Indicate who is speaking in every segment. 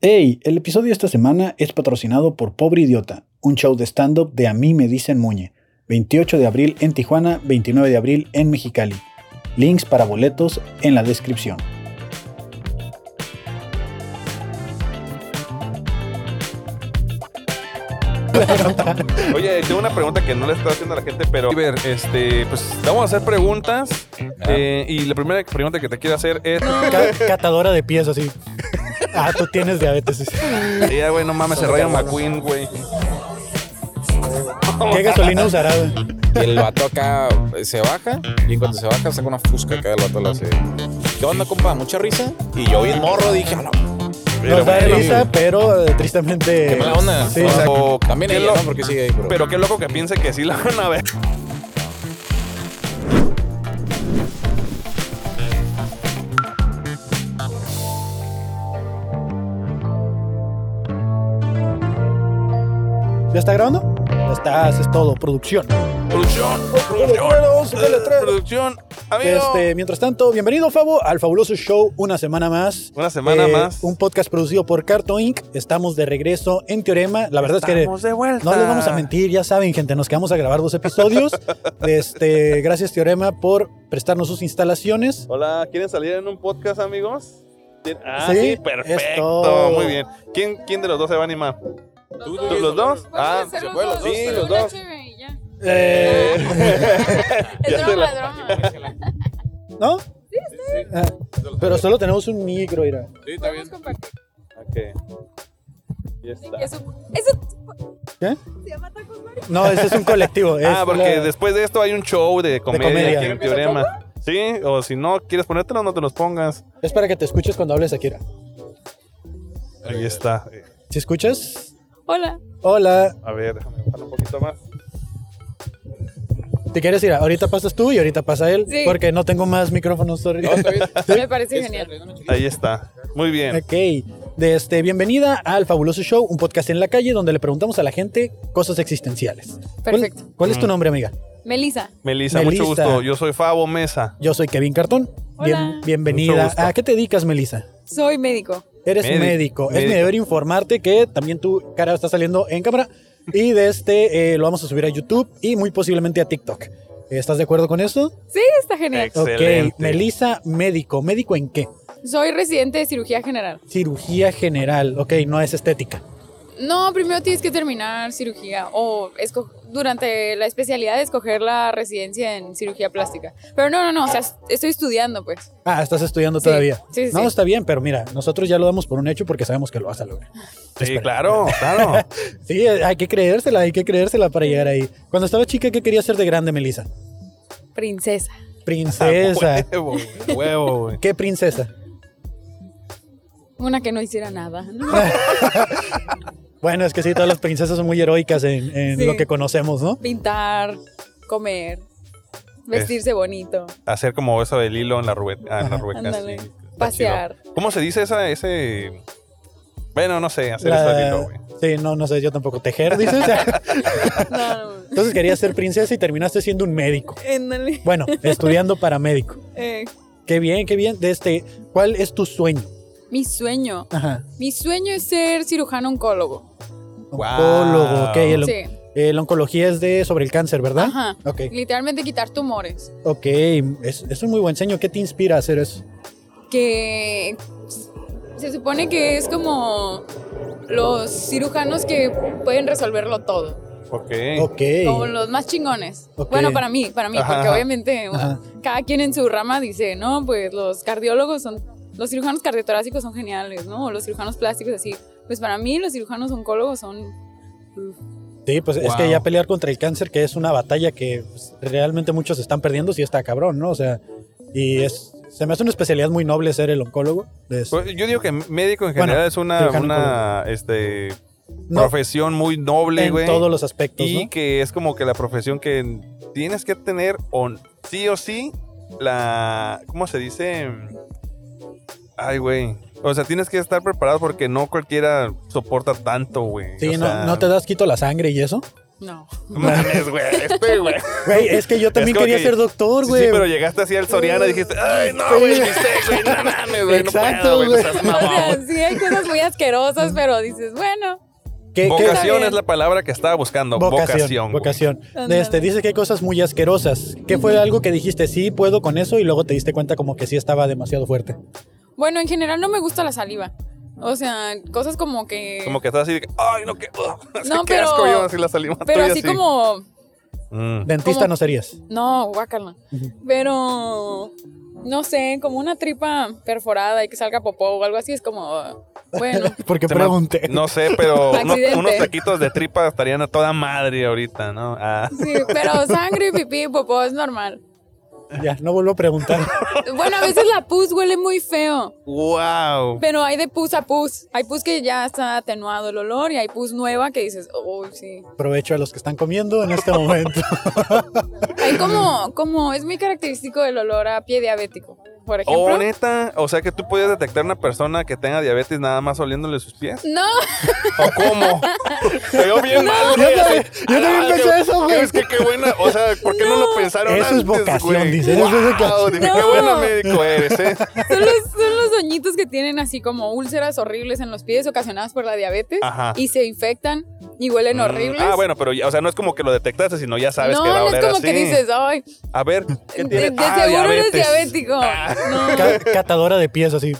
Speaker 1: Hey, el episodio de esta semana es patrocinado por Pobre Idiota, un show de stand-up de A mí me dicen Muñe, 28 de abril en Tijuana, 29 de abril en Mexicali. Links para boletos en la descripción.
Speaker 2: Oye, tengo una pregunta que no le estaba haciendo a la gente, pero Oliver, este, pues vamos a hacer preguntas. eh, y la primera pregunta que te quiero hacer es.
Speaker 3: Ca- catadora de pies así. Ah, tú tienes diabetes.
Speaker 2: Ya, güey, no mames, se raya McQueen, güey.
Speaker 3: ¿Qué gasolina usará? güey?
Speaker 4: Y el vato acá eh, se baja y cuando se baja saca una fusca acá del vato la hace. ¿Qué onda, compa? ¿Mucha risa? Y yo vi el morro dije, "Ah, no,
Speaker 3: Nos da
Speaker 2: bueno,
Speaker 3: risa, pero eh, tristemente.
Speaker 4: qué mala onda.
Speaker 3: Sí,
Speaker 4: O-
Speaker 3: exacto.
Speaker 4: o También
Speaker 2: Qué
Speaker 4: ella,
Speaker 2: lo-
Speaker 4: ¿no? Porque sigue ahí, pero.
Speaker 2: Pero qué loco que piense que sí la van a ver.
Speaker 3: ¿Ya está grabando? Ya está, haces todo, producción.
Speaker 2: Producción,
Speaker 3: Bueno, sube el
Speaker 2: producción,
Speaker 3: letrero.
Speaker 2: producción. Amigo.
Speaker 3: Este, mientras tanto, bienvenido, Fabo, al fabuloso show una semana más. Eh,
Speaker 2: Una semana más.
Speaker 3: Un podcast producido por Carto Inc. Estamos de regreso en Teorema. La verdad es que
Speaker 2: Estamos de vuelta.
Speaker 3: No les vamos a mentir, ya saben, gente, nos quedamos a grabar dos episodios. Este, gracias Teorema por prestarnos sus instalaciones.
Speaker 2: Hola, ¿quieren salir en un podcast, amigos? ¿Quién- Ah,
Speaker 3: Sí,
Speaker 2: sí,
Speaker 3: es
Speaker 2: perfecto.
Speaker 3: todo.
Speaker 2: Muy bien. ¿Quién, ¿Quién de los dos se va a animar?
Speaker 4: ¿Tú,
Speaker 2: ¿Tú, los dos?
Speaker 5: Vamos a
Speaker 2: Ah,
Speaker 5: hacer
Speaker 4: se
Speaker 5: los
Speaker 4: fue,
Speaker 5: dos,
Speaker 4: los dos,
Speaker 5: sí,
Speaker 4: se
Speaker 5: los
Speaker 4: fue.
Speaker 5: dos. Chévere, y ya.
Speaker 3: Eh,
Speaker 5: Es
Speaker 2: Ya se
Speaker 5: drama,
Speaker 2: la-
Speaker 5: drama.
Speaker 3: ¿No? Ah, Pero solo tenemos un micro, Ira.
Speaker 4: Sí, está bien.
Speaker 5: Podemos compartir.
Speaker 2: Ok. Ya está.
Speaker 5: Eso, eso
Speaker 3: ¿Qué?
Speaker 5: se llama tacos Mari?
Speaker 3: No, ese es un colectivo. es
Speaker 2: Ah, porque
Speaker 3: la-
Speaker 2: después de esto hay un show de comedia,
Speaker 3: comedia.
Speaker 2: aquí en Teorema. Sí, o si no quieres ponértelo, no te los pongas.
Speaker 3: es para que te escuches cuando hables Akira.
Speaker 2: Ahí está. Eh,
Speaker 3: Si escuchas,
Speaker 5: Hola.
Speaker 3: hola,
Speaker 2: A ver, déjame bajar un poquito más.
Speaker 3: ¿te quieres ir? Ahorita pasas tú y ahorita pasa él,
Speaker 5: Sí.
Speaker 3: porque no tengo más micrófonos, sorry.
Speaker 4: No, está bien.
Speaker 5: Me parece genial.
Speaker 2: Ahí está. Muy bien.
Speaker 3: Ok, de este, bienvenida al Fabuloso Show, un podcast en la calle donde le preguntamos a la gente cosas existenciales. ¿Cuál-
Speaker 5: Perfecto.
Speaker 3: ¿Cuál,
Speaker 2: Mm.
Speaker 3: es tu nombre, amiga?
Speaker 5: Melissa.
Speaker 2: Melissa,
Speaker 3: Melissa.
Speaker 2: mucho gusto. Yo soy Fabo Mesa.
Speaker 3: Yo soy Kevin Cartón.
Speaker 5: Hola.
Speaker 2: Mucho
Speaker 3: bienvenida.
Speaker 2: gusto.
Speaker 3: ¿A qué te dedicas, Melissa?
Speaker 5: Soy médico.
Speaker 3: Eres
Speaker 2: Médi-
Speaker 3: médico. Es mi
Speaker 2: médico.
Speaker 3: deber informarte que también tu cara está saliendo en cámara y de este eh, lo vamos a subir a YouTube y muy posiblemente a TikTok. ¿Estás de acuerdo con eso?
Speaker 5: Sí, está genial.
Speaker 2: Excelente.
Speaker 3: Ok, Melissa, médico. ¿Médico en qué?
Speaker 5: Soy residente de cirugía general.
Speaker 3: Cirugía general. Ok, no es estética.
Speaker 5: No, primero tienes que terminar cirugía o esco- durante la especialidad escoger la residencia en cirugía plástica. Pero no, no, no, o sea, estoy estudiando pues.
Speaker 3: Ah, estás estudiando
Speaker 5: Sí,
Speaker 3: todavía.
Speaker 5: sí, sí,
Speaker 3: no,
Speaker 5: sí.
Speaker 3: está bien, pero mira, nosotros ya lo damos por un hecho porque sabemos que lo vas a lograr.
Speaker 2: Sí,
Speaker 3: Espera.
Speaker 2: claro, claro.
Speaker 3: Sí, eh, hay que creérsela, hay que creérsela para llegar ahí. Cuando estaba chica, ¿qué quería ser de grande, Melissa?
Speaker 5: Princesa.
Speaker 3: Princesa.
Speaker 2: Huevo, güey, huevo, güey.
Speaker 3: ¿Qué princesa?
Speaker 5: Una que no hiciera nada.
Speaker 3: Bueno, es que sí, todas las princesas son muy heroicas en, en
Speaker 5: Sí.
Speaker 3: lo que conocemos, ¿no?
Speaker 5: Pintar, comer, vestirse bonito,
Speaker 2: Hacer como eso del hilo en la rueca. Ah, en
Speaker 3: Ajá.
Speaker 2: la rueca,
Speaker 5: Ándale.
Speaker 2: sí. Está
Speaker 5: pasear.
Speaker 2: chido. ¿Cómo se dice esa, ese...? Bueno, no sé, hacer eso del hilo,
Speaker 3: La-
Speaker 2: güey.
Speaker 3: Sí, no, no sé, yo tampoco. Tejer, dices.
Speaker 5: No, no,
Speaker 3: Entonces querías ser princesa y terminaste siendo un médico.
Speaker 5: ándale.
Speaker 3: Bueno, estudiando para médico.
Speaker 5: Eh,
Speaker 3: Qué bien, qué bien. De este, ¿cuál es tu sueño?
Speaker 5: mi sueño.
Speaker 3: Ajá.
Speaker 5: Mi sueño es ser cirujano oncólogo.
Speaker 2: Wow.
Speaker 3: Oncólogo, ok. El,
Speaker 5: Sí.
Speaker 3: eh, la oncología es de sobre el cáncer, ¿verdad?
Speaker 5: Ajá.
Speaker 3: Ok,
Speaker 5: Literalmente quitar tumores.
Speaker 3: ok. Es, es un muy buen sueño. ¿Qué te inspira a hacer eso?
Speaker 5: Que se supone que es como los cirujanos que pueden resolverlo todo.
Speaker 2: Ok.
Speaker 3: Ok.
Speaker 5: Como los más chingones.
Speaker 3: Ok.
Speaker 5: Bueno, para mí, para mí,
Speaker 2: Ajá,
Speaker 5: porque
Speaker 2: ajá.
Speaker 5: obviamente
Speaker 3: Ajá.
Speaker 5: cada quien en su rama dice, no, pues los cardiólogos son. Los cirujanos cardiotorácicos son geniales, ¿no? Los cirujanos plásticos así. Pues para mí los cirujanos oncólogos son
Speaker 3: Sí, pues es
Speaker 4: Wow.
Speaker 3: que ya pelear contra el cáncer, que es una batalla que pues, realmente muchos están perdiendo, si está cabrón, ¿no? O sea, y es, se me hace una especialidad muy noble ser el oncólogo. Es-
Speaker 2: Pues, yo digo que médico en
Speaker 3: Bueno,
Speaker 2: general es una,
Speaker 3: cirujano
Speaker 2: una este,
Speaker 3: no,
Speaker 2: profesión muy noble,
Speaker 3: en
Speaker 2: güey.
Speaker 3: todos los aspectos,
Speaker 2: Y
Speaker 3: ¿no?
Speaker 2: que es como que la profesión que tienes que tener o sí o sí la ¿cómo se dice? Ay, güey. O sea, tienes que estar preparado porque no cualquiera soporta tanto, güey.
Speaker 3: Sí,
Speaker 2: O
Speaker 3: no,
Speaker 2: sea,
Speaker 3: no te das quito la sangre y eso.
Speaker 5: No.
Speaker 2: Mames, güey. Este, güey.
Speaker 3: Güey, es que yo también
Speaker 2: como
Speaker 3: quería
Speaker 2: que-
Speaker 3: ser doctor,
Speaker 2: Sí,
Speaker 3: güey.
Speaker 2: sí, pero llegaste así al Soriana y dijiste, ay, no, güey,
Speaker 3: Sí.
Speaker 2: dijiste, güey, no mames, güey, no
Speaker 3: Exacto,
Speaker 2: puedo, güey, no
Speaker 3: güey.
Speaker 2: seas
Speaker 5: O
Speaker 2: mamón,
Speaker 5: sea,
Speaker 2: güey.
Speaker 5: sí hay cosas muy asquerosas, pero dices, bueno,
Speaker 3: ¿Qué- qué-
Speaker 5: Está
Speaker 2: Vocación
Speaker 5: bien.
Speaker 2: es la palabra que estaba buscando. Vocación.
Speaker 3: Vocación.
Speaker 2: güey.
Speaker 3: vocación.
Speaker 5: Ándale.
Speaker 3: Este, dice que hay cosas muy asquerosas. ¿Qué fue algo que dijiste, sí, puedo con eso? Y luego te diste cuenta como que sí estaba demasiado fuerte.
Speaker 5: bueno, en general no me gusta la saliva. O sea, cosas como que...
Speaker 2: Como que estás así de que, ay, no, que. es
Speaker 5: No,
Speaker 2: que qué
Speaker 5: pero-
Speaker 2: asco yo, así Mm. la salimos
Speaker 5: pero así como...
Speaker 3: Dentista
Speaker 5: ¿Cómo?
Speaker 3: no serías.
Speaker 5: No, guácala.
Speaker 3: Ujú.
Speaker 5: Pero... No sé, como una tripa perforada y que salga popó o algo así es como... Bueno,
Speaker 3: Porque
Speaker 2: Se me-
Speaker 3: pregunté.
Speaker 2: No sé, pero unos,
Speaker 5: Accidente.
Speaker 2: unos taquitos de tripa estarían a toda madre ahorita, ¿no? Ah,
Speaker 5: sí, pero sangre, pipí, popó es normal.
Speaker 3: Ya, no vuelvo a preguntar.
Speaker 5: Bueno, a veces la pus huele muy feo,
Speaker 2: wow.
Speaker 5: pero hay de pus a pus. Hay pus que ya está atenuado el olor y hay pus nueva que dices, uy, sí.
Speaker 3: Aprovecho a los que están comiendo en este momento.
Speaker 5: Hay como, como, es muy característico el olor a pie diabético, por
Speaker 2: Oh,
Speaker 5: ejemplo.
Speaker 2: neta. O sea que tú podías detectar una persona que tenga diabetes nada más oliéndole sus pies.
Speaker 5: no,
Speaker 2: ¿O cómo? Yo bien mal,
Speaker 3: Yo
Speaker 2: güey, así,
Speaker 3: también- yo también
Speaker 2: "Ah,
Speaker 3: pensé
Speaker 2: yo-
Speaker 3: eso, güey".
Speaker 2: Es que qué buena. O sea, ¿por qué no, lo pensaron
Speaker 3: Eso es
Speaker 2: antes,
Speaker 3: vocación,
Speaker 2: güey?
Speaker 3: dice, eso es
Speaker 2: Wow,
Speaker 3: vocación.
Speaker 2: dije, qué
Speaker 5: No.
Speaker 2: bueno médico eres, ¿eh?
Speaker 5: son los, son los doñitos que tienen así como úlceras horribles en los pies ocasionadas por la diabetes
Speaker 2: Ajá.
Speaker 5: y se infectan y huelen
Speaker 2: Mm,
Speaker 5: horribles.
Speaker 2: Ah, bueno, pero ya- o sea, no es como que lo detectaste, sino ya sabes
Speaker 5: no,
Speaker 2: que va a
Speaker 5: no
Speaker 2: oler
Speaker 5: es como
Speaker 2: así.
Speaker 5: que dices, ay,
Speaker 2: A ver,
Speaker 5: de,
Speaker 2: ¿qué tiene?
Speaker 5: de
Speaker 2: Ah,
Speaker 5: seguro
Speaker 2: diabetes. Ah.
Speaker 5: eres diabético. No,
Speaker 3: Ca- catadora de pies así.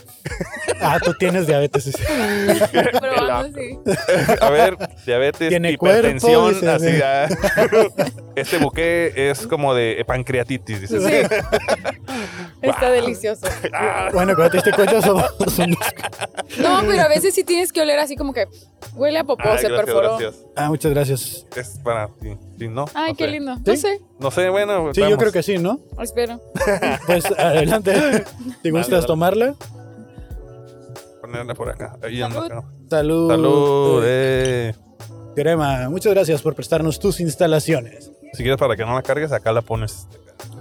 Speaker 3: Ah, tú tienes diabetes.
Speaker 5: probando, sí.
Speaker 2: A ver, diabetes,
Speaker 3: Tiene cuerpo,
Speaker 2: hipertensión,
Speaker 3: dices,
Speaker 2: así
Speaker 3: eh.
Speaker 2: ya. Este buque es como de pancreatitis, dices.
Speaker 5: Sí. Está delicioso.
Speaker 3: Bueno, cuando te diste cuenta, somos unos-
Speaker 5: No, pero a veces sí tienes que oler así como que huele a popó,
Speaker 2: Ay,
Speaker 5: se
Speaker 2: Ah, gracias,
Speaker 5: perforó.
Speaker 2: gracias.
Speaker 3: Ah, muchas gracias.
Speaker 2: Es para ti. Sí, no,
Speaker 5: Ay,
Speaker 2: no
Speaker 5: qué
Speaker 2: sé.
Speaker 5: lindo. No
Speaker 3: ¿Sí?
Speaker 5: sé,
Speaker 2: No sé, bueno.
Speaker 3: Sí, yo creo que sí, ¿no?
Speaker 5: espero.
Speaker 3: Pues adelante. Si
Speaker 2: Dale, dale.
Speaker 3: gustas tomarla.
Speaker 2: Ponerla por acá. Ahí anda
Speaker 5: Salud.
Speaker 2: acá.
Speaker 3: Salud.
Speaker 2: Salud. eh.
Speaker 3: Crema, muchas gracias por prestarnos tus instalaciones.
Speaker 2: Si quieres, para que no la cargues, acá la pones.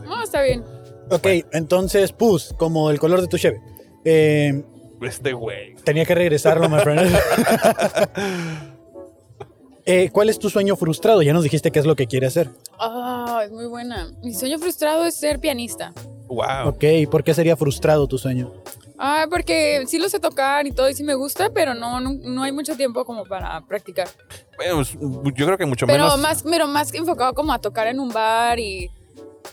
Speaker 5: No, está bien.
Speaker 3: Ok, entonces, pus, como el color de tu cheve. Eh,
Speaker 2: Este güey.
Speaker 3: tenía que regresarlo, my friend. Eh, ¿Cuál es tu sueño frustrado? Ya nos dijiste qué es lo que quiere hacer.
Speaker 5: Ah, es muy buena. Mi sueño frustrado es ser pianista.
Speaker 2: Wow.
Speaker 3: Ok, ¿por qué sería frustrado tu sueño?
Speaker 5: Ah, porque sí lo sé tocar y todo y sí me gusta, pero no, no, no hay mucho tiempo como para practicar.
Speaker 2: Bueno, pues, yo creo que mucho
Speaker 5: Pero
Speaker 2: menos.
Speaker 5: más, pero más enfocado como a tocar en un bar y,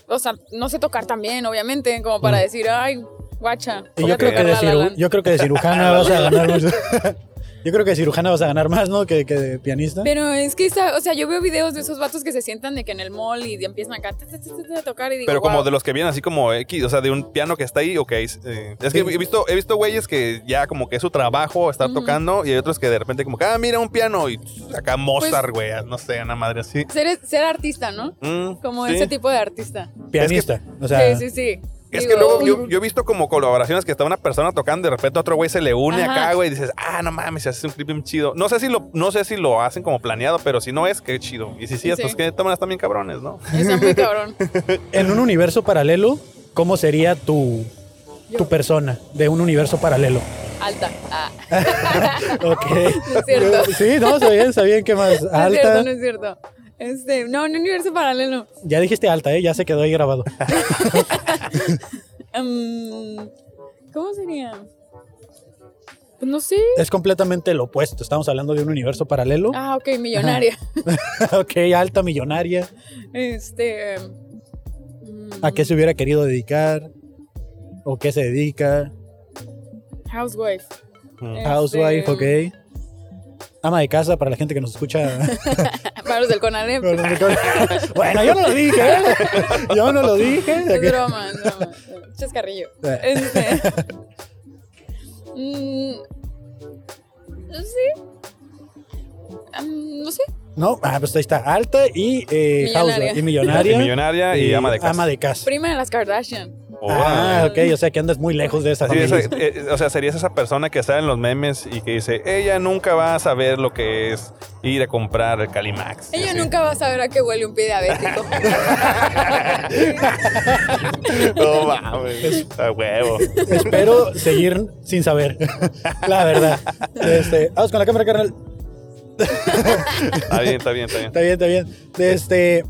Speaker 5: o sea, no sé tocar también, obviamente, como para
Speaker 3: Mm.
Speaker 5: decir, ay, guacha.
Speaker 3: Y
Speaker 5: voy
Speaker 3: yo,
Speaker 5: a
Speaker 3: creo que
Speaker 5: tocar
Speaker 3: de
Speaker 5: La La
Speaker 3: ciru-
Speaker 5: Land".
Speaker 3: yo creo que de cirujana vas a ganar mucho. Yo creo que de cirujana vas a ganar más, ¿no? Que, que de pianista.
Speaker 5: Pero es que, esa- o sea, yo veo videos de esos vatos que se sientan de que en el mall y empiezan acá ta, ta, ta, ta, ta, a tocar y digo,
Speaker 2: Pero como
Speaker 5: "Wow".
Speaker 2: de los que vienen así como X, o sea, de un piano que está ahí, ok. eh, es que he visto, he visto güeyes que ya como que es su trabajo estar
Speaker 5: Ujú. Pues
Speaker 2: tocando y hay otros que de repente como, que, ah, mira un piano y acá Mozart, güey, ah, no sé, una madre así.
Speaker 5: ser, ser artista, ¿no?
Speaker 2: Mm,
Speaker 5: Como
Speaker 2: sí.
Speaker 5: ese tipo de artista.
Speaker 3: pianista. o sea,
Speaker 5: sí, sí, sí.
Speaker 2: Es
Speaker 5: Digo,
Speaker 2: que luego yo,
Speaker 5: un-
Speaker 2: yo he visto como colaboraciones que está una persona tocando y de repente otro güey se le une
Speaker 5: Ajá.
Speaker 2: acá, güey, y dices, ah, no mames, haces un clip bien chido. No sé si lo, no sé si lo hacen como planeado, pero si no es, qué chido. Y si sí, es,
Speaker 5: Sí.
Speaker 2: pues que toman también cabrones, ¿no?
Speaker 5: Está muy cabrón.
Speaker 3: en un universo paralelo, ¿cómo sería tu, tu persona de un universo paralelo?
Speaker 5: Alta. Ah,
Speaker 3: Ok.
Speaker 5: no es cierto.
Speaker 3: Sí, no, está bien, está bien, ¿qué más?
Speaker 5: No es cierto,
Speaker 3: Alta.
Speaker 5: no es cierto. Este, no, un universo paralelo.
Speaker 3: Ya dijiste alta, ¿eh? Ya se quedó ahí grabado.
Speaker 5: Mm, ¿Cómo sería? Pues no sé.
Speaker 3: Es completamente lo opuesto. Estamos hablando de un universo paralelo.
Speaker 5: Ah, ok, millonaria.
Speaker 3: ok, alta, millonaria.
Speaker 5: Este. mm,
Speaker 3: ¿A qué se hubiera querido dedicar? ¿O qué se dedica?
Speaker 5: Housewife.
Speaker 2: Mm.
Speaker 3: Housewife, ok.
Speaker 5: Este,
Speaker 3: Ama de casa para la gente que nos escucha.
Speaker 5: Para los del Conalep.
Speaker 3: bueno, yo no lo dije. ¿eh? Yo no lo dije.
Speaker 5: Es broma, es broma. Chascarrillo.
Speaker 3: Eh,
Speaker 5: Este. mm, no sé. Ah, no sé.
Speaker 3: No, ah, pues ahí está. Alta y eh,
Speaker 5: Millonaria.
Speaker 3: housewife. Y millonaria.
Speaker 2: Y millonaria y, ama de casa.
Speaker 3: Ama de casa.
Speaker 5: Prima de las Kardashian.
Speaker 3: Ah,
Speaker 2: Órale.
Speaker 3: ok. O sea que andas muy lejos de esa
Speaker 2: Sí,
Speaker 3: familia.
Speaker 2: esa- eh, o sea, serías esa persona que está en los memes y que dice, ella nunca va a saber lo que es ir a comprar el Calimax.
Speaker 5: Ella
Speaker 2: Y así.
Speaker 5: nunca va a saber a qué huele un pie diabético.
Speaker 2: No mames. A huevo.
Speaker 3: Espero seguir sin saber. La verdad. Este, vamos con la cámara, carnal.
Speaker 2: Está bien, está bien, está bien.
Speaker 3: Está bien, está bien. Este.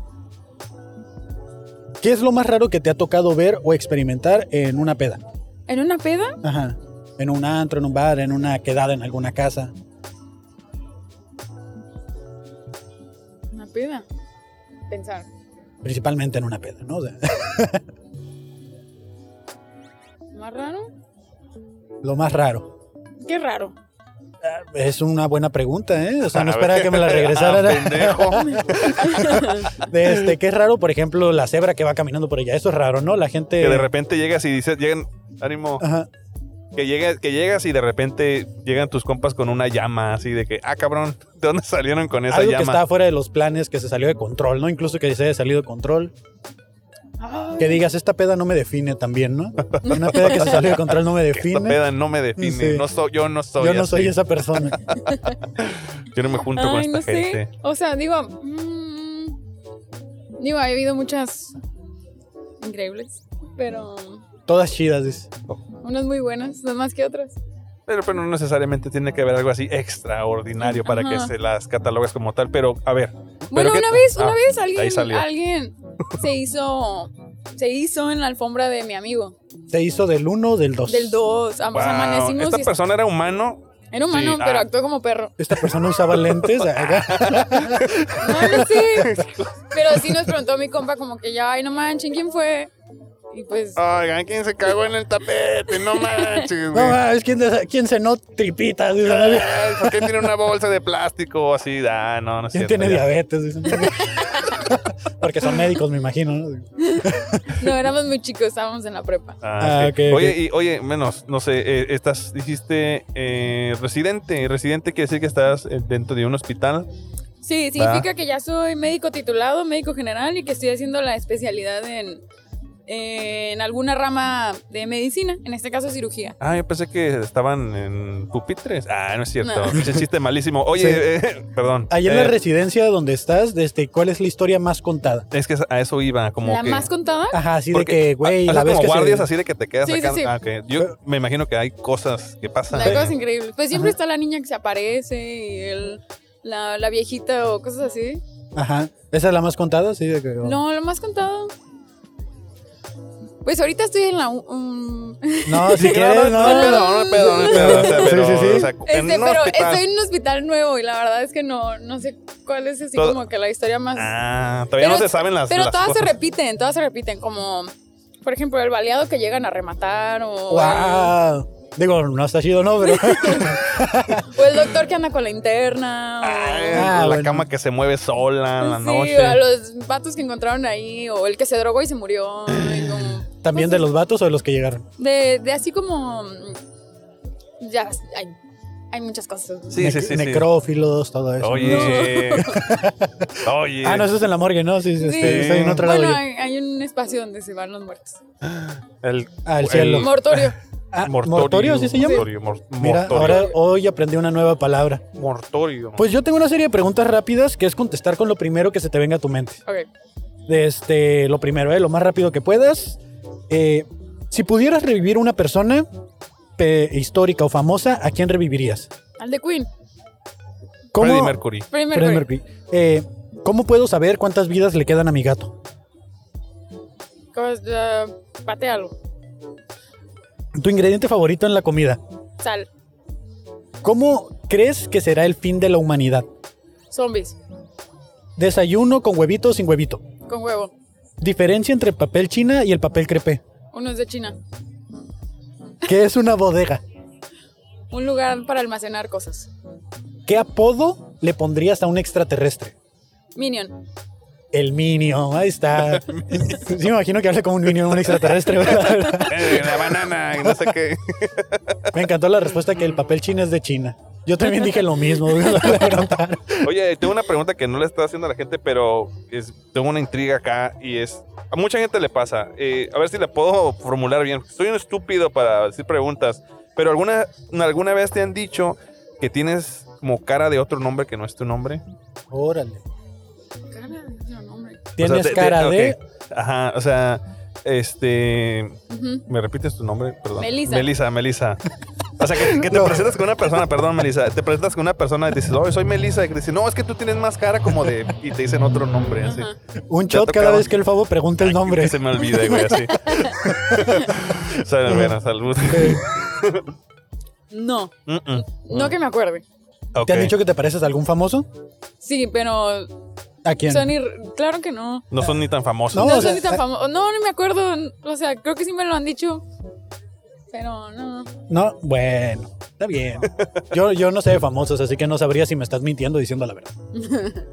Speaker 3: ¿Qué es lo más raro que te ha tocado ver o experimentar en una peda?
Speaker 5: ¿En una peda?
Speaker 3: Ajá. en un antro, en un bar, en una quedada en alguna casa.
Speaker 5: Una peda. Pensar.
Speaker 3: Principalmente en una peda, ¿no? O sea,
Speaker 5: ¿Más raro?
Speaker 3: lo más raro.
Speaker 5: Qué raro.
Speaker 3: Ah, Es una buena pregunta, ¿eh? O sea, no
Speaker 2: A
Speaker 3: esperaba
Speaker 2: ver.
Speaker 3: que me la
Speaker 2: Ah,
Speaker 3: regresara.
Speaker 2: pendejo.
Speaker 3: De este, que es raro, por ejemplo, la cebra que va caminando por allá. Eso es raro, ¿no? La gente.
Speaker 2: Que de repente llegas y dices, llegan, ánimo,
Speaker 3: Ajá.
Speaker 2: que, llegas, que llegas y de repente llegan tus compas con una llama así de que, ah, cabrón, ¿de dónde salieron con esa
Speaker 3: Algo que
Speaker 2: llama?
Speaker 3: estaba fuera de los planes, que se salió de control, ¿no? Incluso que se haya salido de control.
Speaker 5: Ay,
Speaker 3: Que digas, esta peda no me define también, ¿no? Una peda que se salió de control no me
Speaker 2: Que esta
Speaker 3: define.
Speaker 2: peda no me define,
Speaker 3: Sí.
Speaker 2: no soy, yo no soy
Speaker 3: Yo no
Speaker 2: así.
Speaker 3: soy esa persona.
Speaker 2: Yo no me junto con
Speaker 5: Ay,
Speaker 2: esta
Speaker 5: no
Speaker 2: gente.
Speaker 5: sé. O sea, digo. mm, digo, ha habido muchas increíbles, pero
Speaker 3: Todas chidas, dice.
Speaker 5: unas muy buenas, no más que otras.
Speaker 2: Pero, pero no necesariamente tiene que haber algo así extraordinario para que
Speaker 5: Ajá.
Speaker 2: se las catalogues como tal. Pero, a ver,
Speaker 5: Bueno,
Speaker 2: qué-
Speaker 5: una vez,
Speaker 2: Ah,
Speaker 5: una vez
Speaker 2: ahí
Speaker 5: alguien,
Speaker 2: salió.
Speaker 5: alguien se hizo. Se hizo en la alfombra de mi amigo.
Speaker 3: Se hizo del 1 o del 2.
Speaker 5: Del 2.
Speaker 2: wow,
Speaker 5: amanecimos.
Speaker 2: esta
Speaker 5: y-
Speaker 2: persona era humano.
Speaker 5: era humano,
Speaker 2: sí, ah.
Speaker 5: pero actuó como perro.
Speaker 3: Esta persona usaba lentes. acá.
Speaker 5: No, no sé. Pero sí nos preguntó mi compa, como que ya, ay, no manchen, ¿quién fue? Y pues.
Speaker 2: Oigan, ¿quién se cagó en el tapete? No manches,
Speaker 3: No, ah, es quien, quien cenó tripitas. dice.
Speaker 2: ¿Por qué tiene una bolsa de plástico o así? Ah, no, no es
Speaker 3: ¿Quién
Speaker 2: cierto,
Speaker 3: tiene
Speaker 2: ya.
Speaker 3: diabetes? Dicen. Porque son médicos, me imagino. ¿no?
Speaker 5: No, éramos muy chicos, estábamos en la prepa.
Speaker 2: Ah,
Speaker 3: Ah,
Speaker 2: ok.
Speaker 3: ok,
Speaker 2: oye,
Speaker 3: ok.
Speaker 2: y oye, menos, no sé, eh, estás, dijiste eh, residente. Residente quiere decir que estás eh, dentro de un hospital.
Speaker 5: Sí, significa que ya soy médico titulado, médico general y que estoy haciendo la especialidad en, en alguna rama de medicina, en este caso cirugía.
Speaker 2: Ah, yo pensé que estaban en pupitres. Ah, no es cierto.
Speaker 5: No.
Speaker 2: Ese chiste malísimo. Oye,
Speaker 3: Sí.
Speaker 2: eh, perdón.
Speaker 3: Ahí en la
Speaker 2: Eh,
Speaker 3: residencia donde estás, desde, ¿cuál es la historia más contada?
Speaker 2: es que a eso iba, como
Speaker 5: ¿La
Speaker 2: que.
Speaker 5: más contada?
Speaker 3: Ajá, así de
Speaker 2: Porque
Speaker 3: que, güey,
Speaker 2: haces
Speaker 3: la vez
Speaker 2: como
Speaker 3: que se-
Speaker 2: guardias así de que te quedas
Speaker 5: Sí, sí,
Speaker 2: acá.
Speaker 5: sí.
Speaker 2: Ah, ok. Yo me imagino que hay cosas que pasan.
Speaker 5: La cosa es increíble. Pues siempre
Speaker 3: Ajá.
Speaker 5: está la niña que se aparece y el, la, la viejita o cosas así.
Speaker 3: Ajá. ¿Esa es la más contada? Sí, de que...
Speaker 5: No, lo más contado. Pues ahorita estoy en la... u- um,
Speaker 3: No, si
Speaker 2: Sí,
Speaker 3: quieres, no.
Speaker 2: no, no, no, no, pedo, no, pedo, o sea,
Speaker 3: Sí,
Speaker 2: pero,
Speaker 3: sí, sí.
Speaker 2: o sea, en
Speaker 5: este,
Speaker 2: un
Speaker 5: pero
Speaker 2: hospital.
Speaker 5: estoy en un hospital nuevo y la verdad es que no, no sé cuál es así
Speaker 2: Todo-
Speaker 5: como que la historia más...
Speaker 2: Ah, todavía no
Speaker 5: Pero-
Speaker 2: se saben las
Speaker 5: Pero
Speaker 2: las
Speaker 5: todas
Speaker 2: cosas.
Speaker 5: se repiten, todas se repiten, como por ejemplo el baleado que llegan a rematar o,
Speaker 3: ¡Wow! Digo, no está chido, no, pero...
Speaker 5: o el doctor que anda con la interna. o-
Speaker 2: Ay,
Speaker 3: Ah,
Speaker 2: la
Speaker 3: bueno.
Speaker 2: cama que se mueve sola en la
Speaker 5: sí,
Speaker 2: noche.
Speaker 5: o a los vatos que encontraron ahí, o el que se drogó y se murió. y como-
Speaker 3: ¿También de los vatos o de los que llegaron?
Speaker 5: de, de así como... mm, Ya, hay, hay muchas cosas.
Speaker 2: Sí,
Speaker 3: Ne-
Speaker 2: sí, sí, sí.
Speaker 3: Necrófilos, todo eso.
Speaker 2: Oye. Oye.
Speaker 3: Ah, no, eso es en la morgue, ¿no? Sí, sí,
Speaker 5: Sí.
Speaker 3: este, está en otro lado.
Speaker 5: bueno,
Speaker 3: yo.
Speaker 5: hay, hay un espacio donde se van los muertos.
Speaker 2: El,
Speaker 3: Ah, el cielo.
Speaker 2: el
Speaker 5: Mortorio.
Speaker 3: Ah, ¿Mortorio sí se llama?
Speaker 2: Mortorio. mor-
Speaker 3: Mira,
Speaker 2: mortorio.
Speaker 3: ahora hoy aprendí una nueva palabra.
Speaker 2: Mortorio.
Speaker 3: Pues yo tengo una serie de preguntas rápidas que es contestar con lo primero que se te venga a tu mente.
Speaker 5: Ok.
Speaker 3: De este, lo primero, ¿eh? lo más rápido que puedas. Eh, si pudieras revivir una persona pe- histórica o famosa, ¿a quién revivirías?
Speaker 5: Al de Queen.
Speaker 2: Freddie Mercury.
Speaker 5: Freddie
Speaker 3: Freddie
Speaker 5: Mercury.
Speaker 3: Mercury. Eh, ¿Cómo puedo saber cuántas vidas le quedan a mi gato?
Speaker 5: Cos- eh, patealo.
Speaker 3: Tu ingrediente favorito en la comida.
Speaker 5: Sal.
Speaker 3: ¿Cómo crees que será el fin de la humanidad?
Speaker 5: Zombies.
Speaker 3: Desayuno con huevito o sin huevito.
Speaker 5: Con huevo.
Speaker 3: Diferencia entre el papel china y el papel crepé.
Speaker 5: Uno es de China.
Speaker 3: ¿Qué es una bodega?
Speaker 5: Un lugar para almacenar cosas.
Speaker 3: ¿Qué apodo le pondrías a un extraterrestre?
Speaker 5: Minion.
Speaker 3: El Minion, ahí está. Sí, me imagino que habla como un Minion, un extraterrestre, ¿verdad?
Speaker 2: Eh, la banana, y no sé qué.
Speaker 3: Me encantó la respuesta que el papel chino es de China. Yo también dije lo mismo. me preguntaron.
Speaker 2: Oye, tengo una pregunta que no le está haciendo a la gente, pero es, tengo una intriga acá y es. A mucha gente le pasa. eh, a ver si la puedo formular bien. Soy un estúpido para decir preguntas, pero alguna, alguna vez te han dicho que tienes como cara de otro nombre que no es tu nombre.
Speaker 3: Órale.
Speaker 5: Cara de otro nombre.
Speaker 3: Tienes
Speaker 2: O sea, te- te-
Speaker 3: cara
Speaker 2: ok.
Speaker 3: de...
Speaker 2: Ajá, o sea, este.
Speaker 5: Ujú.
Speaker 2: ¿Me repites tu nombre? Perdón.
Speaker 5: Melissa.
Speaker 2: Melissa, Melissa. O sea, que, que te presentas con una persona, perdón, Melissa. Te presentas con una persona y dices, oh, soy Melissa. Y te dice, no, es que tú tienes más cara como de. Y te dicen otro nombre, así.
Speaker 5: Ajá.
Speaker 3: Un
Speaker 2: Te
Speaker 3: shot cada
Speaker 2: tocaba.
Speaker 3: vez que el Favo pregunta el nombre.
Speaker 2: Que se me
Speaker 3: Eh,
Speaker 2: olvide, güey, así. Salud, bueno, salud.
Speaker 5: No,
Speaker 2: Mm, mm.
Speaker 5: no que me acuerde.
Speaker 2: Ok.
Speaker 3: ¿Te han dicho que te pareces a algún famoso?
Speaker 5: Sí, pero
Speaker 3: ¿A quién?
Speaker 5: son ir- claro que no.
Speaker 2: No son ni tan famosos.
Speaker 3: No,
Speaker 5: No,
Speaker 3: o
Speaker 5: son
Speaker 3: sea,
Speaker 5: ni tan
Speaker 3: eh.
Speaker 5: famosos. No, no me acuerdo. O sea, creo que sí me lo han dicho. Pero no.
Speaker 3: No, bueno, está bien. Yo, yo no sé de famosos, así que no sabría si me estás mintiendo o diciendo la verdad.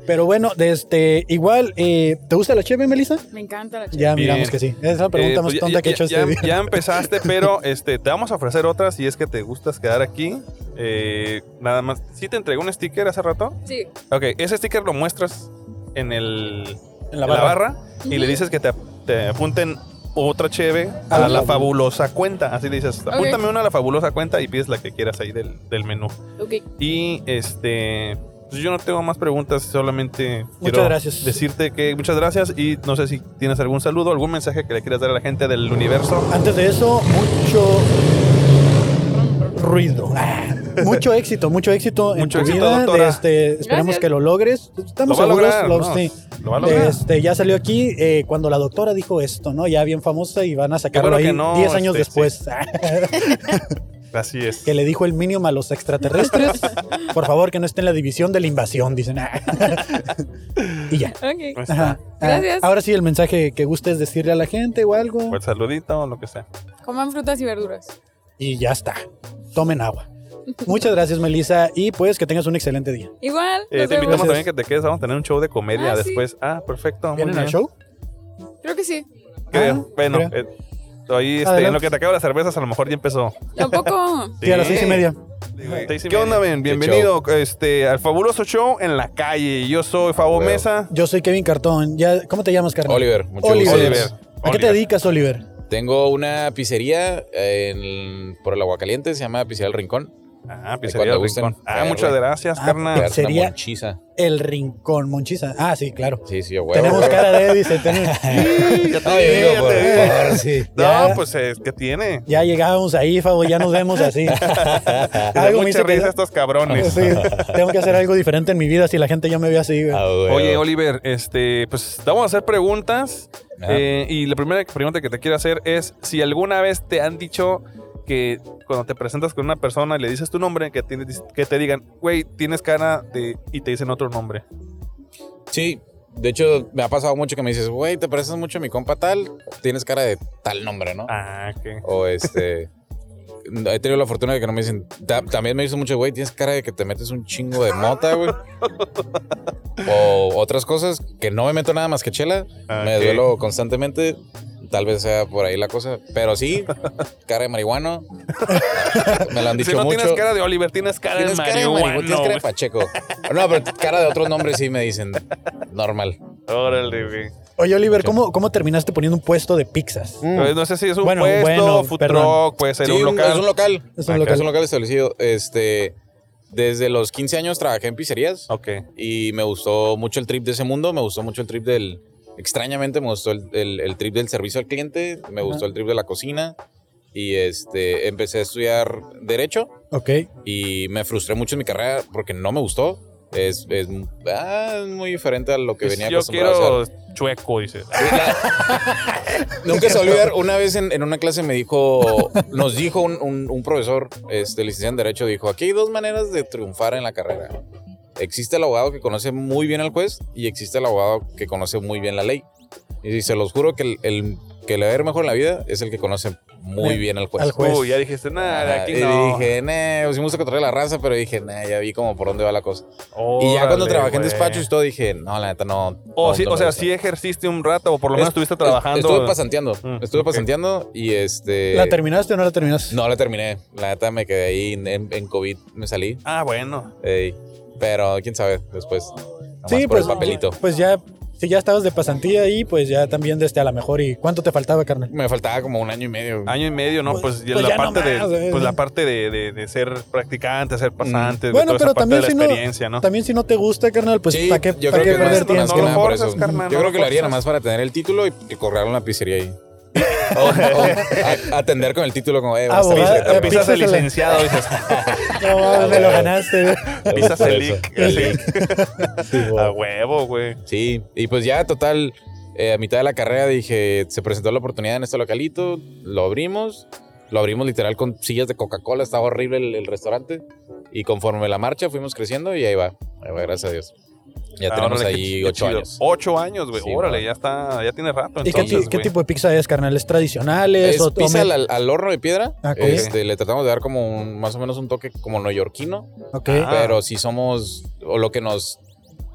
Speaker 3: Pero bueno, de este, igual, eh, ¿te gusta la cheve, Melissa?
Speaker 5: Me encanta la chica.
Speaker 3: Ya
Speaker 2: Bien.
Speaker 3: miramos que sí. Esa es la pregunta
Speaker 2: Eh,
Speaker 3: más
Speaker 2: pues ya-
Speaker 3: tonta
Speaker 2: ya-
Speaker 3: que he hecho
Speaker 2: ya-
Speaker 3: este día.
Speaker 2: ya empezaste, pero este, te vamos a ofrecer otra si es que te gustas quedar aquí. Eh, nada más. ¿Sí te entregué un sticker hace rato?
Speaker 5: Sí.
Speaker 2: Ok, ese sticker lo muestras en, el,
Speaker 3: En
Speaker 2: en la barra, y le dices que te, te apunten otra cheve a la fabulosa cuenta. Así le dices, apúntame una a la fabulosa cuenta y pides la que quieras ahí del, del menú.
Speaker 5: Ok.
Speaker 2: Y este. pues yo no tengo más preguntas, solamente quiero
Speaker 3: Muchas gracias.
Speaker 2: decirte que muchas gracias y no sé si tienes algún saludo, algún mensaje que le quieras dar a la gente del universo.
Speaker 3: Antes de eso, mucho ruido. Ah, Mucho éxito, mucho éxito en
Speaker 2: Mucho
Speaker 3: tu
Speaker 2: éxito,
Speaker 3: vida.
Speaker 2: doctora.
Speaker 3: De este, esperamos
Speaker 5: Gracias.
Speaker 3: que lo logres. Estamos
Speaker 2: Lo va a
Speaker 3: seguros.
Speaker 2: lograr,
Speaker 3: lo-
Speaker 2: ¿no?
Speaker 3: sí.
Speaker 2: Lo va a lograr.
Speaker 3: Este, ya salió aquí eh, cuando la doctora dijo esto, ¿no? Ya bien famosa y van a sacarlo
Speaker 2: bueno
Speaker 3: ahí
Speaker 2: que no,
Speaker 3: 10 años
Speaker 2: este,
Speaker 3: después.
Speaker 2: Así es.
Speaker 3: que le dijo el mínimo a los extraterrestres. Por favor, que no esté en la división de la invasión, dicen. Ah. y ya.
Speaker 5: Ok.
Speaker 2: Ahí está.
Speaker 3: Ajá. Ah,
Speaker 5: Gracias.
Speaker 3: Ahora sí, el mensaje que guste es decirle a la gente o algo.
Speaker 2: O el saludito o lo que sea.
Speaker 5: Coman frutas y verduras.
Speaker 3: y ya está. Tomen agua. Muchas gracias, Melissa, y pues que tengas un excelente día.
Speaker 5: Igual.
Speaker 2: Eh,
Speaker 5: nos
Speaker 2: te invitamos
Speaker 5: vemos.
Speaker 2: también que te quedes, vamos a tener un show de comedia
Speaker 5: Ah, sí.
Speaker 2: después. Ah, perfecto. muy
Speaker 3: ¿Vienen al
Speaker 2: bien.
Speaker 3: show?
Speaker 5: Creo que sí.
Speaker 2: Creo.
Speaker 3: Ah,
Speaker 2: bueno,
Speaker 3: creo.
Speaker 2: eh, ahí este,
Speaker 3: Adelante.
Speaker 2: en lo que te acabo las cervezas, a lo mejor ya empezó.
Speaker 5: Tampoco.
Speaker 3: Sí, a las seis y media.
Speaker 2: Seis y ¿Qué onda, Ben? Bienvenido este, al fabuloso show en la calle. Yo soy Fabo
Speaker 4: Huevo.
Speaker 2: Mesa.
Speaker 3: Yo soy Kevin Cartón. Ya, ¿Cómo te llamas, carnal?
Speaker 4: Oliver, mucho
Speaker 3: Oliver.
Speaker 4: gusto.
Speaker 2: Oliver.
Speaker 3: ¿A qué te
Speaker 2: Oliver.
Speaker 3: dedicas, Oliver?
Speaker 4: Tengo una pizzería en- por el agua caliente, se llama Pizzería El Rincón.
Speaker 2: Ah,
Speaker 4: cuando
Speaker 2: pizzería del
Speaker 4: gusten,
Speaker 2: rincón. Ah,
Speaker 4: caerle.
Speaker 2: muchas gracias,
Speaker 3: Ah,
Speaker 2: carnal.
Speaker 3: Pizzería.
Speaker 4: Chisa.
Speaker 3: El Rincón, Monchisa. Ah, sí, claro.
Speaker 4: Sí, sí, a huevo.
Speaker 3: Tenemos
Speaker 4: huevo.
Speaker 3: cara de dice. tenemos-
Speaker 2: Ya te
Speaker 4: Ay,
Speaker 2: vi,
Speaker 4: digo,
Speaker 2: ya
Speaker 4: por
Speaker 2: te vi.
Speaker 4: favor, sí.
Speaker 2: No,
Speaker 3: Ya.
Speaker 2: pues es que tiene.
Speaker 3: Ya llegamos ahí, Fabo, ya nos vemos así.
Speaker 2: Hay
Speaker 3: algo me
Speaker 2: mucha
Speaker 3: hizo que-
Speaker 2: risa estos cabrones.
Speaker 3: Sí, tengo que hacer algo diferente en mi vida si la gente ya me ve así. güey.
Speaker 4: A huevo.
Speaker 2: Oye, Oliver, este, pues te vamos a hacer preguntas.
Speaker 4: Ajá.
Speaker 2: eh, y la primera pregunta que te quiero hacer es si alguna vez te han dicho que cuando te presentas con una persona y le dices tu nombre, que, tienes- que te digan, güey, tienes cara de... y te dicen otro nombre.
Speaker 4: Sí, de hecho, me ha pasado mucho que me dices, güey, te pareces mucho a mi compa tal, tienes cara de tal nombre, ¿no?
Speaker 2: Ah, que...
Speaker 4: O este. no, He tenido la fortuna de que no me dicen. "Ta- También me dicen mucho, güey, tienes cara de que te metes un chingo de mota, güey. o otras cosas que no me meto nada más que chela. Me
Speaker 2: Ok.
Speaker 4: duelo constantemente. Tal vez sea por ahí la cosa. Pero sí, cara de marihuano. me lo han dicho
Speaker 2: si no
Speaker 4: mucho.
Speaker 2: tienes cara de Oliver, tienes cara de
Speaker 4: Tienes cara de marihuana, tienes
Speaker 2: marihuana.
Speaker 4: cara de Pacheco. No, pero cara de otros nombres sí me dicen. Normal.
Speaker 2: Órale, güey.
Speaker 3: Oye, Oliver, ¿cómo, ¿cómo terminaste poniendo un puesto de pizzas?
Speaker 4: Mm.
Speaker 2: Pues no sé si es un
Speaker 3: Bueno,
Speaker 2: puesto,
Speaker 3: bueno,
Speaker 2: food
Speaker 3: perdón.
Speaker 2: truck, puede ser
Speaker 4: Sí,
Speaker 2: un local.
Speaker 4: Es un local.
Speaker 3: Es un
Speaker 4: Acá
Speaker 3: local.
Speaker 4: Es un local establecido. Este, desde los 15 años trabajé en pizzerías.
Speaker 2: Ok.
Speaker 4: y me gustó mucho el trip de ese mundo, me gustó mucho el trip del, extrañamente me gustó el, el- el trip del servicio al cliente, me gustó el trip de la cocina y este, empecé a estudiar derecho
Speaker 3: Ok.
Speaker 4: y me frustré mucho en mi carrera porque no me gustó. Es, es, ah, muy diferente a lo que
Speaker 2: Pues
Speaker 4: venía
Speaker 2: yo
Speaker 4: acostumbrado a hacer. Ah,
Speaker 2: quiero chueco, dices.
Speaker 4: Nunca se va a olvidar, una vez en, en una clase me dijo, nos dijo un, un- un profesor, este, licenciado en Derecho, dijo, aquí hay dos maneras de triunfar en la carrera. Existe el abogado que conoce muy bien al juez y existe el abogado que conoce muy bien la ley. Y dice, se los juro que el, el que le va a ir mejor en la vida es el que conoce muy
Speaker 3: Sí,
Speaker 4: bien al juez.
Speaker 3: al juez. Pues-
Speaker 2: Uy, ya dijiste nada,
Speaker 4: Ajá,
Speaker 2: Ah, aquí
Speaker 4: Ah, y
Speaker 2: no.
Speaker 4: dije, nee, pues sí me gusta controlar la raza, pero dije, nah, ya vi como por dónde va la cosa. y ya
Speaker 2: Órale,
Speaker 4: cuando trabajé en
Speaker 2: güey.
Speaker 4: despachos y todo, dije, no, la neta no.
Speaker 2: O,
Speaker 4: no,
Speaker 2: sí,
Speaker 4: no
Speaker 2: o
Speaker 4: me
Speaker 2: sea,
Speaker 4: gusta".
Speaker 2: sí ejerciste un rato, o por lo menos
Speaker 4: Es-
Speaker 2: estuviste
Speaker 4: es-
Speaker 2: trabajando.
Speaker 4: Estuve pasanteando,
Speaker 2: Mm,
Speaker 4: estuve
Speaker 2: ok.
Speaker 4: pasanteando y este...
Speaker 3: ¿La terminaste o no la terminaste?
Speaker 4: No la terminé. La neta me quedé ahí en, en- en COVID, me salí.
Speaker 2: Ah, bueno.
Speaker 4: Ey, pero quién sabe después. Nomás
Speaker 3: Sí,
Speaker 4: por
Speaker 3: pues,
Speaker 4: el papelito.
Speaker 3: pues ya, si ya estabas de pasantía ahí, pues ya también desde a la mejor. ¿Y cuánto te faltaba, carnal?
Speaker 4: Me faltaba como un año y medio.
Speaker 2: Año y medio, ¿no? Pues,
Speaker 3: Pues-
Speaker 2: y
Speaker 3: pues
Speaker 2: la,
Speaker 3: ya
Speaker 2: parte
Speaker 3: nomás,
Speaker 2: de,
Speaker 3: eh.
Speaker 2: pues la parte de, de- de ser practicante,
Speaker 4: Mm.
Speaker 2: ser pasante, de
Speaker 3: Bueno,
Speaker 2: toda
Speaker 3: pero
Speaker 2: esa parte
Speaker 3: también
Speaker 2: de la
Speaker 3: si,
Speaker 2: experiencia,
Speaker 3: no,
Speaker 2: ¿no?
Speaker 3: también si no te gusta, carnal, pues
Speaker 4: Sí,
Speaker 3: ¿para qué,
Speaker 4: yo
Speaker 3: pa'
Speaker 4: creo
Speaker 3: qué
Speaker 4: que
Speaker 3: perder
Speaker 4: más, más
Speaker 3: tiempo?
Speaker 4: que
Speaker 2: No
Speaker 4: nada
Speaker 2: lo
Speaker 4: por
Speaker 2: forzas,
Speaker 4: eso.
Speaker 2: carnal,
Speaker 4: yo
Speaker 2: no
Speaker 4: creo
Speaker 2: lo
Speaker 4: que lo haría
Speaker 2: forzas.
Speaker 4: nada más para tener el título y que corraran la pizzería ahí. o, o a- atender con el título como, eh, buenas
Speaker 3: Abogado,
Speaker 4: tardes,
Speaker 3: eh,
Speaker 4: te
Speaker 2: Pisas
Speaker 3: pisas
Speaker 2: el
Speaker 3: el-
Speaker 2: licenciado, dices,
Speaker 3: No, mames, me lo ganaste. güey.
Speaker 2: pisas
Speaker 4: Por
Speaker 2: el
Speaker 4: eso,
Speaker 2: lic.
Speaker 4: el
Speaker 2: así.
Speaker 4: Sí, güey.
Speaker 2: A huevo, güey.
Speaker 4: Sí, y pues ya total, eh, a mitad de la carrera dije, se presentó la oportunidad en este localito, lo abrimos Lo abrimos literal con sillas de Coca-Cola, estaba horrible el, el restaurante. Y conforme la marcha fuimos creciendo y ahí va, ahí va, gracias a Dios. Ya tenemos
Speaker 2: Ah, Órale, qué
Speaker 4: ahí
Speaker 2: chi- qué
Speaker 4: ocho
Speaker 2: chido. Oh,
Speaker 4: años.
Speaker 2: Ocho años, güey.
Speaker 4: Sí,
Speaker 2: Órale,
Speaker 4: va.
Speaker 2: ya está, ya tiene rato.
Speaker 3: ¿Y qué, ti-
Speaker 2: Entonces,
Speaker 3: qué
Speaker 2: güey.
Speaker 3: tipo de pizza es, carnal? ¿Es tradicionales?
Speaker 4: Es
Speaker 3: o tú
Speaker 4: pizza
Speaker 3: met-
Speaker 4: al, al horno de piedra.
Speaker 3: Ah, ok.
Speaker 4: Este, le tratamos de dar como un- más o menos un toque como neoyorquino.
Speaker 3: Ok.
Speaker 2: Ah.
Speaker 4: Pero si somos, o lo que nos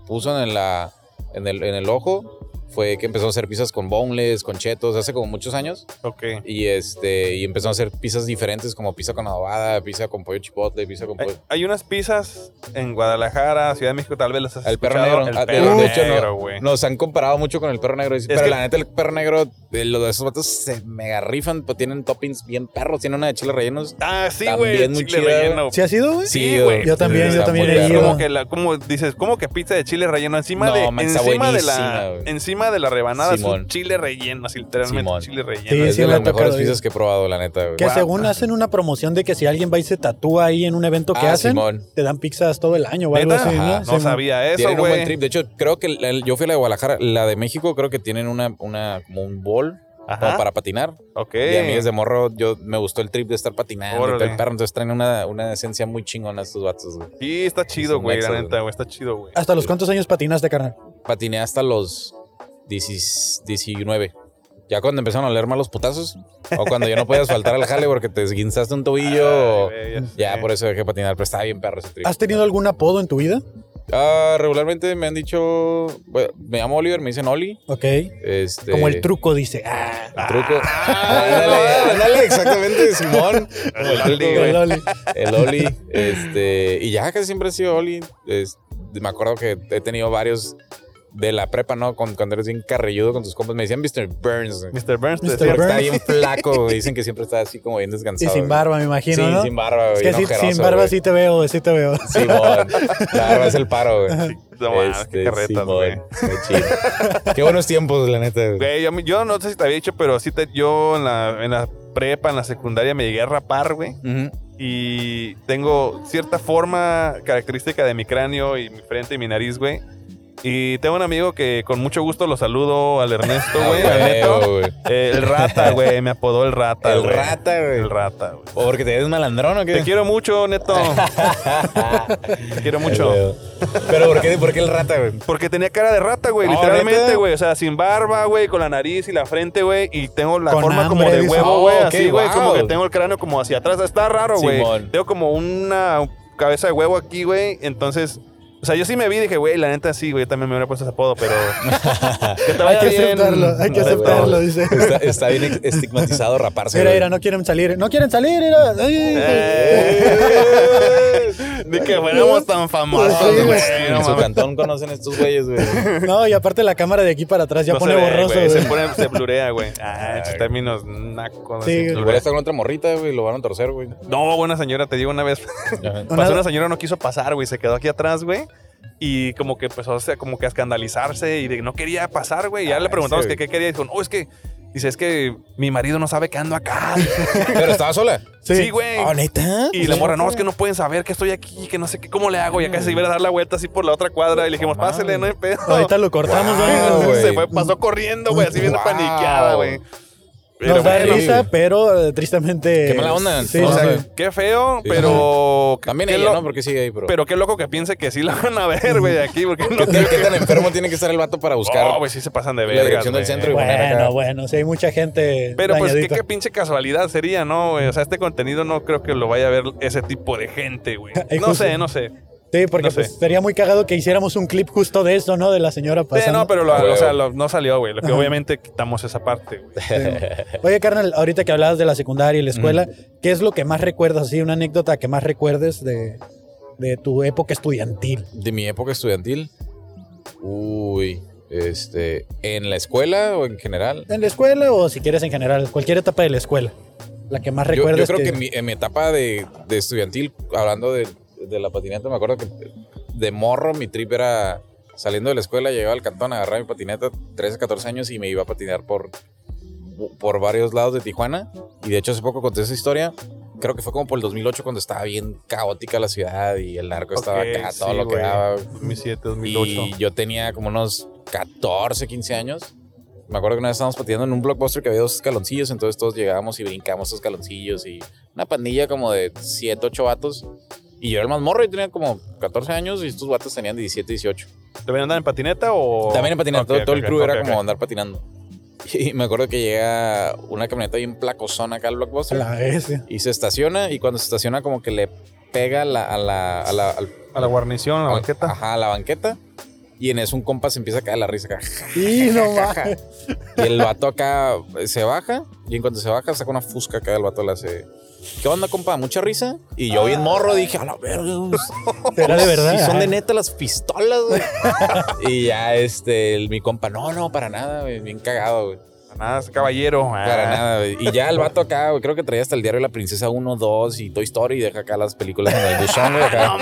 Speaker 4: puso en, la, en, el, en el ojo fue que empezó a hacer pizzas con boneless, con chetos, hace como muchos años.
Speaker 2: Ok.
Speaker 4: Y este y empezó a hacer pizzas diferentes como pizza con adobada, pizza con pollo chipotle, pizza con pollo...
Speaker 2: Hay, hay unas pizzas en Guadalajara, Ciudad de México, tal vez las has
Speaker 4: El perro
Speaker 2: escuchado.
Speaker 4: negro. Ah,
Speaker 2: El
Speaker 4: de-
Speaker 2: perro
Speaker 4: de hecho, no.
Speaker 2: negro, güey.
Speaker 4: Nos han comparado mucho con el perro negro. dice,
Speaker 2: Es
Speaker 4: pero
Speaker 2: que-
Speaker 4: la neta, el perro negro, de los de esos vatos se mega rifan, pues tienen toppings bien perros, tienen una de chiles rellenos.
Speaker 2: Ah, sí,
Speaker 4: También
Speaker 2: güey.
Speaker 4: muy
Speaker 2: Chile
Speaker 4: chida,
Speaker 2: relleno.
Speaker 3: ¿Sí ha sido, güey?
Speaker 2: Sí, güey.
Speaker 3: Yo también, yo
Speaker 4: Está
Speaker 3: también
Speaker 4: muy
Speaker 3: he
Speaker 4: perro.
Speaker 3: ido.
Speaker 2: Como que la, como dices, como que pizza de chile relleno encima
Speaker 4: No,
Speaker 2: de,
Speaker 4: man, está
Speaker 2: encima de
Speaker 4: buenísima,
Speaker 2: la,
Speaker 4: güey.
Speaker 2: encima de la rebanada, es un
Speaker 4: Simón.
Speaker 2: chile relleno, así literalmente
Speaker 4: Simón.
Speaker 2: chile relleno.
Speaker 3: Sí,
Speaker 4: es
Speaker 3: sí
Speaker 4: de
Speaker 3: me ha
Speaker 4: las mejores
Speaker 3: tocado ir.
Speaker 4: pizzas que he probado, la neta. güey.
Speaker 3: Que
Speaker 2: Guau.
Speaker 3: según hacen una promoción de que si alguien va y se tatúa ahí en un evento que
Speaker 4: Ah,
Speaker 3: hacen,
Speaker 4: Simón.
Speaker 3: te dan pizzas todo el año o algo
Speaker 2: ¿Neta? ah,
Speaker 3: así, ¿no?
Speaker 4: Ajá,
Speaker 2: No
Speaker 3: Simón.
Speaker 2: sabía eso,
Speaker 4: Tienen un buen
Speaker 2: güey.
Speaker 4: trip. De hecho, creo que la- yo fui a la de Guadalajara, la de México, creo que tienen una, una como un bol como
Speaker 2: Ajá.
Speaker 4: para patinar.
Speaker 2: Ok.
Speaker 4: Y a mí desde morro, yo me gustó el trip de estar patinando y todo
Speaker 2: Órale.
Speaker 4: el perro. Entonces traen una, una esencia muy chingona estos vatos, güey.
Speaker 2: Sí, está chido,
Speaker 4: Es un
Speaker 2: güey, la
Speaker 4: éxodo.
Speaker 2: neta, güey, está chido, güey.
Speaker 3: ¿Hasta los cuántos años patinaste, carnal?
Speaker 4: Patiné hasta los 10 19. Ya cuando empezaron a oler mal los putazos, o cuando ya no podías faltar al jale porque te esguinzaste un tobillo, o-
Speaker 2: Ay, güey,
Speaker 4: ya
Speaker 2: sé.
Speaker 4: por eso dejé de patinar, pero estaba bien perro ese trip.
Speaker 3: ¿Has tenido algún apodo en tu vida?
Speaker 4: Ah, regularmente me han dicho, bueno, me llamo Oliver, me dicen Oli.
Speaker 3: Ok.
Speaker 4: Este,
Speaker 3: Como el truco dice. Ah,
Speaker 4: El truco. Ándale, ándale, exactamente, Simón. Como el
Speaker 2: Oli,
Speaker 4: truco,
Speaker 2: güey.
Speaker 3: el Oli.
Speaker 4: El Oli. Este, y ya casi siempre ha sido Oli. Es- me acuerdo que he tenido varios de la prepa, ¿no? Con- cuando eres bien carrilludo con tus compas. Me decían Mr. Burns. güey,
Speaker 2: Mr. Burns, te
Speaker 3: Mr.
Speaker 2: decía,
Speaker 4: Porque
Speaker 3: Burns.
Speaker 4: está bien flaco. güey. Dicen que siempre está así como bien
Speaker 3: Y
Speaker 4: descansado.
Speaker 3: sin
Speaker 4: güey.
Speaker 3: barba, me
Speaker 4: Sí,
Speaker 3: imagino, ¿no?
Speaker 4: sin barba,
Speaker 3: Es
Speaker 4: güey.
Speaker 3: que
Speaker 4: bien
Speaker 3: sí,
Speaker 4: ojeroso,
Speaker 3: sin barba
Speaker 4: güey.
Speaker 3: sí te veo, sí te veo.
Speaker 4: Simón. La barba es el paro, güey.
Speaker 2: no mames, qué
Speaker 4: Este,
Speaker 2: carretas, güey.
Speaker 4: Simón. Qué chido. Qué buenos tiempos, la neta. güey.
Speaker 2: Güey, a mí- yo no sé si te había dicho, pero sí te, yo en la, en la prepa, en la secundaria, me llegué a rapar, güey.
Speaker 4: Ujú.
Speaker 2: Y tengo cierta forma característica de mi cráneo y mi frente y mi nariz, güey. Y tengo un amigo que con mucho gusto lo saludo al Ernesto,
Speaker 4: Ah,
Speaker 2: güey. al
Speaker 4: güey,
Speaker 2: Neto.
Speaker 4: güey.
Speaker 2: Eh, el rata, güey. Me apodó el rata,
Speaker 4: El
Speaker 2: güey.
Speaker 4: rata, güey.
Speaker 2: El rata, güey.
Speaker 4: ¿O porque te ves malandrón o qué?
Speaker 2: Te quiero mucho, Neto. Te quiero mucho.
Speaker 4: Pero ¿por qué, por qué el rata, güey?
Speaker 2: Porque tenía cara de rata, güey,
Speaker 4: Ah,
Speaker 2: literalmente,
Speaker 4: ¿neta?
Speaker 2: güey. O sea, sin barba, güey, con la nariz y la frente, güey. Y tengo la
Speaker 3: Con
Speaker 2: forma como
Speaker 3: hambre,
Speaker 2: de
Speaker 3: dice.
Speaker 2: huevo, güey.
Speaker 4: Oh,
Speaker 2: así,
Speaker 4: ok,
Speaker 2: güey. Como
Speaker 4: wow.
Speaker 2: que tengo el cráneo como hacia atrás. Está raro, güey.
Speaker 4: Simón.
Speaker 2: Tengo como una cabeza de huevo aquí, güey. Entonces. O sea, yo sí me vi y dije, güey, la neta sí, güey, yo también me hubiera puesto ese apodo, pero. que te
Speaker 3: Hay
Speaker 2: vaya
Speaker 3: que
Speaker 2: bien.
Speaker 3: aceptarlo, hay que
Speaker 2: Neto.
Speaker 3: aceptarlo, dice.
Speaker 4: Está, está bien ex- estigmatizado raparse.
Speaker 3: Mira,
Speaker 4: güey.
Speaker 3: mira, no quieren salir. No quieren salir, mira. Ay,
Speaker 2: Eh, Ni que fuéramos tan famosos,
Speaker 3: Sí, güey.
Speaker 2: güey. no
Speaker 4: en su
Speaker 2: mames.
Speaker 4: cantón conocen estos güeyes, güey.
Speaker 3: No, y aparte la cámara de aquí para atrás ya
Speaker 2: No se
Speaker 3: pone
Speaker 2: ve,
Speaker 3: borroso.
Speaker 2: güey, Se
Speaker 3: güey.
Speaker 2: pone, se blurea, güey. Ah, esos términos nacos.
Speaker 3: Sí,
Speaker 2: así,
Speaker 3: güey.
Speaker 4: Igual
Speaker 2: blurea.
Speaker 4: está con otra morrita, güey, lo van a torcer, güey.
Speaker 2: No, buena señora, te digo una vez.
Speaker 4: Ajá.
Speaker 3: Una-
Speaker 2: Pasó una señora, no quiso pasar, güey. Se quedó aquí atrás, güey. Y como que empezó o sea, como que a escandalizarse y de que no quería pasar, güey. Y ya
Speaker 4: Ah,
Speaker 2: le preguntamos
Speaker 4: sí.
Speaker 2: que qué quería. Y dijo, oh, es que. Dice, es que mi marido no sabe que ando acá.
Speaker 4: Pero estaba sola.
Speaker 2: sí, güey.
Speaker 3: ¿Oh,
Speaker 4: Ah, neta.
Speaker 2: y la morra, no, es que no pueden saber que estoy aquí, que no sé qué, cómo le hago. Y acá se iba a dar la vuelta así por la otra cuadra. Y le dijimos,
Speaker 4: No mames.
Speaker 2: pásele, no hay pedo.
Speaker 3: Ahorita lo cortamos,
Speaker 4: Wow,
Speaker 3: güey.
Speaker 4: Ah, güey.
Speaker 2: se fue, pasó corriendo, güey, así bien
Speaker 4: Wow.
Speaker 2: paniqueada, güey. Pero
Speaker 3: Nos da
Speaker 2: bueno,
Speaker 3: risa, pero eh, tristemente.
Speaker 4: Qué mala onda.
Speaker 3: Sí,
Speaker 2: o
Speaker 4: No,
Speaker 3: sí,
Speaker 2: sea,
Speaker 3: sí.
Speaker 2: qué feo,
Speaker 4: Sí.
Speaker 2: pero.
Speaker 4: También
Speaker 2: qué
Speaker 4: ella,
Speaker 2: lo-
Speaker 4: ¿no? Porque sigue ahí, pero.
Speaker 2: Pero qué loco que piense que sí la van a ver, güey, aquí, porque no
Speaker 4: ¿Qué, qué tan enfermo tiene que estar el vato para buscar?
Speaker 2: No, güey, sí se pasan de
Speaker 4: la
Speaker 2: verga.
Speaker 4: dirección del centro, güey.
Speaker 3: Bueno, bueno, sí, hay mucha gente.
Speaker 2: Pero pues qué,
Speaker 3: dañadita.
Speaker 2: qué pinche casualidad sería, ¿no? güey? O sea, este contenido no creo que lo vaya a ver ese tipo de gente, güey.
Speaker 3: Ay,
Speaker 2: No
Speaker 3: justo.
Speaker 2: sé, no sé.
Speaker 3: Sí, porque
Speaker 2: no sé.
Speaker 3: pues, sería muy cagado que hiciéramos un clip justo de eso, ¿no? De la señora
Speaker 2: Sí,
Speaker 3: pasando.
Speaker 2: no, pero lo-
Speaker 4: Ah,
Speaker 2: o
Speaker 4: güey.
Speaker 2: sea, lo- no salió, güey. Lo que
Speaker 3: Ajá.
Speaker 2: obviamente quitamos esa parte,
Speaker 3: Sí.
Speaker 2: güey.
Speaker 3: Oye, carnal, ahorita que hablabas de la secundaria y la escuela, ¿qué es lo que más recuerdas? Así, una anécdota que más recuerdes de, de tu época estudiantil.
Speaker 4: De mi época estudiantil. Uy. Este. ¿En la escuela o en general?
Speaker 3: ¿En la escuela o si quieres en general? Cualquier etapa de la escuela. La que más
Speaker 4: Yo- Yo,
Speaker 3: recuerdes.
Speaker 4: creo que, en, mi, en mi etapa de, de estudiantil, hablando de, de la patineta, me acuerdo que de morro mi trip era saliendo de la escuela, llegaba al cantón, agarraba mi patineta, 13, 14 años y me iba a patinar por, por varios lados de Tijuana. Y de hecho hace poco conté esa historia. Creo que fue como por el 2008 cuando estaba bien caótica la ciudad y el narco estaba
Speaker 2: Ok,
Speaker 4: acá, todo
Speaker 2: sí,
Speaker 4: lo que
Speaker 2: güey.
Speaker 4: daba.
Speaker 2: 2007, 2008.
Speaker 4: Y yo tenía como unos 14, 15 años. Me acuerdo que una vez estábamos pateando en un blockbuster que había dos escaloncillos, entonces todos llegábamos y brincamos esos escaloncillos y una pandilla como de 7, 8 vatos. Y yo era el más morro, yo tenía como 14 años y estos vatos tenían 17, 18.
Speaker 2: ¿También andan en patineta o...?
Speaker 4: También en patinando,
Speaker 2: Oh, Ok,
Speaker 4: todo,
Speaker 2: ok,
Speaker 4: todo el
Speaker 2: ok,
Speaker 4: crew era
Speaker 2: ok, ok.
Speaker 4: como andar patinando. Y me acuerdo que llega una camioneta bien placozona acá al
Speaker 3: A
Speaker 4: blockbuster
Speaker 3: la vez. sí.
Speaker 4: y se estaciona y cuando se estaciona como que le pega la- a la, a la, al-
Speaker 2: A la guarnición, a la
Speaker 4: al-
Speaker 2: banqueta.
Speaker 4: Ajá, a la banqueta. Y en eso un compa se empieza a caer la risa acá.
Speaker 3: Y no mames.
Speaker 4: Y el vato acá se baja y en cuanto se baja saca una fusca acá el vato le hace... ¿Qué onda, compa? ¿Mucha risa? Y yo bien morro dije, a la verga. güey".
Speaker 3: Era de Ah. verdad.
Speaker 4: Sí, son de neta las pistolas, güey. y ya, este, el- mi compa, no, no, para nada, güey. Bien cagado, güey.
Speaker 2: Nada, es caballero.
Speaker 4: Para
Speaker 2: Ah.
Speaker 4: nada, güey. Y ya el vato acá, güey, creo que traía hasta el diario La Princesa 1, 2 y Toy Story y deja acá las películas en el buchón, güey. acá.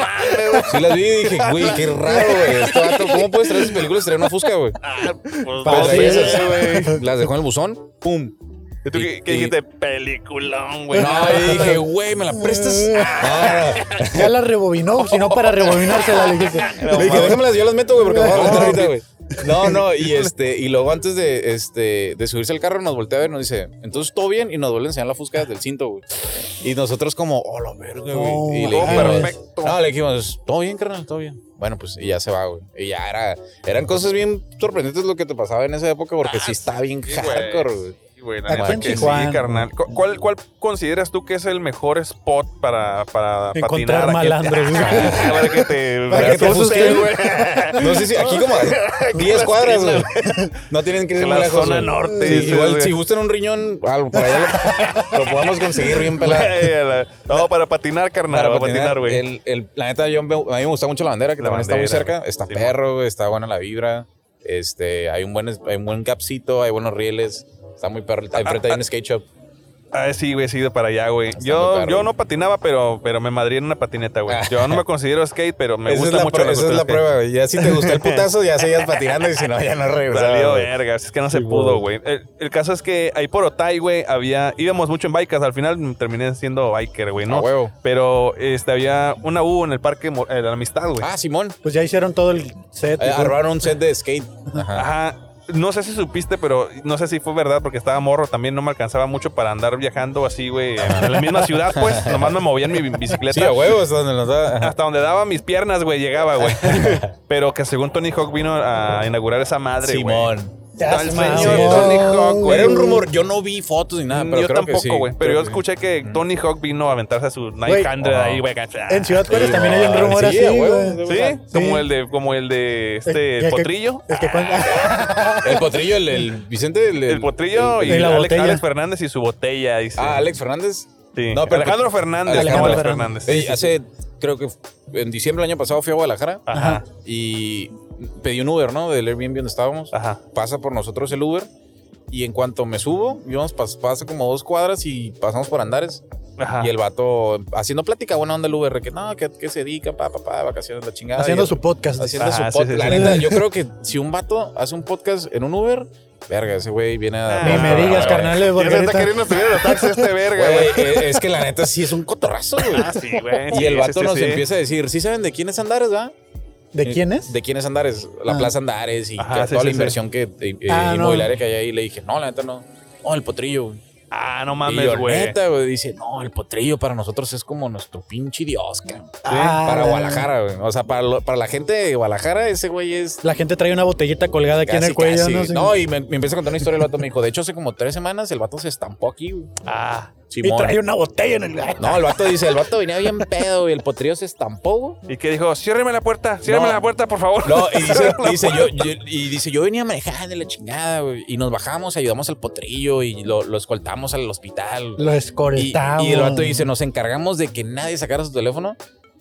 Speaker 4: Sí las vi y dije, güey, qué raro, güey. Este vato, ¿cómo puedes traer esas películas y traer una fusca, güey?
Speaker 2: Pues,
Speaker 3: Para
Speaker 2: dos
Speaker 3: sí.
Speaker 2: veces.
Speaker 4: Las dejó en el buzón, pum.
Speaker 2: ¿Y tú qué, qué
Speaker 4: Y-
Speaker 2: dijiste? Peliculón, güey.
Speaker 4: No, y dije, güey, ¿me la prestas? Ah. No, no, no.
Speaker 3: Ya la rebobinó, sino para rebobinársela le dijiste.
Speaker 4: Le dije, déjamelas, yo las meto, güey, porque me voy a
Speaker 3: No,
Speaker 4: reventar ahorita, güey. No, no, y este, y luego antes de, este, de subirse al carro nos voltea a ver, nos dice, entonces todo bien, y nos vuelve a enseñar la fusca del cinto, güey. Y nosotros como, oh, la verga, güey.
Speaker 3: No,
Speaker 4: y le
Speaker 2: Oh,
Speaker 3: mames.
Speaker 4: dijimos,
Speaker 2: perfecto.
Speaker 4: no, le dijimos, todo bien, carnal, todo bien. Bueno, pues, y ya se va, güey. Y ya era, eran cosas bien sorprendentes lo que te pasaba en esa época, porque Ah, sí está bien
Speaker 2: sí, güey.
Speaker 4: hardcore, güey.
Speaker 2: Sí, güey, la
Speaker 3: Aquí
Speaker 2: neta
Speaker 3: en
Speaker 2: que sí,
Speaker 3: Tijuana.
Speaker 2: carnal. Cu- ¿Cuál, ¿Cuál consideras tú que es el mejor spot para, para patinar?
Speaker 3: Encontrar
Speaker 2: Aquí-
Speaker 3: malandros. güey.
Speaker 2: para que te,
Speaker 3: Para que te asustes,
Speaker 2: güey.
Speaker 4: No sé si aquí como a 10 cuadras, güey. No tienen que ir
Speaker 2: En
Speaker 4: muy
Speaker 2: la
Speaker 4: lejos,
Speaker 2: zona
Speaker 4: güey.
Speaker 2: norte,
Speaker 4: Sí,
Speaker 2: dices,
Speaker 4: igual
Speaker 2: güey.
Speaker 4: si gustan un riñón, algo por allá lo, lo podamos conseguir bien pelado.
Speaker 2: Güey, a la- No, para patinar, carnal. Para, patinar, güey.
Speaker 4: el- el- la neta, yo me- a mí me gusta mucho la bandera, que
Speaker 2: La
Speaker 4: también está muy
Speaker 2: bandera,
Speaker 4: cerca.
Speaker 2: güey.
Speaker 4: Está
Speaker 2: Sí,
Speaker 4: perro, güey, está buena la vibra. Este, hay un buen, hay un buen capsito, hay buenos rieles. Está muy perro. Enfrente hay un skate shop.
Speaker 2: Ah, sí, güey, sí, de para allá, güey.
Speaker 4: Está muy
Speaker 2: Yo,
Speaker 4: perro,
Speaker 2: yo
Speaker 4: güey. Ah.
Speaker 2: no patinaba, pero, pero me madrí en una patineta, güey. Yo no me considero skate, pero me
Speaker 4: Esa es
Speaker 2: gusta
Speaker 4: la,
Speaker 2: mucho
Speaker 4: pr-
Speaker 2: el
Speaker 4: esa es
Speaker 2: asunto
Speaker 4: la
Speaker 2: del skate.
Speaker 4: prueba, güey. Ya si te gustó el putazo, ya seguías patinando y si no, ya no regresaba.
Speaker 2: Valió
Speaker 4: güey.
Speaker 2: verga, es que no se
Speaker 3: Sí,
Speaker 2: pudo, güey. El, el caso es que ahí por Otay, güey, había, íbamos mucho en bikers, al final terminé siendo biker, güey,
Speaker 4: A
Speaker 2: ¿no?
Speaker 4: huevo.
Speaker 2: Pero este, había una U en el parque, Mo- eh, la amistad, güey.
Speaker 4: Ah, Simón.
Speaker 3: Pues ya hicieron todo el set.
Speaker 4: Eh,
Speaker 3: y todo.
Speaker 4: Armaron un set de skate. Ajá.
Speaker 2: Ajá. No sé si supiste, pero no sé si fue verdad porque estaba morro también, no me alcanzaba mucho para andar viajando así, güey, en la misma ciudad, pues, nomás me movía en mi bicicleta.
Speaker 4: Sí, a huevos, donde nos da. ajá.
Speaker 2: Hasta donde daba mis piernas, güey, llegaba, güey. Pero que según Tony Hawk vino a inaugurar esa madre, güey.
Speaker 4: Simón.
Speaker 3: Ya se
Speaker 2: Al señor
Speaker 3: mamó.
Speaker 2: Tony Hawk, güey.
Speaker 4: Era un rumor, yo no vi fotos ni nada, Ah, pero
Speaker 2: Mm, yo
Speaker 4: creo que sí.
Speaker 2: tampoco, güey. pero yo
Speaker 4: Creo que sí.
Speaker 2: escuché que Tony Hawk vino a aventarse a su 900
Speaker 4: Güey,
Speaker 2: ahí, güey.
Speaker 3: En Ciudad Juárez
Speaker 4: Sí,
Speaker 3: también hay un
Speaker 4: no,
Speaker 3: rumor
Speaker 4: sí,
Speaker 3: así,
Speaker 4: a huevo,
Speaker 3: güey.
Speaker 2: ¿Sí?
Speaker 3: Sí.
Speaker 2: Como el de, como el de este
Speaker 3: El- el que-
Speaker 2: Potrillo.
Speaker 3: Es que cuan-
Speaker 4: El potrillo, el, el Vicente, el,
Speaker 2: El Potrillo y
Speaker 3: de la
Speaker 2: Alex,
Speaker 3: botella.
Speaker 2: Alex Fernández y su botella. dice.
Speaker 4: Ah, Alex Fernández.
Speaker 2: Sí.
Speaker 4: No, pero- pues,
Speaker 2: Alejandro Fernández.
Speaker 4: Alejandro
Speaker 2: no, Alex
Speaker 3: Fernández.
Speaker 2: Fernández.
Speaker 4: Ey, hace, creo que en diciembre del año pasado fui a Guadalajara
Speaker 2: Ajá,
Speaker 4: y pedí un Uber, ¿no? Del Airbnb donde estábamos.
Speaker 2: ajá.
Speaker 4: Pasa por nosotros el Uber y en cuanto me subo, íbamos, pas- pasa como dos cuadras y pasamos por Andares.
Speaker 2: Ajá.
Speaker 4: Y el vato haciendo plática buena onda el Uber, que no, que, que se dedica, pa, pa, pa, vacaciones, la chingada.
Speaker 3: haciendo
Speaker 4: Y-
Speaker 3: su podcast.
Speaker 4: haciendo
Speaker 2: Ajá,
Speaker 4: su
Speaker 2: sí,
Speaker 4: podcast.
Speaker 2: sí,
Speaker 4: La
Speaker 2: sí.
Speaker 4: neta, yo creo que si un vato hace un podcast en un Uber, verga, ese güey viene a.
Speaker 3: Ni me
Speaker 2: Ah,
Speaker 3: digas,
Speaker 2: güey.
Speaker 3: carnal, eh,
Speaker 2: ¿Quién
Speaker 3: porque
Speaker 2: está
Speaker 3: ahorita-
Speaker 2: queriendo subir a los taxis este verga,
Speaker 4: Güey,
Speaker 2: güey?
Speaker 4: eh, es que la neta sí es un cotorrazo, güey.
Speaker 2: Ah, sí, güey.
Speaker 4: Y
Speaker 2: sí,
Speaker 4: el
Speaker 2: sí,
Speaker 4: vato
Speaker 2: sí,
Speaker 4: nos
Speaker 2: sí.
Speaker 4: empieza a decir, ¿sí saben de quién es Andares, va? Eh,
Speaker 3: ¿De quién es?
Speaker 4: De quién es Andares, la
Speaker 3: Ah.
Speaker 4: Plaza Andares y
Speaker 2: Ajá, sí,
Speaker 4: que- toda
Speaker 2: sí,
Speaker 4: la
Speaker 2: sí.
Speaker 4: inversión que eh, eh,
Speaker 3: Ah, no.
Speaker 4: inmobiliaria que hay ahí. Le dije, no, la neta no. Oh, el potrillo. güey".
Speaker 2: Ah, no
Speaker 4: y yo,
Speaker 2: mames, güey.
Speaker 4: neta, güey, dice, no, el potrillo para nosotros es como nuestro pinche dios, cabrón.
Speaker 3: Ah,
Speaker 4: para
Speaker 3: la-
Speaker 4: Guadalajara, güey. O sea, para, lo- para la gente de Guadalajara, ese güey es
Speaker 3: La gente trae una botellita colgada aquí en el
Speaker 4: Casi,
Speaker 3: cuello,
Speaker 4: casi.
Speaker 3: ¿no?
Speaker 4: no,
Speaker 3: Sí.
Speaker 4: y me, me empieza a contar una historia el vato. Me dijo, de hecho, hace como tres semanas el vato se estampó aquí. güey.
Speaker 2: Ah,
Speaker 3: y
Speaker 4: Simón.
Speaker 3: trae una botella en el.
Speaker 4: No, el vato dice, el vato venía bien pedo y el potrillo se estampó. güey.
Speaker 2: ¿y qué dijo? Ciérreme la puerta, ciérreme
Speaker 4: No.
Speaker 2: la puerta, por favor.
Speaker 4: No, y dice, dice, yo, yo- y dice, yo venía manejando y la chingada, güey. Y nos bajamos, ayudamos al potrillo y lo, lo escoltamos al hospital.
Speaker 3: Lo
Speaker 4: Y,
Speaker 3: escoretamos.
Speaker 4: y el vato dice, nos encargamos de que nadie sacara su teléfono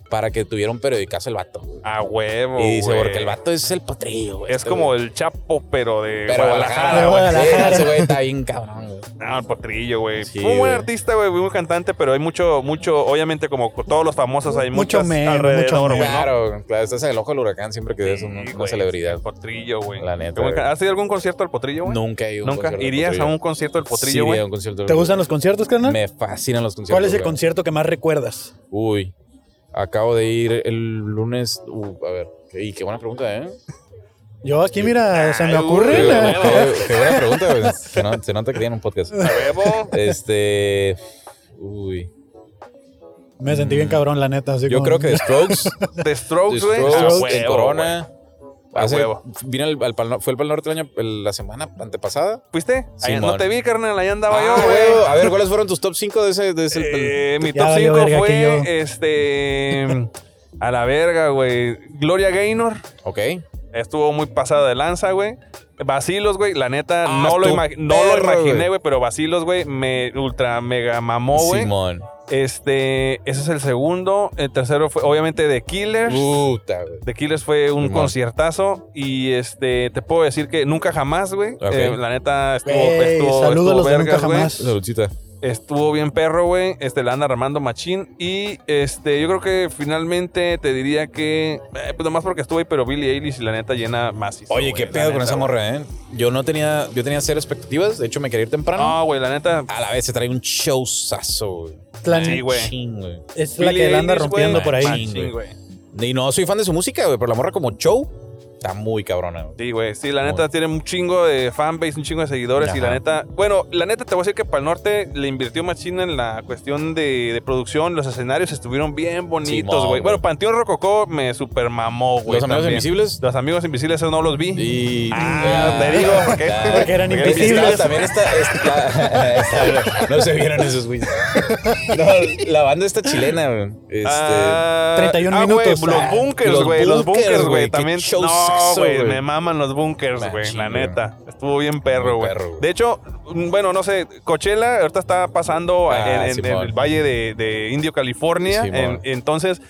Speaker 4: para que tuviera un periodicazo el vato. güey.
Speaker 2: A huevo,
Speaker 4: y dice,
Speaker 2: Oh, güey.
Speaker 4: porque el vato es el potrillo, güey.
Speaker 2: Es
Speaker 4: Este
Speaker 2: como
Speaker 4: güey.
Speaker 2: el Chapo, pero de
Speaker 4: Pero
Speaker 2: Guadalajara,
Speaker 4: Guadalajara,
Speaker 2: güey.
Speaker 4: güey. Sí,
Speaker 3: Guadalajara.
Speaker 4: Ese güey está bien cabrón, güey.
Speaker 2: No, el Ah, potrillo, güey.
Speaker 4: Sí,
Speaker 2: Fue un buen
Speaker 4: güey.
Speaker 2: artista, güey, un cantante, pero hay mucho, mucho, obviamente, como con todos los famosos, hay
Speaker 3: Mucho
Speaker 2: muchos
Speaker 3: meme,
Speaker 2: alrededor,
Speaker 3: mucho
Speaker 2: güey.
Speaker 3: meme.
Speaker 2: ¿no?
Speaker 4: Claro, claro, estás en el ojo del huracán siempre que ves
Speaker 2: Sí,
Speaker 4: un- una,
Speaker 2: güey,
Speaker 4: celebridad.
Speaker 2: El potrillo, güey.
Speaker 4: La neta,
Speaker 2: Qué buen
Speaker 4: güey.
Speaker 2: ca- ¿Has ido a algún concierto del potrillo, güey?
Speaker 4: Nunca he ido a un
Speaker 2: Nunca.
Speaker 4: concierto del
Speaker 2: ¿Irías a
Speaker 4: Potrillo.
Speaker 2: un concierto del
Speaker 4: Sí,
Speaker 2: potrillo,
Speaker 4: iría
Speaker 2: güey?
Speaker 4: a un concierto del
Speaker 3: ¿Te gustan
Speaker 4: Potrillo.
Speaker 3: los conciertos, carnal?
Speaker 4: Me fascinan los conciertos.
Speaker 3: ¿Cuál es el
Speaker 4: güey.
Speaker 3: concierto que más recuerdas?
Speaker 4: Uy, acabo de ir el lunes. uh, a ver, y qué buena pregunta, ¿eh?
Speaker 3: Yo aquí, mira, se me
Speaker 2: Ay,
Speaker 3: ocurre.
Speaker 2: uy,
Speaker 3: la-
Speaker 2: güey.
Speaker 4: Qué, qué buena pregunta, güey. Se, no- se nota que tienen un podcast.
Speaker 2: A huevo.
Speaker 4: Este. Uy.
Speaker 3: Me sentí bien cabrón, la neta. así
Speaker 4: Mm. Yo
Speaker 3: como-
Speaker 4: creo que The Strokes.
Speaker 2: The
Speaker 4: The
Speaker 2: Strokes, güey.
Speaker 4: Strokes,
Speaker 2: A
Speaker 4: en
Speaker 2: huevo, güey.
Speaker 4: Corona.
Speaker 2: A
Speaker 4: Hace-
Speaker 2: huevo.
Speaker 4: vine al, al Pal Nor- fue el Pal Norte el año, el- la semana antepasada.
Speaker 2: ¿Fuiste? Ahí-
Speaker 4: Simón.
Speaker 2: no te vi, carnal. Ahí andaba
Speaker 4: Ah,
Speaker 2: yo, güey.
Speaker 4: güey. pues, A ver, ¿cuáles fueron tus top 5 de ese? de ese-
Speaker 2: Eh, mi
Speaker 3: Ya
Speaker 2: top
Speaker 3: valió
Speaker 2: 5
Speaker 3: verga que yo.
Speaker 2: fue este. A la verga, güey. Gloria Gaynor.
Speaker 4: ok.
Speaker 2: Estuvo muy pasada de lanza, güey. Vacilos, güey. La neta,
Speaker 4: Ah,
Speaker 2: no, lo
Speaker 4: estuvo
Speaker 2: ima- no lo
Speaker 4: perro,
Speaker 2: imaginé,
Speaker 4: güey.
Speaker 2: güey. Pero Vacilos, güey, me ultra mega mamó, güey.
Speaker 4: Simón.
Speaker 2: Este, ese es el segundo. El tercero fue, obviamente, The Killers.
Speaker 4: Puta, güey.
Speaker 2: The Killers fue un
Speaker 4: Simón.
Speaker 2: conciertazo. Y este, te puedo decir que nunca jamás, güey.
Speaker 4: Ok.
Speaker 2: Eh, la neta, estuvo,
Speaker 3: Güey,
Speaker 2: estuvo,
Speaker 3: saludos a
Speaker 2: estuvo
Speaker 3: los de
Speaker 2: vergas,
Speaker 3: Nunca
Speaker 2: güey.
Speaker 3: Jamás.
Speaker 4: Saludcita.
Speaker 2: Estuvo bien perro, güey. Este, la anda armando machín. Y este, yo creo que finalmente te diría que. eh, pues nomás porque estuvo ahí, pero Billie Eilish, la neta, llena más.
Speaker 4: Oye, qué pedo con esa morra, ¿eh? Yo no tenía, yo tenía cero expectativas. De hecho, me quería ir temprano.
Speaker 2: No, güey, la neta.
Speaker 4: A la vez se trae un showzazo, güey.
Speaker 3: Plan-
Speaker 2: Sí, güey.
Speaker 4: Machín, güey.
Speaker 3: es la
Speaker 2: Billie
Speaker 3: que la anda
Speaker 2: Eilish,
Speaker 3: rompiendo
Speaker 2: güey,
Speaker 3: por ahí.
Speaker 4: machín.
Speaker 2: machín, güey.
Speaker 4: Y no soy fan de su música, güey, pero la morra como show está muy cabrona, güey.
Speaker 2: Sí, güey. Sí, la neta tiene un chingo de fanbase, un chingo de seguidores. Y
Speaker 4: Ajá.
Speaker 2: la neta. Bueno, la neta te voy a decir que para el norte le invirtió Machina en la cuestión de, de producción. Los escenarios estuvieron bien bonitos,
Speaker 4: Simón,
Speaker 2: güey.
Speaker 4: güey.
Speaker 2: Bueno, Panteón Rococó me super mamó, güey.
Speaker 4: Los amigos
Speaker 2: también.
Speaker 4: invisibles.
Speaker 2: Los amigos invisibles, esos no los vi.
Speaker 4: Y.
Speaker 2: Ah, te digo, ¿por qué?
Speaker 4: Ah,
Speaker 3: Porque eran
Speaker 4: porque
Speaker 3: invisibles.
Speaker 4: está- También está, está- está- No se vieron esos, güey. No, la banda está chilena, güey. Este.
Speaker 2: Ah,
Speaker 3: 31
Speaker 2: ah, güey,
Speaker 3: minutos. Ah,
Speaker 2: los bunkers,
Speaker 4: los
Speaker 2: güey. Los
Speaker 4: bunkers,
Speaker 2: bunkers,
Speaker 4: güey,
Speaker 2: güey.
Speaker 4: qué
Speaker 2: También. No,
Speaker 4: showzazo,
Speaker 2: güey.
Speaker 4: güey.
Speaker 2: Me maman los bunkers, güey.
Speaker 4: Machín,
Speaker 2: La
Speaker 4: güey.
Speaker 2: neta. Estuvo bien perro,
Speaker 4: Muy
Speaker 2: güey.
Speaker 4: perro, güey.
Speaker 2: De hecho, mm, bueno, no sé. Coachella ahorita está pasando
Speaker 4: Ah,
Speaker 2: en- en,
Speaker 4: Simón.
Speaker 2: el valle de, de Indio, California.
Speaker 4: Simón.
Speaker 2: En- entonces.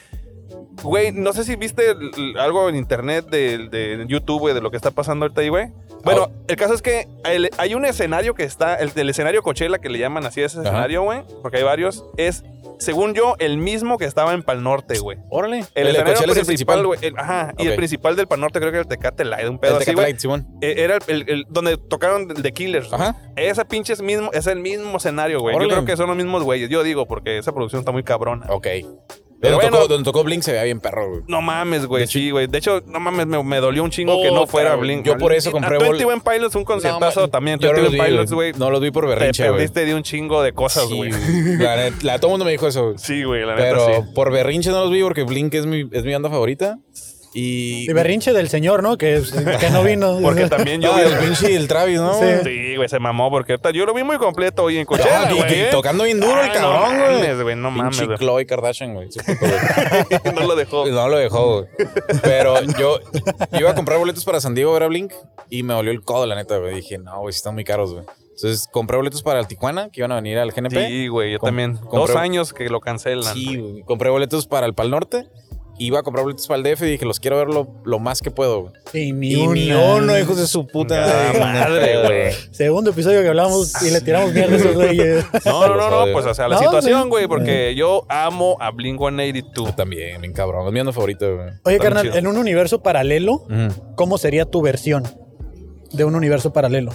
Speaker 2: Güey, no sé si viste l- l- algo en internet de, de YouTube, güey, de lo que está pasando ahorita ahí, güey. Bueno,
Speaker 4: Oh.
Speaker 2: el caso es que el- hay un escenario que está, el, el escenario Coachella, que le llaman así ese
Speaker 4: Ajá.
Speaker 2: escenario, güey, porque hay varios, es según yo, el mismo que estaba en Pal Norte, güey.
Speaker 4: Órale.
Speaker 2: El,
Speaker 4: de
Speaker 2: escenario
Speaker 4: Coachella
Speaker 2: principal, güey. el- Ajá. Y el
Speaker 4: Ok.
Speaker 2: principal del Pal Norte creo que era el Tecate Light, un
Speaker 4: El
Speaker 2: pedo
Speaker 4: de
Speaker 2: así, güey.
Speaker 4: Catalight, Simón.
Speaker 2: E- Era el, el- el- donde tocaron el de Killers. güey.
Speaker 4: Ajá.
Speaker 2: Ese pinche es, mismo, es el mismo escenario, güey. Yo
Speaker 4: Órale. Oh.
Speaker 2: creo que son los mismos güeyes. Yo digo, porque esa producción está muy cabrona.
Speaker 4: Ok.
Speaker 2: Pero
Speaker 4: Donde,
Speaker 2: bueno.
Speaker 4: tocó, donde tocó Blink se veía bien perro, güey.
Speaker 2: No mames, güey.
Speaker 4: De hecho-
Speaker 2: Sí, güey. De hecho, no mames, me, me dolió un chingo que
Speaker 4: Puta,
Speaker 2: no fuera
Speaker 4: güey.
Speaker 2: Blink.
Speaker 4: Yo por eso compré bol-
Speaker 2: Twenty One Pilots, un conciertazo
Speaker 4: No, ma-
Speaker 2: también.
Speaker 4: yo no
Speaker 2: Twenty
Speaker 4: los
Speaker 2: One
Speaker 4: vi,
Speaker 2: Pilots, güey.
Speaker 4: No los vi por
Speaker 2: Te
Speaker 4: berrinche, güey.
Speaker 2: perdiste de un chingo de cosas,
Speaker 4: Sí,
Speaker 2: güey.
Speaker 4: La, net- la- todo el mundo me dijo eso. güey.
Speaker 2: Sí, güey, la neta
Speaker 4: Pero
Speaker 2: sí.
Speaker 4: por berrinche no los vi porque Blink es mi, es mi banda favorita. Y.
Speaker 3: Y berrinche del señor, ¿no? Que, que no vino.
Speaker 2: Porque también yo
Speaker 4: Ah,
Speaker 2: vi
Speaker 4: el pinche y el Travis, ¿no?
Speaker 3: Sí.
Speaker 4: güey?
Speaker 2: Sí, güey, se mamó porque ahorita yo lo vi muy completo hoy en
Speaker 4: Ah,
Speaker 2: Coachella,
Speaker 4: que- que
Speaker 2: güey. ¿eh?
Speaker 4: tocando bien duro el
Speaker 2: Ah,
Speaker 4: cabrón,
Speaker 2: no
Speaker 4: güey.
Speaker 2: mames, güey. No mames,
Speaker 4: Pinche
Speaker 2: güey.
Speaker 4: Chloe Kardashian, güey. Se puto, güey.
Speaker 2: No lo dejó.
Speaker 4: No lo dejó, güey. Pero yo iba a comprar boletos para San Diego a ver a Blink y me dolió el codo, la neta, güey. Dije, no, güey, sí están muy caros, güey. Entonces compré boletos para el Tijuana, que iban a venir al GNP.
Speaker 2: Sí, güey, yo
Speaker 4: Com-
Speaker 2: también.
Speaker 4: compré-
Speaker 2: Dos años que lo cancelan.
Speaker 4: Sí,
Speaker 2: güey.
Speaker 4: güey. compré boletos para el Pal Norte. Iba a comprar boletos para el DF y dije, los quiero ver lo, lo más que puedo. güey.
Speaker 3: Y ni,
Speaker 4: Y ni
Speaker 3: una.
Speaker 4: uno, hijos de su puta
Speaker 2: Ah, madre, güey.
Speaker 3: Segundo episodio que hablamos y le tiramos mierda a esos güeyes.
Speaker 2: No, no, no, no,
Speaker 4: Joder.
Speaker 2: pues, o sea, la
Speaker 3: No,
Speaker 2: situación,
Speaker 3: sí.
Speaker 2: güey,
Speaker 4: Eh.
Speaker 2: porque yo amo a Blink
Speaker 4: Yo
Speaker 2: 182.
Speaker 4: también, bien cabrón. Es mi banda favorita, güey.
Speaker 3: Oye,
Speaker 2: Está muy
Speaker 3: carnal,
Speaker 2: chido.
Speaker 3: en un universo paralelo,
Speaker 4: Ujú.
Speaker 3: ¿cómo sería tu versión de un universo paralelo?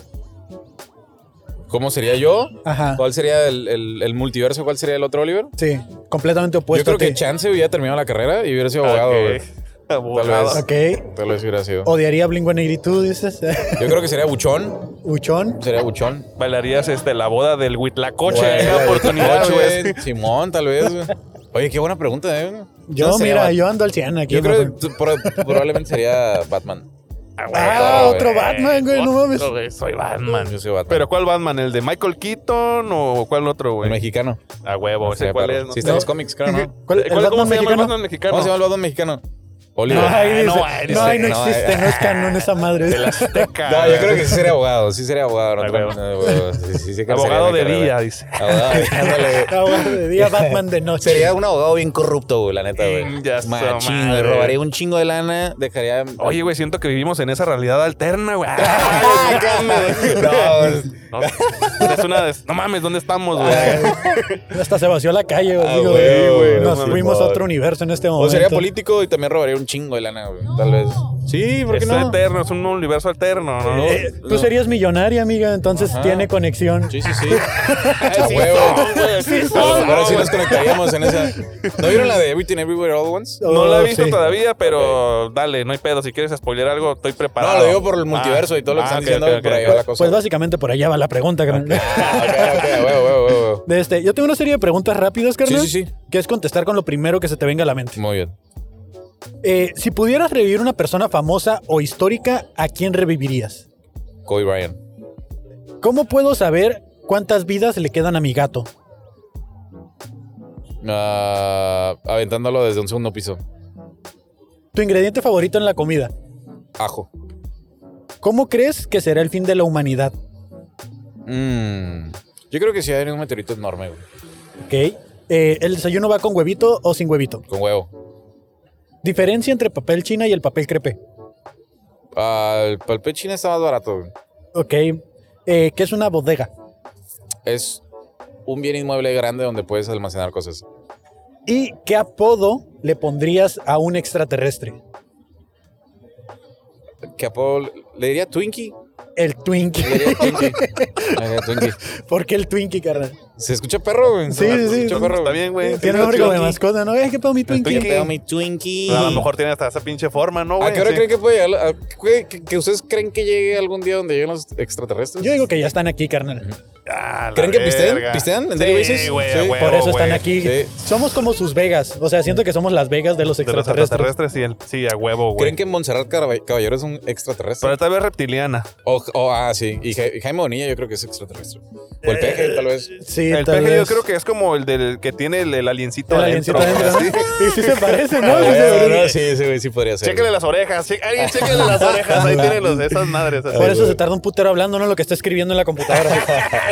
Speaker 4: ¿Cómo sería yo?
Speaker 3: Ajá.
Speaker 4: ¿Cuál sería el, el- el multiverso? ¿Cuál sería el otro Oliver?
Speaker 3: Sí, completamente
Speaker 4: Yo
Speaker 3: opuesto.
Speaker 4: creo que
Speaker 3: a ti.
Speaker 4: Chance hubiera terminado la carrera y hubiera sido abogado, güey.
Speaker 2: Abogado.
Speaker 4: Tal
Speaker 3: Ok.
Speaker 4: Tal vez hubiera sido.
Speaker 3: Odiaría Blink tú dices.
Speaker 4: Yo creo que sería buchón.
Speaker 3: Uchón.
Speaker 4: Sería buchón.
Speaker 2: Bailarías este, la boda del Huitlacoche.
Speaker 4: Güey,
Speaker 2: Hay
Speaker 4: güey,
Speaker 2: oportunidad,
Speaker 4: Coche,
Speaker 2: güey.
Speaker 4: Simón, tal vez. güey. Oye, qué buena pregunta, ¿eh?
Speaker 3: Yo,
Speaker 4: Entonces,
Speaker 3: mira,
Speaker 4: sería-
Speaker 3: yo ando al 100 aquí.
Speaker 4: Yo creo
Speaker 3: papá.
Speaker 4: que tú- pro- probablemente sería Batman.
Speaker 3: Ah,
Speaker 4: güey.
Speaker 3: otro Batman, güey, no mames.
Speaker 2: Otro, güey, Soy Batman.
Speaker 4: Yo soy Batman.
Speaker 2: ¿Pero cuál Batman? ¿El de Michael Keaton o cuál otro,
Speaker 4: El
Speaker 2: güey?
Speaker 4: mexicano.
Speaker 2: A huevo, ese
Speaker 4: Sería
Speaker 2: cuál
Speaker 4: perro.
Speaker 2: es. No sé.
Speaker 4: Sí, está en los cómics, creo, ¿no?
Speaker 3: ¿Cuál,
Speaker 2: Eh, ¿Cuál-
Speaker 3: el
Speaker 2: ¿Cómo
Speaker 3: Batman
Speaker 2: se llama el
Speaker 3: mexicano?
Speaker 2: Batman mexicano?
Speaker 4: ¿Cómo se llama el Batman mexicano? Oliver.
Speaker 3: No, ahí
Speaker 2: Ah,
Speaker 3: dice,
Speaker 2: no,
Speaker 3: no,
Speaker 2: ahí
Speaker 3: ahí
Speaker 2: dice,
Speaker 3: no
Speaker 4: no, eh".
Speaker 3: existe,
Speaker 4: ahí-
Speaker 3: no es canon esa madre.
Speaker 2: El Azteca.
Speaker 4: No, yo creo que sí sería abogado. Sí sería abogado.
Speaker 2: Ah,
Speaker 4: No,
Speaker 2: huevo.
Speaker 4: no, huevo. Sí, sí, sí que
Speaker 2: Abogado de
Speaker 4: sería la carrera.
Speaker 2: día, dice.
Speaker 4: Abogado, ándale.
Speaker 3: Ah, bueno, de día Batman de noche.
Speaker 4: Sería un abogado bien corrupto, güey, la neta, güey.
Speaker 2: Mm, Ya está,
Speaker 4: Machín,
Speaker 2: madre.
Speaker 4: güey. Robaría un chingo de lana, dejaría.
Speaker 2: Oye, güey, siento que vivimos en esa realidad alterna, güey.
Speaker 4: no,
Speaker 2: No, es una de- No mames, ¿dónde estamos, güey?
Speaker 3: Hasta se vació la calle, güey.
Speaker 4: Ah,
Speaker 3: Digo,
Speaker 4: güey,
Speaker 2: güey, no
Speaker 3: nos
Speaker 2: mames.
Speaker 3: fuimos a otro universo en este momento.
Speaker 4: O sería político y también robaría un chingo de lana, güey. Tal vez. Sí, ¿por qué
Speaker 2: Es
Speaker 4: no?
Speaker 2: eterno, es un universo alterno, ¿no?
Speaker 3: Eh,
Speaker 4: No.
Speaker 3: Tú serías millonaria, amiga, entonces
Speaker 4: Ajá.
Speaker 3: tiene conexión.
Speaker 4: Sí, sí, sí. A huevo.
Speaker 2: son,
Speaker 4: Ahora sí
Speaker 2: güey.
Speaker 4: nos conectaríamos en esa. ¿No vieron la de Everything Everywhere All Ones?
Speaker 2: No la he visto
Speaker 3: Oh, Sí.
Speaker 2: todavía, pero dale, no hay pedo. Si quieres spoiler algo, estoy preparado. Ah.
Speaker 4: No, lo digo por el multiverso y todo lo que están
Speaker 2: ok,
Speaker 4: diciendo.
Speaker 2: ok, ok.
Speaker 4: Por ahí va la cosa.
Speaker 3: Pues básicamente por allá va la pregunta, carnal.
Speaker 4: Ah, ok, ok, huevo, huevo, huevo.
Speaker 3: De este, yo tengo una serie de preguntas rápidas,
Speaker 4: Sí,
Speaker 3: carnal.
Speaker 4: sí, sí.
Speaker 3: Que es contestar con lo primero que se te venga a la mente.
Speaker 4: Muy bien.
Speaker 3: Eh, si pudieras revivir una persona famosa o histórica, ¿a quién revivirías?
Speaker 4: Kobe Bryant.
Speaker 3: ¿Cómo puedo saber cuántas vidas le quedan a mi gato?
Speaker 4: Ah, aventándolo desde un segundo piso.
Speaker 3: Tu ingrediente favorito en la comida.
Speaker 4: Ajo.
Speaker 3: ¿Cómo crees que será el fin de la humanidad?
Speaker 4: Mm. Yo creo que sí hay un meteorito enorme, güey.
Speaker 3: ¿Ok? Eh, ¿El desayuno va con huevito o sin huevito?
Speaker 4: Con huevo.
Speaker 3: Diferencia entre papel china y el papel crepe.
Speaker 4: Ah, el papel china está más barato, güey.
Speaker 3: ¿Ok? Eh, ¿Qué es una bodega?
Speaker 4: Es un bien inmueble grande donde puedes almacenar cosas.
Speaker 3: ¿Y qué apodo le pondrías a un extraterrestre?
Speaker 4: ¿Qué apodo? le- Le diría Twinkie.
Speaker 3: El Twinkie.
Speaker 4: Le diría Twinkie. Le diría Twinkie.
Speaker 3: ¿Por qué el Twinkie, carnal?
Speaker 4: Se escucha perro, güey.
Speaker 3: Sí,
Speaker 4: Se
Speaker 3: sí, sí.
Speaker 4: escucha perro,
Speaker 2: Está
Speaker 4: güey.
Speaker 2: bien, güey.
Speaker 3: Tiene nombre como de
Speaker 4: Twinkie.
Speaker 3: mascota, ¿no? Eh, ¿Qué pedo mi Twinkie?
Speaker 4: ¿Qué
Speaker 2: Twinkie.
Speaker 4: pedo, mi Twinkie?
Speaker 2: A lo mejor tiene hasta esa pinche forma, ¿no, güey?
Speaker 4: ¿A qué hora
Speaker 2: Sí.
Speaker 4: creen que puede llegar? la- a- que, que- que ustedes creen que llegue algún día donde lleguen los extraterrestres?
Speaker 3: Yo digo que ya están aquí, carnal.
Speaker 2: Ah, la
Speaker 4: ¿Creen que pistean?
Speaker 2: verga.
Speaker 4: ¿Pistean? ¿En serio
Speaker 2: Sí,
Speaker 4: dices?
Speaker 2: güey,
Speaker 4: Sí,
Speaker 2: a huevo,
Speaker 3: Por eso están
Speaker 2: güey.
Speaker 3: aquí.
Speaker 4: Sí.
Speaker 3: Somos como sus Vegas. O sea, siento que somos las Vegas de los
Speaker 2: De los
Speaker 3: extraterrestres.
Speaker 2: extraterrestres, sí, el- sí, a huevo, güey.
Speaker 4: ¿Creen que Montserrat Carab- Caballero es un extraterrestre?
Speaker 2: Pero tal vez reptiliana.
Speaker 4: O, o- ah, sí. Y Ja- Jaime Bonilla yo creo que es extraterrestre. O
Speaker 3: Eh,
Speaker 4: el peje, tal vez.
Speaker 3: Sí,
Speaker 2: el
Speaker 3: tal
Speaker 2: peje yo
Speaker 3: vez.
Speaker 2: creo que es como el del que tiene el, el aliencito
Speaker 3: El
Speaker 2: adentro.
Speaker 3: aliencito adentro,
Speaker 2: Sí.
Speaker 3: ¿no? Y sí se parece,
Speaker 4: Ah,
Speaker 3: ¿no? Sí se
Speaker 4: bueno,
Speaker 3: parece.
Speaker 4: no, sí, sí, güey, sí podría ser.
Speaker 2: Chéquenle las orejas. Sí, alguien chéquenle las orejas. Ahí tienen los, esas madres. así.
Speaker 3: Por eso se tarda un putero hablando, no lo que está escribiendo en la computadora.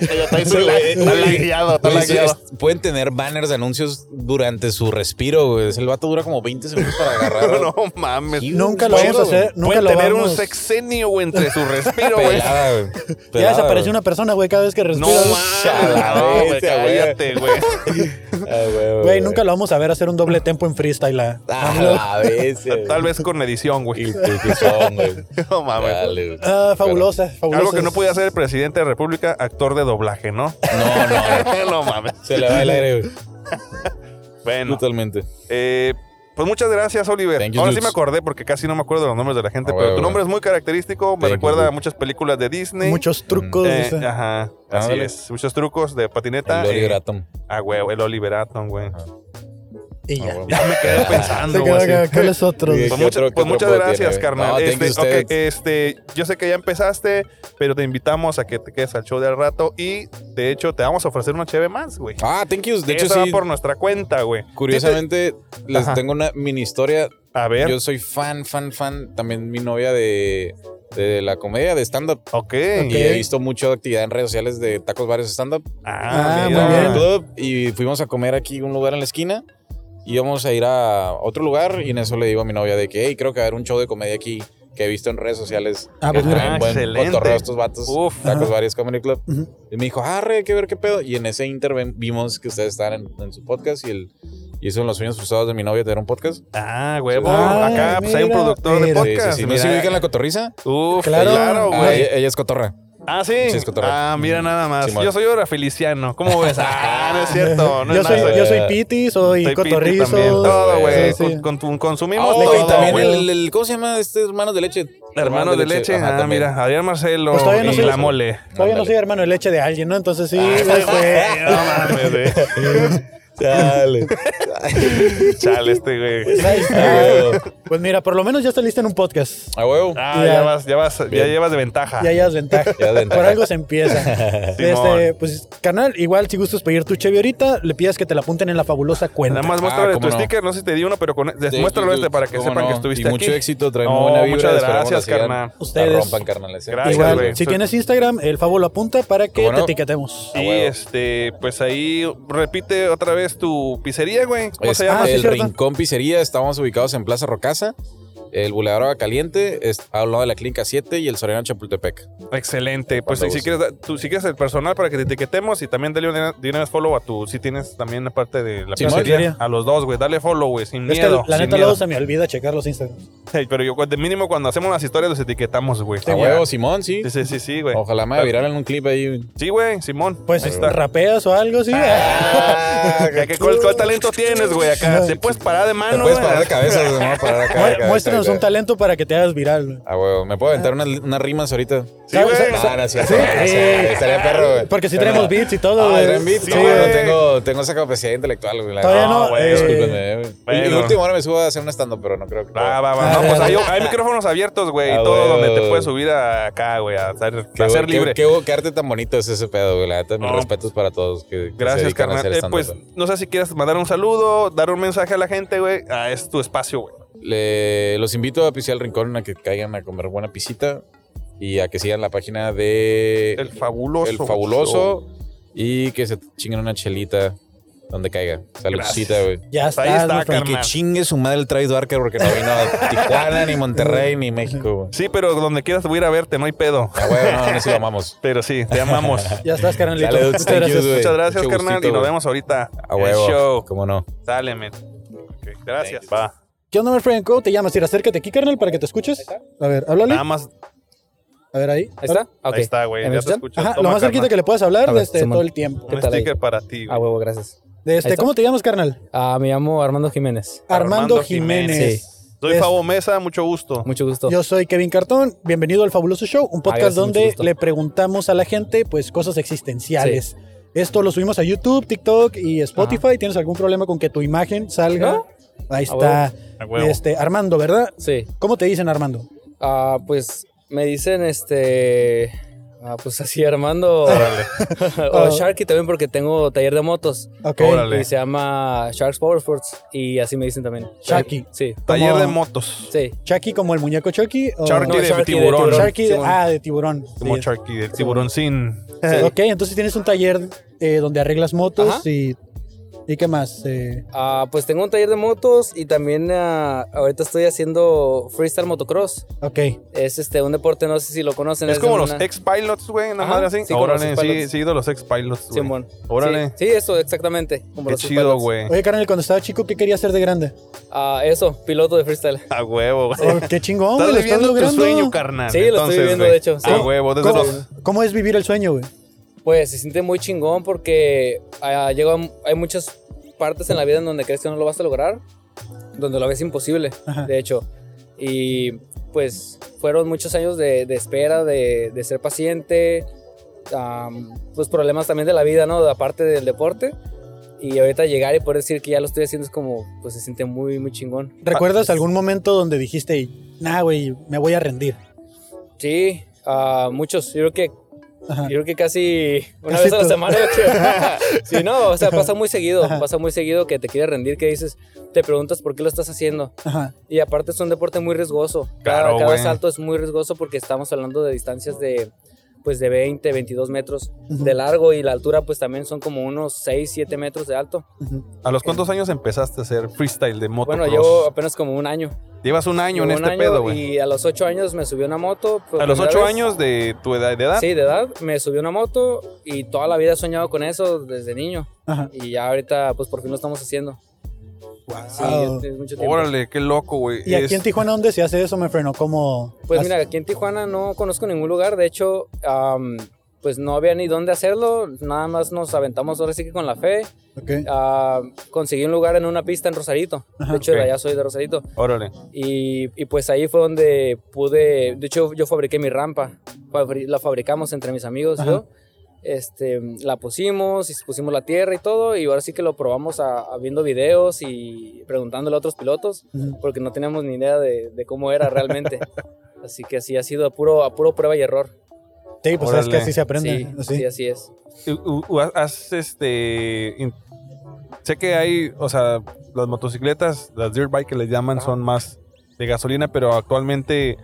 Speaker 2: Está ahí su- está lagueado, está
Speaker 4: Güey, sí,
Speaker 2: lagueado.
Speaker 4: es- pueden tener banners de anuncios durante su respiro, güey. El vato dura como 20 segundos para agarrar.
Speaker 2: No mames.
Speaker 4: Sí,
Speaker 3: nunca lo vamos a hacer, nunca
Speaker 2: Pueden
Speaker 3: lo
Speaker 2: tener
Speaker 3: vamos.
Speaker 2: un sexenio, güey, entre su respiro, güey.
Speaker 4: Pelada, güey.
Speaker 3: Ya
Speaker 4: Pelada,
Speaker 3: desaparece
Speaker 4: güey.
Speaker 3: una persona, güey, cada vez que
Speaker 2: No
Speaker 3: respira.
Speaker 2: mames. no, güey,
Speaker 4: bestia, güey.
Speaker 2: Cállate, güey.
Speaker 4: Ah,
Speaker 3: Güey, nunca lo vamos a ver hacer un doble tempo en freestyle. ah.
Speaker 4: Ah, a veces.
Speaker 2: Tal vez con edición,
Speaker 4: Y
Speaker 2: güey.
Speaker 4: tú que son, güey.
Speaker 2: No mames.
Speaker 4: Dale, güey.
Speaker 3: Ah, fabulosa, fabulosa.
Speaker 2: Algo que no podía hacer el presidente de la República, actor de doblaje, ¿no?
Speaker 4: No, no.
Speaker 2: no mames.
Speaker 4: Se le va el aire, güey.
Speaker 2: Bueno,
Speaker 4: Totalmente.
Speaker 2: eh, pues muchas gracias, Oliver.
Speaker 4: Thank you,
Speaker 2: Ahora sí
Speaker 4: dudes.
Speaker 2: me acordé porque casi no me acuerdo de los nombres de la gente,
Speaker 4: Ah,
Speaker 2: pero
Speaker 4: güey,
Speaker 2: tu
Speaker 4: güey.
Speaker 2: nombre es muy característico. Me
Speaker 4: Thank you,
Speaker 2: recuerda a
Speaker 4: dudes.
Speaker 2: muchos películas de Disney.
Speaker 3: Muchos trucos.
Speaker 2: Eh,
Speaker 3: dice.
Speaker 2: ajá. Así
Speaker 4: Ándale.
Speaker 2: es. Muchos trucos de patineta.
Speaker 4: El Oliver
Speaker 2: eh,
Speaker 4: Atom.
Speaker 2: Ah, güey, el Oliver Atom, güey.
Speaker 4: Ajá.
Speaker 3: y ya.
Speaker 4: Ah, güey.
Speaker 2: Ya me quedé
Speaker 3: Se
Speaker 2: pensando,
Speaker 3: quedó
Speaker 2: güey. así.
Speaker 3: acá, ¿Cuáles otros?
Speaker 4: Sí.
Speaker 2: Pues,
Speaker 4: ¿Qué
Speaker 2: mucha-
Speaker 4: otro- qué
Speaker 2: pues
Speaker 4: otro
Speaker 2: muchas
Speaker 4: puedo
Speaker 2: gracias,
Speaker 4: tiene? No,
Speaker 2: carnal.
Speaker 4: thank you
Speaker 2: este,
Speaker 4: ustedes.
Speaker 2: ok, este, yo sé que ya empezaste, pero te invitamos a que te quedes al show del rato y de hecho te vamos a ofrecer una cheve más, güey.
Speaker 4: Ah, thank you. De hecho,
Speaker 2: Eso va
Speaker 4: sí.
Speaker 2: por nuestra cuenta, güey.
Speaker 4: Curiosamente, les
Speaker 2: Ajá.
Speaker 4: tengo una mini historia.
Speaker 2: A ver,
Speaker 4: Yo soy fan, fan, fan. También mi novia de, de la comedia, de stand-up.
Speaker 2: ok.
Speaker 4: Y he visto mucha actividad en redes sociales de tacos varios stand-up.
Speaker 3: Ah,
Speaker 2: mira.
Speaker 3: muy
Speaker 4: Fuimos
Speaker 3: bien.
Speaker 4: al club y fuimos a comer aquí a un lugar en la esquina. Íbamos a ir a otro lugar y en eso le digo a mi novia de que, hey, creo que va a haber un show de comedia aquí que he visto en redes sociales.
Speaker 3: Ah,
Speaker 4: que
Speaker 3: pues mira.
Speaker 4: traen buen
Speaker 2: Excelente.
Speaker 4: cotorreo estos vatos.
Speaker 2: Uf.
Speaker 4: Tacos
Speaker 3: Ajá.
Speaker 4: Varios Comedy Club.
Speaker 3: Ujú.
Speaker 4: Y me dijo, arre, hay que ver qué pedo. Y en ese inter ven- vimos que ustedes estaban en, en su podcast y, el, y eso en los sueños frustrados de mi novia tener un podcast.
Speaker 2: Ah, huevo.
Speaker 3: Ah,
Speaker 2: Acá pues, hay un
Speaker 3: mira,
Speaker 2: productor de
Speaker 3: mira.
Speaker 4: Sí,
Speaker 2: podcast.
Speaker 4: sí, sí. ¿No se
Speaker 2: mira.
Speaker 4: ubica en la cotorriza?
Speaker 2: Uf,
Speaker 3: Claro.
Speaker 2: claro,
Speaker 4: Ah,
Speaker 2: güey.
Speaker 4: ella, ella es cotorra.
Speaker 2: Ah, sí.
Speaker 4: Sí, es cotorreo.
Speaker 2: ah, mira nada más.
Speaker 4: Simón.
Speaker 2: yo soy ahora feliciano. ¿Cómo ves? Ah, no es cierto. No
Speaker 3: yo,
Speaker 2: es nada.
Speaker 3: soy, yo
Speaker 4: eh,
Speaker 3: soy Piti, soy,
Speaker 2: Soy piti
Speaker 3: Cotorrizo.
Speaker 2: también. Todo, güey.
Speaker 3: Sí, sí.
Speaker 2: Con- con- consumimos
Speaker 4: Oh,
Speaker 2: todo,
Speaker 4: y también
Speaker 2: Ah, güey.
Speaker 4: el, el- ¿cómo se llama este hermano de leche?
Speaker 2: Hermanos de leche,
Speaker 4: Ajá,
Speaker 2: ah,
Speaker 4: también.
Speaker 2: mira, Adrián Marcelo
Speaker 3: Pues todavía no
Speaker 2: y
Speaker 3: soy-
Speaker 2: la mole.
Speaker 3: Todavía no
Speaker 4: Ándale.
Speaker 3: soy hermano de leche de alguien, ¿no? Entonces sí,
Speaker 2: Eh,
Speaker 3: este,
Speaker 2: no mames, güey.
Speaker 4: Dale.
Speaker 2: Chale este güey.
Speaker 3: ahí está. Pues mira, por lo menos ya está lista en un podcast.
Speaker 4: A huevo.
Speaker 2: Ah,
Speaker 3: Ya.
Speaker 2: ya vas, ya vas, ya
Speaker 4: Bien.
Speaker 2: llevas de ventaja.
Speaker 3: Ya llevas ventaja.
Speaker 4: Ya ventaja.
Speaker 3: Por algo se empieza.
Speaker 2: Simón.
Speaker 3: este, pues, canal, igual si gustas pedir tu chevy ahorita, le pidas que te la apunten en la fabulosa cuenta.
Speaker 2: Nada más muéstrale
Speaker 4: Ah, cómo
Speaker 2: tu
Speaker 4: no.
Speaker 2: sticker, no sé si te di uno, pero con,
Speaker 4: Sí,
Speaker 2: muéstralo
Speaker 4: sí,
Speaker 2: este para que
Speaker 4: cómo
Speaker 2: sepan
Speaker 4: no.
Speaker 2: que estuviste
Speaker 4: Y mucho
Speaker 2: aquí.
Speaker 4: éxito, traen
Speaker 2: No,
Speaker 4: muy buena vibra.
Speaker 2: muchas
Speaker 4: esperemos
Speaker 2: gracias,
Speaker 4: la sigan.
Speaker 2: carnal.
Speaker 3: Ustedes.
Speaker 4: La rompan, carnales. eh.
Speaker 2: Gracias,
Speaker 3: Igual,
Speaker 2: güey.
Speaker 3: si tienes Instagram, el Fabo lo apunta para que
Speaker 4: ¿Cómo no?
Speaker 3: te etiquetemos.
Speaker 4: Ah,
Speaker 2: Y
Speaker 4: huevo.
Speaker 2: este, pues ahí repite otra vez tu pizzería, güey. ¿Cómo
Speaker 4: Es
Speaker 2: se llama?
Speaker 3: Ah, sí,
Speaker 4: el
Speaker 3: cierto.
Speaker 4: Rincón Pizzería. Estamos ubicados en Plaza Rocasa. El Boulevard Agua Caliente está al lado de la Clínica 7 y el Soriano Chapultepec.
Speaker 2: Excelente. Pues si,
Speaker 4: Cuando
Speaker 2: si
Speaker 4: guste.
Speaker 2: quieres, da- tú, si quieres el personal para que te etiquetemos y también dale una, de una vez follow a tu. Si tienes también aparte de la
Speaker 3: Simón.
Speaker 2: pizzería. A los dos, güey. Dale follow, güey. Sin
Speaker 3: Es que
Speaker 2: miedo.
Speaker 3: la
Speaker 2: sin
Speaker 3: neta
Speaker 2: miedo.
Speaker 3: luego se me olvida checar los Instagram.
Speaker 2: Ey, pero yo, de mínimo, cuando hacemos las historias, los etiquetamos, güey.
Speaker 4: a huevo, Simón, sí.
Speaker 2: Sí, sí, sí, sí, güey.
Speaker 4: Ojalá me viral en un clip ahí.
Speaker 2: Sí, güey, Simón.
Speaker 3: Pues
Speaker 2: ahí está.
Speaker 3: rapeas o algo, sí.
Speaker 2: Ah, que ¿Cuál, cuál talento tienes, güey? Acá te puedes parar de
Speaker 4: Te
Speaker 2: mano.
Speaker 4: puedes
Speaker 2: Ah, güey.
Speaker 4: parar de cabeza, me voy a parar acá. de
Speaker 3: Mué-
Speaker 4: cabeza
Speaker 3: Muéstranos
Speaker 4: ahorita.
Speaker 3: un talento para que te hagas viral. güey.
Speaker 4: A Ah, huevo, me puedo aventar unas, unas rimas ahorita.
Speaker 2: Sí, güey.
Speaker 3: ¿Sabes?
Speaker 4: Ah, no, es cierto,
Speaker 3: Sí.
Speaker 4: no sé, Estaría perro, güey.
Speaker 3: Porque si tenemos
Speaker 4: Pero-
Speaker 3: beats y todo,
Speaker 4: Ah,
Speaker 3: güey.
Speaker 4: traen beats,
Speaker 2: Sí,
Speaker 4: no, güey,
Speaker 2: güey.
Speaker 4: no tengo, tengo esa capacidad intelectual, güey. la
Speaker 3: Todavía
Speaker 4: neta.
Speaker 3: no.
Speaker 2: Ah, güey,
Speaker 3: eh,
Speaker 4: Discúlpenme, güey.
Speaker 2: Bueno.
Speaker 4: El último ahora me subo a hacer un stand-up, pero no creo que.
Speaker 2: Va, va, va.
Speaker 3: Ah,
Speaker 2: No, pues
Speaker 3: ah,
Speaker 2: hay,
Speaker 3: ah,
Speaker 2: hay micrófonos abiertos, güey,
Speaker 4: ah,
Speaker 2: y todo
Speaker 4: güey.
Speaker 2: donde te puedes subir a- acá, güey, a hacer,
Speaker 4: Qué
Speaker 2: a ser
Speaker 4: bu-
Speaker 2: libre.
Speaker 4: Qué, qué, qué arte tan bonito es ese pedo, güey. La neta, mis
Speaker 2: No.
Speaker 4: respetos para todos. Que, que se
Speaker 2: Gracias,
Speaker 4: dedican a
Speaker 2: carnal.
Speaker 4: hacer
Speaker 2: Eh,
Speaker 4: stand-up.
Speaker 2: pues, no sé si quieres mandar un saludo, dar un mensaje a la gente, güey. Ah, es tu espacio, güey.
Speaker 4: Le- los invito a Pisar el Rincón a que caigan a comer buena pisita y a que sigan la página de
Speaker 2: El fabuloso.
Speaker 4: Eh, El Fabuloso y que se chinguen una chelita donde caiga. Saludcita, güey.
Speaker 3: Ya está.
Speaker 2: Ahí está,
Speaker 3: my friend.
Speaker 4: Y que
Speaker 2: Carnal.
Speaker 4: chingue su madre el Travis Barker porque no vino a Tijuana, ni Monterrey, ni México, güey.
Speaker 2: Sí, pero donde quieras voy a ir a verte, no hay pedo.
Speaker 4: Ah, güey, no, no, sí lo amamos.
Speaker 2: Pero sí, te amamos.
Speaker 3: Ya estás, carnalito.
Speaker 4: Dale, dudes,
Speaker 3: Muchas
Speaker 4: thank you,
Speaker 3: gracias.
Speaker 4: dude.
Speaker 2: Muchas
Speaker 4: Mucho
Speaker 2: gracias,
Speaker 4: gustito,
Speaker 2: carnal. Y nos
Speaker 4: güey.
Speaker 2: vemos ahorita. en
Speaker 4: A
Speaker 2: el
Speaker 4: huevo.
Speaker 2: show.
Speaker 4: ¿Cómo no?
Speaker 2: Dale, men. Ok, gracias. Va.
Speaker 3: ¿Qué onda, my friend? ¿Cómo te llamas? Ir, acércate aquí, carnal, para que te escuches. A ver, háblale.
Speaker 2: Nada más.
Speaker 3: A ver, ahí.
Speaker 6: ¿Ahí está? Ah, ok.
Speaker 2: Ahí está, güey.
Speaker 6: ¿Me
Speaker 2: Ya te
Speaker 6: escuchan?
Speaker 2: escucho.
Speaker 3: Ajá,
Speaker 2: Toma,
Speaker 3: lo más cerquita que
Speaker 2: carnal.
Speaker 3: le puedas hablar
Speaker 6: A ver,
Speaker 3: desde
Speaker 6: Simón.
Speaker 3: todo el tiempo.
Speaker 6: que- Ah,
Speaker 2: Un
Speaker 6: ¿Qué tal ahí?
Speaker 2: sticker para ti.
Speaker 6: A
Speaker 2: güey.
Speaker 6: huevo, gracias.
Speaker 3: De este,
Speaker 6: Ahí está.
Speaker 3: ¿Cómo te llamas, carnal?
Speaker 6: Ah, me llamo Armando Jiménez.
Speaker 3: Armando, Jiménez.
Speaker 2: Soy
Speaker 3: Es-
Speaker 2: Fabo Mesa, mucho gusto.
Speaker 6: Mucho gusto.
Speaker 3: Yo soy Kevin Cartón, bienvenido al Fabuloso Show, un podcast
Speaker 6: gracias, mucho
Speaker 3: donde
Speaker 6: gusto.
Speaker 3: le preguntamos a la gente pues cosas existenciales. Esto lo subimos a YouTube, TikTok y Spotify. ¿Tienes algún problema con que tu imagen salga?
Speaker 6: No.
Speaker 3: Ahí
Speaker 6: A
Speaker 3: está.
Speaker 2: A huevo.
Speaker 3: Este, Armando, ¿verdad?
Speaker 6: Sí.
Speaker 3: ¿Cómo te dicen Armando?
Speaker 6: Ah, pues me dicen este. Ah, pues así Armando.
Speaker 3: Ah.
Speaker 6: o Sharky también porque tengo taller de motos.
Speaker 3: Ok.
Speaker 2: Órale.
Speaker 6: Y se llama Sharks Power Sports. Y así me dicen también.
Speaker 3: Sharky.
Speaker 6: Sí.
Speaker 2: Taller
Speaker 3: como-
Speaker 2: de motos.
Speaker 6: Sí.
Speaker 3: Chucky como el muñeco Chucky. o-
Speaker 2: Sharky
Speaker 6: No,
Speaker 2: de
Speaker 6: Sharky de
Speaker 2: tiburón.
Speaker 6: tiburón.
Speaker 3: Sharky de-
Speaker 6: Simón.
Speaker 3: ah, de tiburón.
Speaker 2: Como
Speaker 3: Sí.
Speaker 2: Sharky, el tiburón sin.
Speaker 3: Sí. Ok, entonces tienes un taller eh, donde arreglas motos
Speaker 6: Ajá.
Speaker 3: y... ¿Y qué más? Eh,
Speaker 6: Ah, pues tengo un taller de motos y también ah, ahorita estoy haciendo freestyle motocross.
Speaker 3: ok.
Speaker 6: Es este un deporte, no sé si lo conocen.
Speaker 2: Es como
Speaker 6: de
Speaker 2: los
Speaker 6: una-
Speaker 2: ex-pilots, güey, nada
Speaker 6: Ajá,
Speaker 2: más así.
Speaker 6: sí, como los
Speaker 2: Órale, sí,
Speaker 6: ex-pilots.
Speaker 2: sí, de los ex-pilots, güey.
Speaker 6: Simón.
Speaker 2: Órale.
Speaker 6: Sí, sí, eso, exactamente. como
Speaker 2: Qué
Speaker 6: los
Speaker 2: chido,
Speaker 6: pilotos.
Speaker 2: güey.
Speaker 3: Oye, carnal, cuando estaba chico, ¿qué querías ser de grande?
Speaker 6: Ah, eso, piloto de freestyle.
Speaker 2: A huevo, güey.
Speaker 3: Oh, qué chingón,
Speaker 2: Estás
Speaker 3: güey, lo estás
Speaker 2: viviendo tu
Speaker 3: logrando.
Speaker 2: sueño, carnal.
Speaker 6: Sí, lo estoy
Speaker 2: Entonces,
Speaker 6: viviendo,
Speaker 2: güey.
Speaker 6: de hecho, sí.
Speaker 2: A huevo, desde
Speaker 3: ¿Cómo,
Speaker 2: los...
Speaker 3: cómo es vivir el sueño, güey?
Speaker 6: Pues se siente muy chingón porque ah, llega- hay muchas partes en la vida en donde crees que no lo vas a lograr, donde lo ves imposible,
Speaker 2: Ah.
Speaker 3: Ajá.
Speaker 6: de hecho. Y pues fueron muchos años de, de espera, de, de ser paciente, am, pues problemas también de la vida, ¿no? Aparte del deporte. Y ahorita llegar y poder decir que ya lo estoy haciendo es como, pues se siente muy, muy chingón.
Speaker 3: ¿Recuerdas algún momento donde dijiste, nah, güey, me voy a rendir?
Speaker 6: Sí, ah, muchos. Yo creo que
Speaker 3: Ajá.
Speaker 6: Yo creo que casi una
Speaker 3: Casi
Speaker 6: vez a la
Speaker 3: todo.
Speaker 6: semana. yo creo. sí, no, o sea, pasa muy seguido,
Speaker 3: Ajá.
Speaker 6: pasa muy seguido que te quieres rendir, que dices, te preguntas por qué lo estás haciendo.
Speaker 3: Ajá.
Speaker 6: Y aparte es un deporte muy riesgoso. Cada,
Speaker 2: Claro,
Speaker 6: cada
Speaker 2: güey.
Speaker 6: salto es muy riesgoso porque estamos hablando de distancias de pues de 20, 22 metros
Speaker 3: Ujú.
Speaker 6: de largo y la altura pues también son como unos 6, 7 metros de alto.
Speaker 3: Ujú.
Speaker 2: ¿A los cuántos años empezaste a hacer freestyle de motocross?
Speaker 6: Bueno, llevo apenas como un año.
Speaker 2: Llevas un año en
Speaker 6: Llevo
Speaker 2: este
Speaker 6: un año
Speaker 2: pedo, güey.
Speaker 6: Y a los 8 años me subí a una moto. por
Speaker 2: A los
Speaker 6: primera
Speaker 2: ocho
Speaker 6: vez.
Speaker 2: años de tu edad, de edad.
Speaker 6: Sí, de edad. Me subí a una moto y toda la vida he soñado con eso desde niño.
Speaker 3: Ajá.
Speaker 6: Y ya ahorita, pues por fin lo estamos haciendo. Sí,
Speaker 3: Wow.
Speaker 6: es- es mucho tiempo.
Speaker 2: Órale, qué loco, güey.
Speaker 3: ¿Y aquí en
Speaker 2: Es-
Speaker 3: Tijuana dónde se hace eso, me frenó? ¿Cómo?
Speaker 6: Pues
Speaker 3: has-
Speaker 6: mira, aquí en Tijuana no conozco ningún lugar. De hecho, am, pues no había ni dónde hacerlo. Nada más nos aventamos ahora sí que con la fe.
Speaker 3: ok.
Speaker 6: Ah, conseguí un lugar en una pista en Rosarito.
Speaker 3: Ajá.
Speaker 6: De hecho,
Speaker 2: Ok.
Speaker 6: de allá soy de Rosarito.
Speaker 2: Órale.
Speaker 6: Y, y pues ahí fue donde pude. De hecho, yo fabriqué mi rampa. Fabri- La fabricamos entre mis amigos y
Speaker 3: Ajá.
Speaker 6: yo. Este, la pusimos y pusimos la tierra y todo. Y ahora sí que lo probamos a, a viendo videos y preguntándole a otros pilotos.
Speaker 3: Ujú.
Speaker 6: porque no teníamos ni idea de, de cómo era realmente. así que así ha sido a puro, a puro prueba y error.
Speaker 3: Sí, pues sabes que
Speaker 2: Órale.
Speaker 3: así se aprende.
Speaker 6: sí,
Speaker 3: así.
Speaker 6: sí, así es.
Speaker 2: U- u- Has, este... in- Sé que hay, o sea, las motocicletas, las dirt bike que les llaman,
Speaker 6: Ajá.
Speaker 2: son más de gasolina, pero actualmente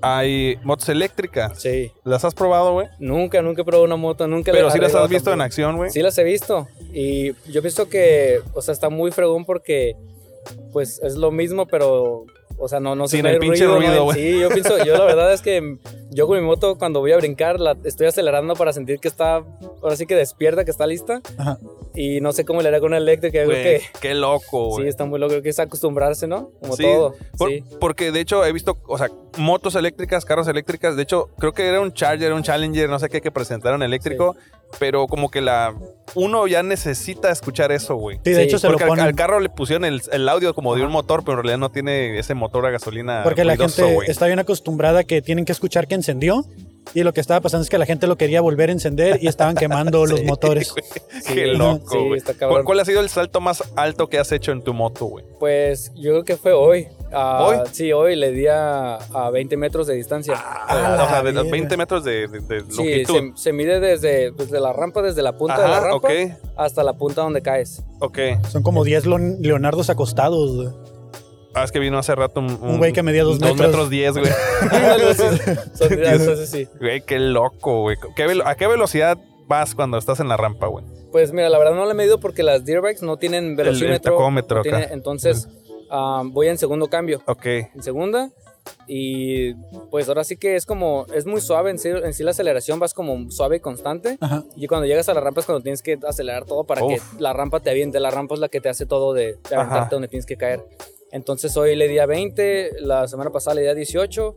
Speaker 2: hay motos eléctricas.
Speaker 6: Sí.
Speaker 2: ¿Las has probado, güey?
Speaker 6: Nunca, nunca he probado una moto, nunca le
Speaker 2: Pero
Speaker 6: he
Speaker 2: sí las has
Speaker 6: arreglado
Speaker 2: visto en
Speaker 6: tampoco.
Speaker 2: acción, güey.
Speaker 6: Sí las he visto. Y yo pienso que, o sea, está muy fregón porque, pues, es lo mismo, pero O sea, no, no se
Speaker 2: Sin
Speaker 6: ve
Speaker 2: el pinche
Speaker 6: ¿no?
Speaker 2: ruido, güey.
Speaker 6: Sí, yo pienso, yo la verdad es que yo con mi moto cuando voy a brincar la estoy acelerando para sentir que está, ahora sí que despierta, que está lista.
Speaker 3: Ajá.
Speaker 6: Y no sé cómo le hará con una eléctrica, creo
Speaker 2: Güey,
Speaker 6: que
Speaker 2: qué loco,
Speaker 6: sí,
Speaker 2: güey.
Speaker 6: está muy loco, creo que es acostumbrarse, ¿no? Como
Speaker 2: Sí,
Speaker 6: todo.
Speaker 2: Por-
Speaker 6: Sí.
Speaker 2: Porque de hecho he visto, o sea, motos eléctricas, carros eléctricas. De hecho, creo que era un Charger, un Challenger, no sé qué, que presentaron eléctrico. Pero como que la. Uno ya necesita escuchar eso, güey.
Speaker 3: Sí, de
Speaker 6: Sí,
Speaker 3: hecho se lo
Speaker 2: Porque al,
Speaker 3: ponen.
Speaker 2: al carro le pusieron el, el audio como de un motor, pero en realidad no tiene ese motor a gasolina.
Speaker 3: Porque la
Speaker 2: ruidoso,
Speaker 3: gente
Speaker 2: güey.
Speaker 3: está bien acostumbrada que tienen que escuchar que encendió. Y lo que estaba pasando es que la gente lo quería volver a encender y estaban quemando los motores.
Speaker 2: Qué
Speaker 6: Sí,
Speaker 2: loco,
Speaker 6: sí,
Speaker 2: güey.
Speaker 6: está
Speaker 2: ¿Cuál,
Speaker 6: cabrón.
Speaker 2: cuál ha sido el salto más alto que has hecho en tu moto, güey?
Speaker 6: Pues yo creo que fue hoy. Ah,
Speaker 2: ¿Hoy?
Speaker 6: Sí, hoy le di a, a 20 metros de distancia.
Speaker 3: Ah,
Speaker 2: o sea, de
Speaker 3: la
Speaker 2: los 20 metros de, de- de
Speaker 6: sí,
Speaker 2: longitud.
Speaker 6: se, se mide desde, desde la rampa, desde la punta de la
Speaker 2: Ajá,
Speaker 6: rampa
Speaker 2: ok,
Speaker 6: hasta la punta donde caes.
Speaker 2: ok.
Speaker 3: Son como 10 leon- leonardos acostados. güey.
Speaker 2: Ah, es que vino hace rato un...
Speaker 3: Un güey que medía dos
Speaker 2: dos
Speaker 3: metros.
Speaker 2: metros 10, güey.
Speaker 6: Ándale, sí, sí. Son- entonces sí.
Speaker 2: Güey, qué loco, güey. ¿Qué velo- ¿A qué velocidad vas cuando estás en la rampa, güey?
Speaker 6: Pues mira, la verdad no la he medido porque las dirt bikes no tienen
Speaker 2: El, el
Speaker 6: velocímetro.
Speaker 2: tacómetro
Speaker 6: no tiene-
Speaker 2: acá.
Speaker 6: entonces ah, voy en segundo cambio,
Speaker 2: Ok.
Speaker 6: en segunda. Y pues ahora sí que es como, es muy suave en sí, en sí la aceleración, vas como suave y constante.
Speaker 2: Oh,
Speaker 3: Ajá.
Speaker 6: Y cuando llegas a la rampa es cuando tienes que acelerar todo para
Speaker 2: Uf.
Speaker 6: que la rampa te aviente. La rampa es la que te hace todo de, de
Speaker 2: Ajá.
Speaker 6: aventarte donde tienes que caer. Entonces hoy le di a 20, la semana pasada le di a 18,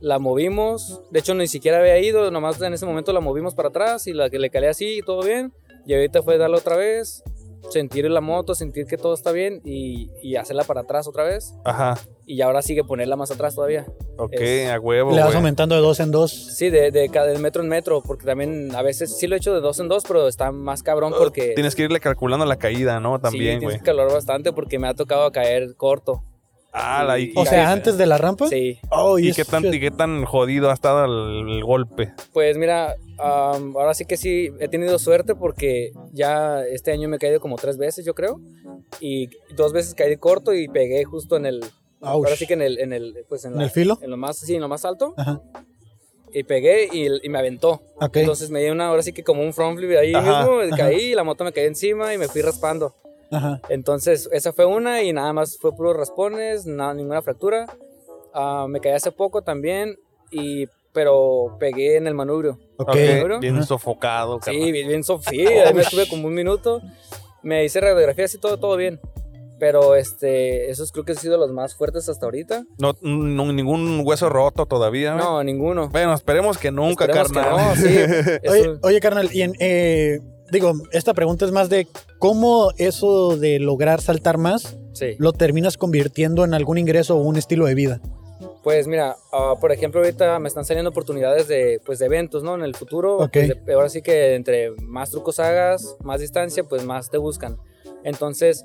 Speaker 6: la movimos. De hecho, ni siquiera había ido, nomás en ese momento la movimos para atrás y la que le calé así y todo bien. Y ahorita fue darle otra vez, sentir la moto, sentir que todo está bien y, y hacerla para atrás otra vez.
Speaker 2: Ajá.
Speaker 6: Y ahora sí que ponerla más atrás todavía.
Speaker 2: Ok,
Speaker 6: Es-
Speaker 2: a huevo,
Speaker 3: Le vas
Speaker 2: güey.
Speaker 3: aumentando de dos en dos.
Speaker 6: Sí, de, de, cada- de metro en metro, porque también a veces sí lo he hecho de dos en dos, pero está más
Speaker 2: Ah,
Speaker 6: cabrón porque...
Speaker 2: Oh, Tienes que irle calculando la caída, ¿no?
Speaker 6: sí,
Speaker 2: También,
Speaker 6: tienes
Speaker 2: güey.
Speaker 6: que calor bastante porque me ha tocado caer corto.
Speaker 2: Ah, la y,
Speaker 3: O sea, antes de la rampa.
Speaker 6: Sí.
Speaker 3: Oh,
Speaker 2: y
Speaker 3: es-
Speaker 2: qué tan, y qué tan jodido ha estado el, el golpe.
Speaker 6: Pues mira, am, ahora sí que sí he tenido suerte porque ya este año me he caído como tres veces, yo creo. Y dos veces caí corto y pegué justo en el.
Speaker 3: Ouch.
Speaker 6: Ahora sí que en el. En el, pues en
Speaker 3: ¿En
Speaker 6: la-
Speaker 3: el filo?
Speaker 6: en lo más, sí, en lo más alto.
Speaker 3: Ajá.
Speaker 6: Y pegué y, y me aventó.
Speaker 3: Ok.
Speaker 6: Entonces me dio una, ahora sí que como un front flip ahí
Speaker 2: Ajá,
Speaker 6: mismo, caí y la moto me cayó encima y me fui raspando.
Speaker 3: Ajá.
Speaker 6: Entonces, esa fue una y nada más fue puros raspones, nada, ninguna fractura. Ah, me caí hace poco también, y, pero pegué en el manubrio.
Speaker 3: Ok.
Speaker 2: Ok,
Speaker 6: ¿Seguro?
Speaker 2: Bien
Speaker 3: Ajá.
Speaker 2: sofocado, carnal.
Speaker 6: Sí, bien, bien Sofía, ahí me estuve como un minuto. Me hice radiografías y todo, todo bien. Pero este, esos creo que han sido los más fuertes hasta ahorita.
Speaker 2: No, no- ningún hueso roto todavía, güey.
Speaker 6: No, ninguno.
Speaker 2: Ah, Bueno, esperemos que nunca,
Speaker 6: Esperemos que
Speaker 2: carnal.
Speaker 6: no, sí. Eso-
Speaker 3: Oye, oye, carnal, y en, eh, digo, esta pregunta es más de cómo eso de lograr saltar más
Speaker 6: sí.
Speaker 3: lo terminas convirtiendo en algún ingreso o un estilo de vida.
Speaker 6: Pues mira, ah, por ejemplo, ahorita me están saliendo oportunidades de, pues, de eventos, ¿no? En el futuro,
Speaker 3: Ok.
Speaker 6: pues, de- ahora sí que entre más trucos hagas, más distancia, pues más te buscan. Entonces,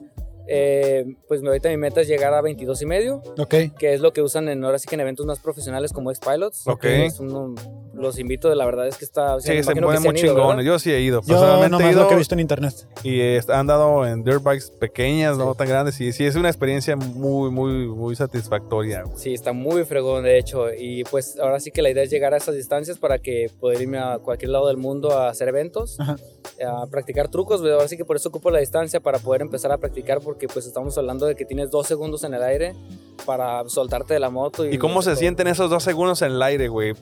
Speaker 6: eh, pues mi- ahorita mi meta es llegar a 22 y medio,
Speaker 3: Ok.
Speaker 6: que es lo que usan en, ahora sí que en eventos más profesionales como X-Pilots.
Speaker 2: Ok.
Speaker 6: Es uno- los invito, la verdad es que está... o sea, me
Speaker 2: Sí, se
Speaker 6: imagino que
Speaker 2: ponen
Speaker 6: sí han
Speaker 2: muy
Speaker 6: ido, ¿verdad?
Speaker 2: chingones. Yo sí he ido.
Speaker 3: Yo
Speaker 2: Personalmente he
Speaker 3: nomás lo
Speaker 2: ido
Speaker 3: que he visto en internet.
Speaker 2: y eh, han dado en dirt bikes pequeñas, no tan grandes. Y sí, es una experiencia muy, muy, muy satisfactoria, güey.
Speaker 6: Sí, está muy fregón, de hecho. Y pues ahora sí que la idea es llegar a esas distancias para que poder irme a cualquier lado del mundo a hacer eventos,
Speaker 3: Ajá.
Speaker 6: a practicar trucos. güey. Ahora sí que por eso ocupo la distancia para poder empezar a practicar, porque pues estamos hablando de que tienes dos segundos en el aire para soltarte de la moto. ¿Y,
Speaker 2: ¿Y cómo se
Speaker 6: todo.
Speaker 2: sienten esos dos segundos en el aire, güey?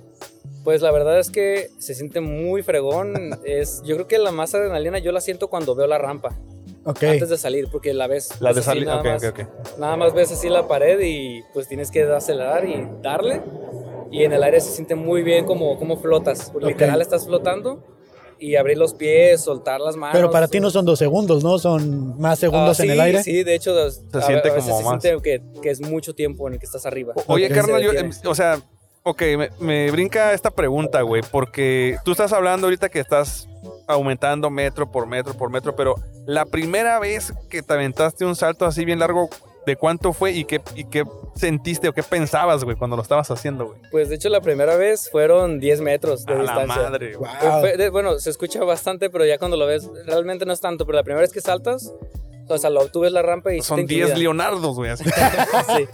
Speaker 6: Pues la verdad es que se siente muy fregón. es, yo creo que la más adrenalina yo la siento cuando veo la rampa,
Speaker 3: Ok.
Speaker 6: antes de salir, porque la ves.
Speaker 2: La
Speaker 6: ves
Speaker 2: de
Speaker 6: así
Speaker 2: salir.
Speaker 6: nada
Speaker 2: Ok,
Speaker 6: más.
Speaker 2: ok, ok.
Speaker 6: Nada más ves así la pared y pues tienes que acelerar y darle. Y en el aire se siente muy bien como, como flotas. Literal estás flotando y abrir los pies, soltar las manos.
Speaker 3: Pero para ti no son dos segundos, ¿no? Son más segundos
Speaker 6: Ah,
Speaker 3: en
Speaker 6: sí,
Speaker 3: el aire.
Speaker 6: Sí, de hecho, se
Speaker 2: siente como más.
Speaker 6: siente que, que es mucho tiempo en el que estás arriba.
Speaker 2: O- Oye,
Speaker 6: Se
Speaker 2: carnal, yo,
Speaker 6: detiene.
Speaker 2: em, o sea, ok, me, me brinca esta pregunta, güey, porque tú estás hablando ahorita que estás aumentando metro por metro por metro, pero la primera vez que te aventaste un salto así bien largo, ¿de cuánto fue y qué, y qué sentiste o qué pensabas, güey, cuando lo estabas haciendo, güey?
Speaker 6: Pues de hecho, la primera vez fueron 10 metros de
Speaker 2: A la
Speaker 6: distancia.
Speaker 2: madre, güey.
Speaker 3: Wow.
Speaker 6: Fue- de- bueno, se escucha bastante, pero ya cuando lo ves, realmente no es tanto. Pero la primera vez que saltas, o sea, lo, tú ves la rampa y sí te
Speaker 2: Son
Speaker 6: intimida.
Speaker 2: 10 leonardos, güey. así.
Speaker 6: sí.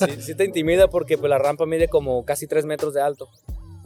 Speaker 6: sí, sí te intimida porque pues, la rampa mide como casi 3 metros de alto.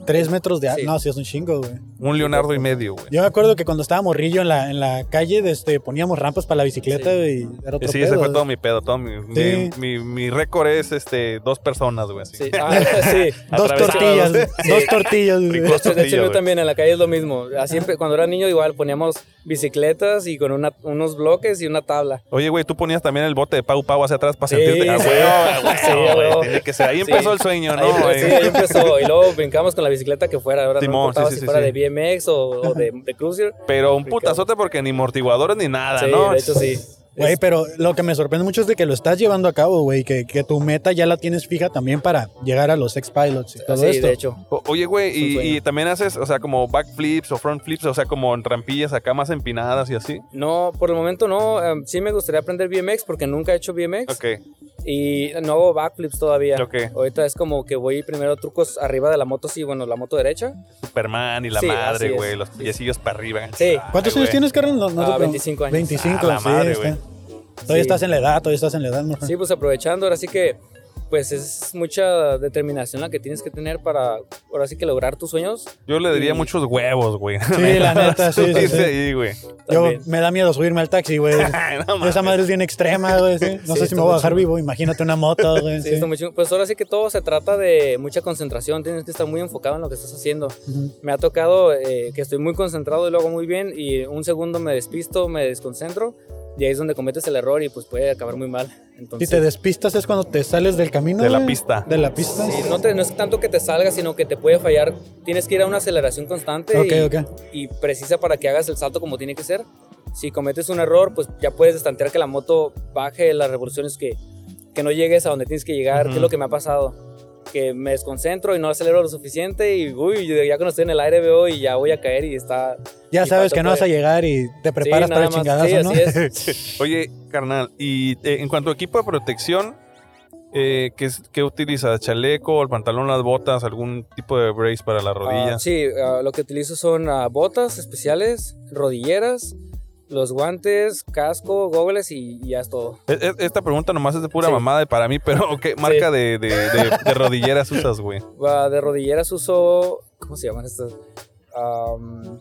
Speaker 3: Tres metros de alto.
Speaker 6: Sí.
Speaker 3: No, sí, es un chingo, güey.
Speaker 2: Un Leonardo y medio, güey.
Speaker 3: Yo me acuerdo que cuando estaba morrillo en la, en la calle, de este, poníamos rampas para la bicicleta
Speaker 6: Sí.
Speaker 3: güey, y era
Speaker 2: Y
Speaker 3: otro
Speaker 2: sí, ese
Speaker 3: pedo.
Speaker 2: fue todo mi pedo, todo mi,
Speaker 3: Sí.
Speaker 2: mi, mi, mi récord es este dos personas, güey. así.
Speaker 6: Sí. Ah, sí.
Speaker 3: Dos
Speaker 2: Atravesados.
Speaker 3: tortillas, güey. dos tortillas, güey.
Speaker 2: Ricos.
Speaker 6: De hecho,
Speaker 2: Tortilla,
Speaker 6: yo
Speaker 2: güey.
Speaker 6: también en la calle es lo mismo. Así, empe- cuando era niño, igual poníamos bicicletas y con una- unos bloques y una tabla.
Speaker 2: Oye, güey, tú ponías también el bote de Pau Pau hacia atrás para
Speaker 6: Sí,
Speaker 2: sentirte. Ah,
Speaker 6: sí.
Speaker 2: güey, ah, güey,
Speaker 6: Sí,
Speaker 2: ah, güey,
Speaker 6: güey.
Speaker 2: tiene que ser. Ahí
Speaker 6: Sí.
Speaker 2: empezó el sueño,
Speaker 6: ahí,
Speaker 2: Ah, ¿no? Eh,
Speaker 6: pues, sí,
Speaker 2: güey?
Speaker 6: ahí empezó. Y luego brincamos con la bicicleta que fuera. Ahora
Speaker 2: Simón,
Speaker 6: no importaba
Speaker 2: sí, sí, sí,
Speaker 6: si fuera
Speaker 2: sí.
Speaker 6: de BMX o, o de, de Cruiser.
Speaker 2: Pero un putazote porque ni amortiguadores ni nada,
Speaker 6: Sí,
Speaker 2: Ah, ¿no?
Speaker 6: de hecho, sí.
Speaker 3: Güey, pero lo que me sorprende mucho es de que lo estás llevando a cabo, güey, que, que tu meta ya la tienes fija también para llegar a los ex-pilots y todo
Speaker 6: Sí,
Speaker 3: esto.
Speaker 6: de hecho.
Speaker 2: O- Oye, güey,
Speaker 6: Es un
Speaker 2: y,
Speaker 6: sueño.
Speaker 2: y también haces, o sea, como backflips o front flips, o sea, como en rampillas acá más empinadas y así.
Speaker 6: No, por el momento no. Em, sí me gustaría aprender BMX porque nunca he hecho BMX.
Speaker 2: Ok,
Speaker 6: Y no hago backflips todavía.
Speaker 2: Ok.
Speaker 6: Ahorita es como que voy primero trucos arriba de la moto, sí, bueno, la moto derecha.
Speaker 2: Superman y la
Speaker 6: Sí, así
Speaker 2: madre,
Speaker 6: es.
Speaker 2: güey, los
Speaker 6: Sí.
Speaker 2: piecillos para arriba.
Speaker 6: Sí.
Speaker 2: Ay,
Speaker 3: ¿Cuántos años
Speaker 2: güey.
Speaker 3: tienes, Carlos? No, no te
Speaker 6: Ah,
Speaker 3: pregunto.
Speaker 6: 25 años.
Speaker 3: 25,
Speaker 2: Ah, la
Speaker 3: sí,
Speaker 2: madre,
Speaker 3: está.
Speaker 2: güey.
Speaker 3: Todavía
Speaker 6: Sí.
Speaker 3: estás en la edad, todavía estás en la edad, ¿no?
Speaker 6: Sí, pues aprovechando, ahora sí que pues es mucha determinación la que tienes que tener para ahora sí que lograr tus sueños.
Speaker 2: Yo le diría
Speaker 6: Y-
Speaker 2: muchos huevos, güey.
Speaker 3: Sí, la neta, sí, sí, sí.
Speaker 2: ahí, güey.
Speaker 3: Yo
Speaker 6: también.
Speaker 3: me da miedo subirme al taxi, güey.
Speaker 2: Ay, no mames.
Speaker 3: Esa madre es bien extrema, güey. sí. No
Speaker 6: Sí,
Speaker 3: sé si
Speaker 6: está
Speaker 3: me voy a
Speaker 6: muy
Speaker 3: bajar
Speaker 6: chingón.
Speaker 3: vivo. Imagínate una moto, güey.
Speaker 6: Sí,
Speaker 3: sí.
Speaker 6: está muy chingón. Pues ahora sí que todo se trata de mucha concentración, tienes que estar muy enfocado en lo que estás haciendo.
Speaker 3: Ujú.
Speaker 6: Me ha tocado eh, que estoy muy concentrado y lo hago muy bien y un segundo me despisto, me desconcentro y ahí es donde cometes el error y pues puede acabar muy mal.
Speaker 3: Si
Speaker 6: Entonces,
Speaker 3: te despistas es cuando te sales del camino.
Speaker 2: De la
Speaker 3: güey.
Speaker 2: pista.
Speaker 3: De la pista.
Speaker 6: sí, no, te- no es tanto que te salga, sino que te puede fallar. Tienes que ir a una aceleración constante
Speaker 3: ok,
Speaker 6: y,
Speaker 3: ok.
Speaker 6: y precisa para que hagas el salto como tiene que ser. Si cometes un error, pues ya puedes estantear que la moto baje las revoluciones, que, que no llegues a donde tienes que llegar, que
Speaker 2: Ujú.
Speaker 6: es lo que me ha pasado. Que me desconcentro y no acelero lo suficiente y uy, ya cuando estoy en el aire veo y ya voy a caer y está...
Speaker 3: Ya
Speaker 6: Y
Speaker 3: sabes
Speaker 6: falta
Speaker 3: que no vas a
Speaker 6: todavía.
Speaker 3: llegar y te preparas
Speaker 6: Sí,
Speaker 3: para
Speaker 6: nada
Speaker 3: el
Speaker 6: más.
Speaker 3: chingadazo,
Speaker 6: Sí,
Speaker 3: ¿no?
Speaker 6: así es.
Speaker 2: Oye, carnal, y eh, en cuanto a equipo de protección, eh, ¿qué, es- qué utilizas? ¿Chaleco, el pantalón, las botas, algún tipo de brace para las
Speaker 6: Ah,
Speaker 2: rodillas?
Speaker 6: sí, ah, lo que utilizo son ah, botas especiales, rodilleras, los guantes, casco, goggles y, y ya es todo.
Speaker 2: E- e- Esta pregunta nomás es de pura
Speaker 6: Sí.
Speaker 2: mamada y para mí, pero ¿qué marca de, de- de- de rodilleras usas, güey?
Speaker 6: Ah, de rodilleras uso. ¿Cómo se llaman estas? Am,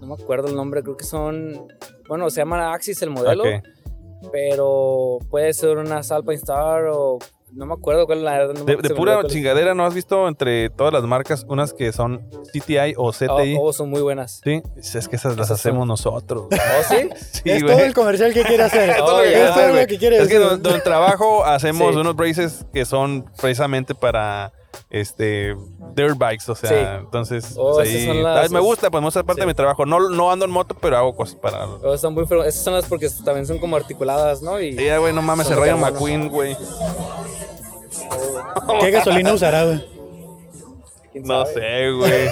Speaker 6: no me acuerdo el nombre, creo que son. Bueno, se llaman Axis el modelo,
Speaker 2: Ok.
Speaker 6: pero puede ser una Salpine Star o. No me acuerdo cuál es la
Speaker 2: De,
Speaker 6: no me- se
Speaker 2: de
Speaker 6: me
Speaker 2: pura
Speaker 6: olvidó cuál es.
Speaker 2: chingadera, ¿no has visto entre todas las marcas unas que son CTI o CTI?
Speaker 6: Oh, oh, son muy buenas.
Speaker 2: Sí, es que esas las
Speaker 6: Esas son-
Speaker 2: hacemos nosotros.
Speaker 6: ¿Oh, sí?
Speaker 2: Sí,
Speaker 3: Es todo el comercial que quiere hacer. es
Speaker 6: todo
Speaker 3: todo
Speaker 6: lo que quiere
Speaker 2: hacer,
Speaker 3: lo
Speaker 2: güey.
Speaker 3: que quiere
Speaker 2: Es que
Speaker 3: decir.
Speaker 2: donde, donde trabajo hacemos
Speaker 6: Sí.
Speaker 2: unos braces que son precisamente para este dirt bikes, o sea,
Speaker 6: Sí.
Speaker 2: entonces
Speaker 6: Oh,
Speaker 2: pues,
Speaker 6: esas
Speaker 2: ahí-
Speaker 6: son las-
Speaker 2: ah, me gusta, pues me gusta parte de
Speaker 6: Sí.
Speaker 2: mi trabajo. No, no ando en moto, pero hago cosas para.
Speaker 6: Oh, están muy fre- Esas son las porque también son como articuladas, ¿no? Y
Speaker 2: Sí, ah, güey, no mames,
Speaker 6: Son
Speaker 2: el Rayo
Speaker 6: carbono.
Speaker 2: McQueen, güey.
Speaker 3: ¿Qué gasolina usará, güey?
Speaker 6: quién
Speaker 2: No
Speaker 6: sabe.
Speaker 2: sé, güey.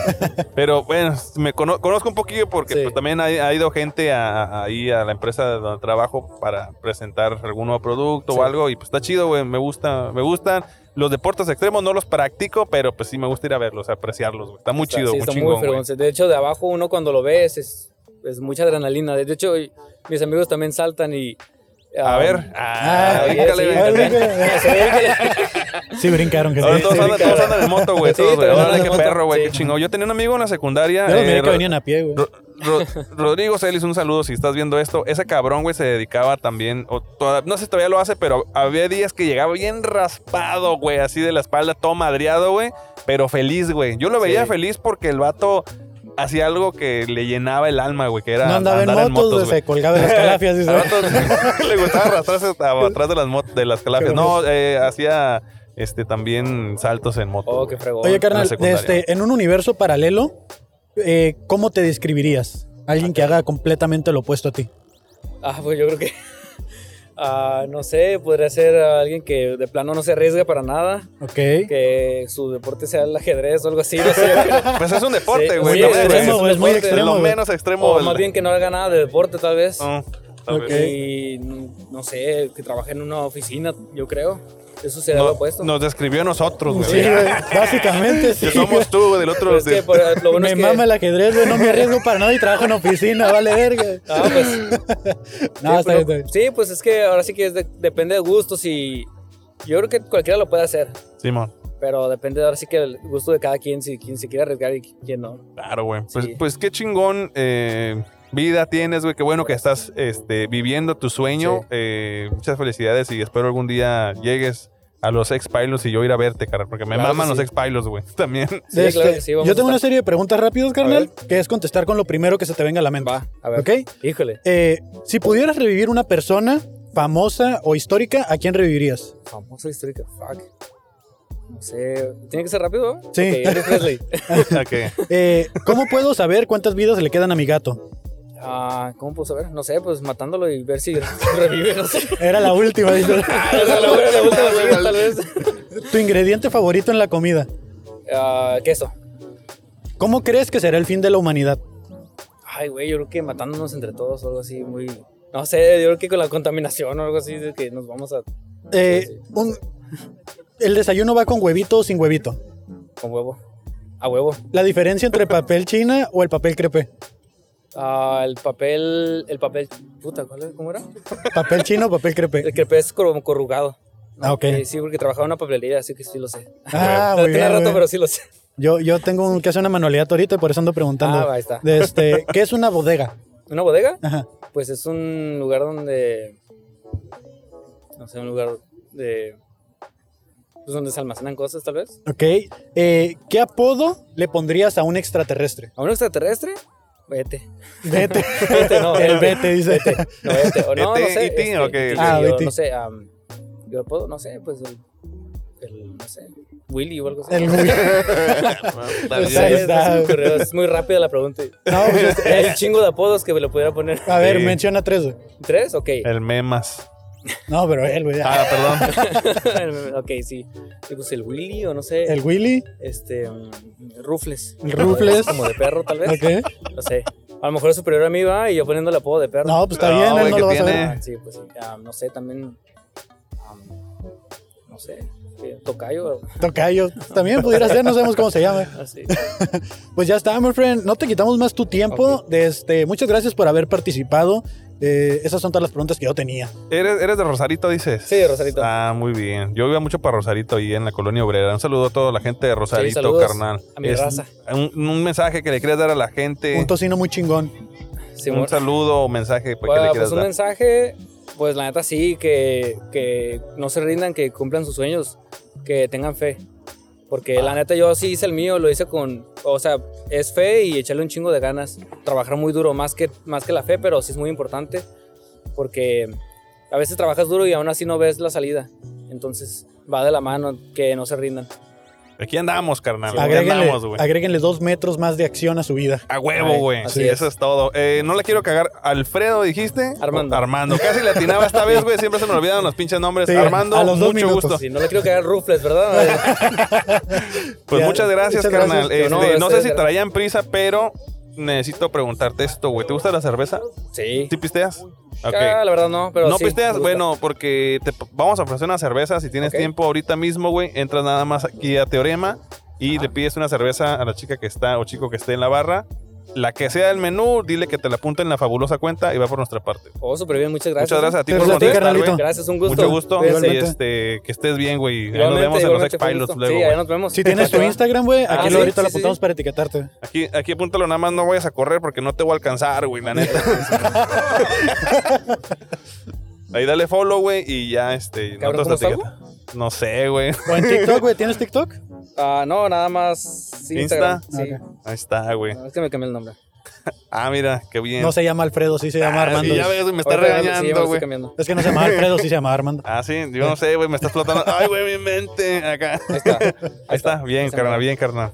Speaker 2: Pero bueno, me cono- conozco un poquillo porque
Speaker 6: Sí.
Speaker 2: pues, también ha, ha ido gente a- a- ahí a la empresa de donde trabajo para presentar algún nuevo producto
Speaker 6: Sí.
Speaker 2: o algo. Y pues está chido, güey. Me gusta, me gustan. Los deportes extremos no los practico, pero pues sí me gusta ir a verlos, apreciarlos, güey. Está muy
Speaker 6: Está-
Speaker 2: chido,
Speaker 6: sí,
Speaker 2: muy
Speaker 6: está
Speaker 2: chingón, güey.
Speaker 6: fregón. De hecho, de abajo uno cuando lo ves es, es mucha adrenalina. De hecho, mis amigos también saltan y...
Speaker 2: A
Speaker 6: um,
Speaker 2: ver.
Speaker 3: Ah,
Speaker 2: Ah,
Speaker 6: oye,
Speaker 2: bríncale,
Speaker 6: sí,
Speaker 2: güey,
Speaker 3: a ver,
Speaker 2: también.
Speaker 3: bríncale.
Speaker 6: se ve que-
Speaker 3: Sí, brincaron. Que sí.
Speaker 2: Ahora todos,
Speaker 3: Sí,
Speaker 2: andan,
Speaker 3: brincaron.
Speaker 2: todos andan en moto, güey.
Speaker 6: Sí,
Speaker 2: todos, güey.
Speaker 6: todos andan
Speaker 2: Órale,
Speaker 6: en
Speaker 2: qué
Speaker 6: moto,
Speaker 2: perro, güey.
Speaker 6: sí.
Speaker 2: Qué chingón. Yo tenía un amigo en la secundaria.
Speaker 3: Yo lo
Speaker 2: eh,
Speaker 3: miré que
Speaker 2: Ro-
Speaker 3: venían a pie, güey.
Speaker 2: Ro- Ro- Rodrigo Celis, un saludo si estás viendo esto. Ese cabrón, güey, se dedicaba también, o toda- no sé si todavía lo hace, pero había días que llegaba bien raspado, güey, así de la espalda, todo madreado, güey, pero feliz, güey. Yo lo veía
Speaker 6: Sí.
Speaker 2: feliz porque el vato hacía algo que le llenaba el alma, güey, que era
Speaker 3: No andaba en
Speaker 2: andar
Speaker 3: motos, güey,
Speaker 2: güey.
Speaker 3: se colgaba de las calafias. dice.
Speaker 2: Al vato le gustaba arrastrarse hasta atrás de las, mot- de las calafias. No, eh, hacía este, también saltos en moto.
Speaker 6: Oh,
Speaker 2: güey.
Speaker 6: qué fregón.
Speaker 3: Oye,
Speaker 2: en
Speaker 3: carnal,
Speaker 2: la secundaria.
Speaker 3: este, en un universo paralelo, eh, ¿cómo te describirías? Alguien que haga completamente lo opuesto a ti.
Speaker 6: Ah, pues yo creo que... ah, no sé, podría ser alguien que de plano no se arriesgue para nada,
Speaker 3: Ok.
Speaker 6: que su deporte sea el ajedrez o algo así, no sé. yo creo.
Speaker 2: Pues es un deporte,
Speaker 6: Sí,
Speaker 2: güey. también,
Speaker 6: muy
Speaker 2: güey.
Speaker 3: extremo, güey, es muy
Speaker 6: deporte,
Speaker 2: De
Speaker 3: extremo.
Speaker 2: lo
Speaker 3: güey.
Speaker 2: menos extremo.
Speaker 6: o
Speaker 2: el-
Speaker 6: más bien que no haga nada de deporte, tal vez.
Speaker 2: Ah, tal vez.
Speaker 3: Ok.
Speaker 6: Y no sé, que trabaje en una oficina, yo creo. Eso sería
Speaker 2: No-
Speaker 6: lo opuesto.
Speaker 2: nos describió a nosotros, güey.
Speaker 3: Sí, güey, básicamente sí.
Speaker 2: que somos tú, güey, del otro.
Speaker 6: Pero es que,
Speaker 2: de-
Speaker 6: por- lo bueno
Speaker 3: me
Speaker 6: es que...
Speaker 3: mama el ajedrez, güey, no me arriesgo para nada y trabajo en oficina, vale verga.
Speaker 6: Ah, pues,
Speaker 3: No,
Speaker 6: sí,
Speaker 3: está
Speaker 6: pero-
Speaker 3: bien, está bien.
Speaker 6: sí, pues es que ahora sí que es de- depende de gustos y yo creo que cualquiera lo puede hacer.
Speaker 2: Simón.
Speaker 6: Pero depende ahora sí que el gusto de cada quien, si quien se quiere arriesgar y quién no.
Speaker 2: Claro, güey. Pues,
Speaker 6: Sí.
Speaker 2: pues qué chingón eh, vida tienes, güey. Qué bueno que estás este, viviendo tu sueño.
Speaker 6: Sí.
Speaker 2: Eh, muchas felicidades y espero algún día llegues a los ex-pilots y yo ir a verte, carnal. Porque me
Speaker 6: Claro que
Speaker 2: maman los
Speaker 6: sí.
Speaker 2: ex-pilots, güey. También.
Speaker 6: Sí,
Speaker 3: Este,
Speaker 6: claro que sí, vamos
Speaker 3: yo
Speaker 6: a
Speaker 3: tengo una
Speaker 6: estar-
Speaker 3: serie de preguntas rápidas, carnal, que es contestar con lo primero que se te venga a la mente.
Speaker 6: Va, a ver.
Speaker 3: ¿Ok?
Speaker 6: Híjole,
Speaker 3: Eh, si pudieras revivir una persona famosa o histórica, ¿a quién revivirías?
Speaker 6: famosa histórica, fuck. No sé, ¿tiene que ser rápido?
Speaker 3: Sí.
Speaker 6: Ok, Elvis Presley.
Speaker 2: Ok.
Speaker 3: Eh, ¿Cómo puedo saber cuántas vidas le quedan a mi gato?
Speaker 6: Ah, ¿Cómo puedo saber? No sé, pues matándolo y ver si revive, no sé.
Speaker 3: Era la última. dice.
Speaker 6: La última sí, tal vez.
Speaker 3: tu ingrediente favorito en la comida.
Speaker 6: Ah, queso.
Speaker 3: ¿Cómo crees que será el fin de la humanidad?
Speaker 6: Ay, güey, yo creo que matándonos entre todos o algo así, muy. No sé, yo creo que con la contaminación o algo así, de que nos vamos a.
Speaker 3: Eh,
Speaker 6: Sí, sí.
Speaker 3: un- el desayuno va con huevito o sin huevito.
Speaker 6: con huevo. A huevo.
Speaker 3: La diferencia entre papel china o el papel crepe.
Speaker 6: Ah, el papel. El papel. Puta, ¿cuál era? ¿cómo era?
Speaker 3: Papel chino o papel
Speaker 6: El
Speaker 3: crepe.
Speaker 6: crepe es cor- corrugado. ¿no?
Speaker 3: Ah, ok.
Speaker 6: Eh, Sí, porque trabajaba en una papelería, así que sí lo sé.
Speaker 3: Ah,
Speaker 6: No
Speaker 3: muy
Speaker 6: tiene
Speaker 3: bien,
Speaker 6: rato,
Speaker 3: güey.
Speaker 6: pero sí lo sé.
Speaker 3: Yo, yo tengo un- que hacer una manualidad ahorita y por eso ando preguntando.
Speaker 6: Ah, ahí está.
Speaker 3: De este, ¿Qué es una bodega?
Speaker 6: ¿Una bodega?
Speaker 3: Ajá.
Speaker 6: Pues es un lugar donde. No sé, un lugar de. Pues donde se almacenan cosas, tal vez.
Speaker 3: Ok. Eh, ¿Qué apodo le pondrías a un extraterrestre?
Speaker 6: ¿A un extraterrestre? Vete.
Speaker 3: Vete.
Speaker 6: Vete, no,
Speaker 3: el
Speaker 6: vete.
Speaker 3: vete, dice.
Speaker 6: No, este, o no, no
Speaker 2: ET,
Speaker 6: sé.
Speaker 2: ET,
Speaker 6: este,
Speaker 2: ok,
Speaker 6: yo-
Speaker 2: ok.
Speaker 3: Ah,
Speaker 6: yo
Speaker 3: ET.
Speaker 6: no sé, am, yo puedo, no sé, pues el, el, no sé, Willy o algo así.
Speaker 3: El güey.
Speaker 6: No sé,
Speaker 3: Ahí
Speaker 6: no se
Speaker 3: está.
Speaker 6: me ocurrió, es muy rápida la pregunta.
Speaker 3: No, pues, este,
Speaker 6: Hay un chingo de apodos que me lo pudiera poner.
Speaker 3: a ver,
Speaker 2: Sí.
Speaker 3: menciona tres. güey.
Speaker 6: ¿Tres? Ok.
Speaker 2: El memas.
Speaker 3: No, pero él, güey.
Speaker 2: Ah, perdón.
Speaker 6: ok, sí. Y pues el Willy o no sé,
Speaker 3: El Willy,
Speaker 6: este, um, Rufles.
Speaker 3: el Rufles.
Speaker 6: Como de perro, tal vez.
Speaker 3: Ok.
Speaker 6: No sé. A lo mejor es superior a mí, va, y yo poniendo el apodo de perro.
Speaker 3: No, pues eh. está
Speaker 2: No,
Speaker 3: bien, él
Speaker 2: güey,
Speaker 3: no
Speaker 2: ¿qué
Speaker 3: lo vas a
Speaker 2: tiene?
Speaker 3: ver.
Speaker 6: Ah, sí, pues sí. Ah, no sé, también. am, no sé. eh, Tocayo.
Speaker 3: Tocayo. También pudiera ser, no sabemos cómo se llama.
Speaker 6: Así.
Speaker 3: Pues ya está, my friend. No te quitamos más tu tiempo. De este, muchas gracias por haber participado. Eh, esas son todas las preguntas que yo tenía.
Speaker 2: ¿Eres, eres de Rosarito, dices?
Speaker 6: Sí, de Rosarito.
Speaker 2: Ah, muy bien. Yo iba mucho para Rosarito ahí en la colonia obrera. Un saludo a toda la gente de Rosarito,
Speaker 6: saludos
Speaker 2: carnal.
Speaker 6: a mi raza.
Speaker 2: Un, un mensaje que le quieras dar a la gente.
Speaker 3: Un tocino muy chingón.
Speaker 6: Simón.
Speaker 2: un saludo o mensaje pues, que
Speaker 6: Bueno,
Speaker 2: le
Speaker 6: pues
Speaker 2: quieras
Speaker 6: un
Speaker 2: dar.
Speaker 6: mensaje, pues la neta sí, que, que no se rindan, que cumplan sus sueños, que tengan fe. Porque la neta yo sí hice el mío, lo hice con, o sea, es fe y echarle un chingo de ganas. Trabajar muy duro, más que, más que la fe, pero sí es muy importante. Porque a veces trabajas duro y aún así no ves la salida. Entonces va de la mano, que no se rindan.
Speaker 2: Aquí andamos, carnal. Aquí
Speaker 3: Agréguenle,
Speaker 2: andamos, güey.
Speaker 3: agréguenle dos metros más de acción a su vida.
Speaker 2: A huevo, güey.
Speaker 6: así
Speaker 2: Sí,
Speaker 6: es.
Speaker 2: eso es todo. Eh, no le quiero cagar. Alfredo, dijiste.
Speaker 6: Armando.
Speaker 2: Armando. Casi le atinaba esta vez, güey. Siempre se me olvidan los pinches nombres.
Speaker 3: Sí,
Speaker 2: Armando,
Speaker 3: a los dos
Speaker 2: mucho
Speaker 3: minutos.
Speaker 2: gusto.
Speaker 6: Sí, no le quiero caer rufles, ¿verdad?
Speaker 2: Pues
Speaker 3: Ya,
Speaker 2: muchas gracias,
Speaker 3: muchas
Speaker 2: carnal.
Speaker 6: gracias.
Speaker 2: Este,
Speaker 6: No, este,
Speaker 2: no, sé si
Speaker 6: gracias.
Speaker 2: traían prisa, pero necesito preguntarte esto, güey. ¿Te gusta la cerveza?
Speaker 6: Sí.
Speaker 2: ¿Sí pisteas? Ok.
Speaker 6: Ah, la verdad no, pero
Speaker 2: no
Speaker 6: sí, me
Speaker 2: pisteas,
Speaker 6: gusta.
Speaker 2: bueno, porque te p- vamos a ofrecer una cerveza. Si tienes
Speaker 6: Ok.
Speaker 2: tiempo ahorita mismo, güey, entras nada más aquí a Teorema y le pides una cerveza a la chica que está o chico que esté en la barra. La que sea del menú, dile que te la apunte en la fabulosa cuenta y va por nuestra parte.
Speaker 6: Oh, súper bien, muchas gracias.
Speaker 2: Muchas gracias a ti
Speaker 3: Te
Speaker 2: por
Speaker 3: gusta a ti,
Speaker 2: contestar,
Speaker 3: carnalito.
Speaker 2: güey.
Speaker 6: Gracias, un gusto.
Speaker 2: Mucho gusto.
Speaker 6: Cuídense.
Speaker 2: Y
Speaker 3: Igualmente.
Speaker 2: este, que estés bien, güey. Ahí Nos
Speaker 6: Igualmente,
Speaker 2: vemos en los
Speaker 6: igualmente, fue un
Speaker 2: X-Pilots
Speaker 6: gusto.
Speaker 2: luego,
Speaker 6: Sí, ahí
Speaker 2: güey.
Speaker 6: nos vemos.
Speaker 3: Si tienes tu Instagram, güey, aquí
Speaker 6: Ah,
Speaker 3: lo
Speaker 6: sí,
Speaker 3: ahorita
Speaker 6: sí,
Speaker 3: lo
Speaker 6: sí.
Speaker 3: apuntamos para etiquetarte.
Speaker 2: Aquí, aquí apúntalo nada más, no vayas a correr porque no te voy a alcanzar, güey, la neta. Ahí dale follow, güey, y ya, este,
Speaker 6: Cabrón,
Speaker 2: nosotros te
Speaker 6: ¿cómo
Speaker 2: etiqueta- No sé, güey.
Speaker 3: O en TikTok, güey, ¿tienes TikTok?
Speaker 6: Ah, no, nada más Instagram.
Speaker 3: Insta?
Speaker 6: Sí.
Speaker 2: Ahí está, güey.
Speaker 6: No, Es que me cambié el nombre.
Speaker 2: Ah, mira, qué bien.
Speaker 3: No se llama Alfredo, sí se llama
Speaker 2: Ah,
Speaker 3: Armando.
Speaker 2: sí, ya ves, me está
Speaker 6: Ahorita ya me- sí, ya me lo
Speaker 2: regañando,
Speaker 6: estoy
Speaker 2: güey.
Speaker 6: cambiando.
Speaker 3: Es que no se llama Alfredo, sí se llama Armando.
Speaker 2: Ah, sí, yo no sé, güey, me está explotando. Ay, güey, mi mente. Acá.
Speaker 6: Ahí está. Ahí
Speaker 2: Ahí está, bien,
Speaker 6: Ese
Speaker 2: carnal,
Speaker 6: mero.
Speaker 2: bien, carnal.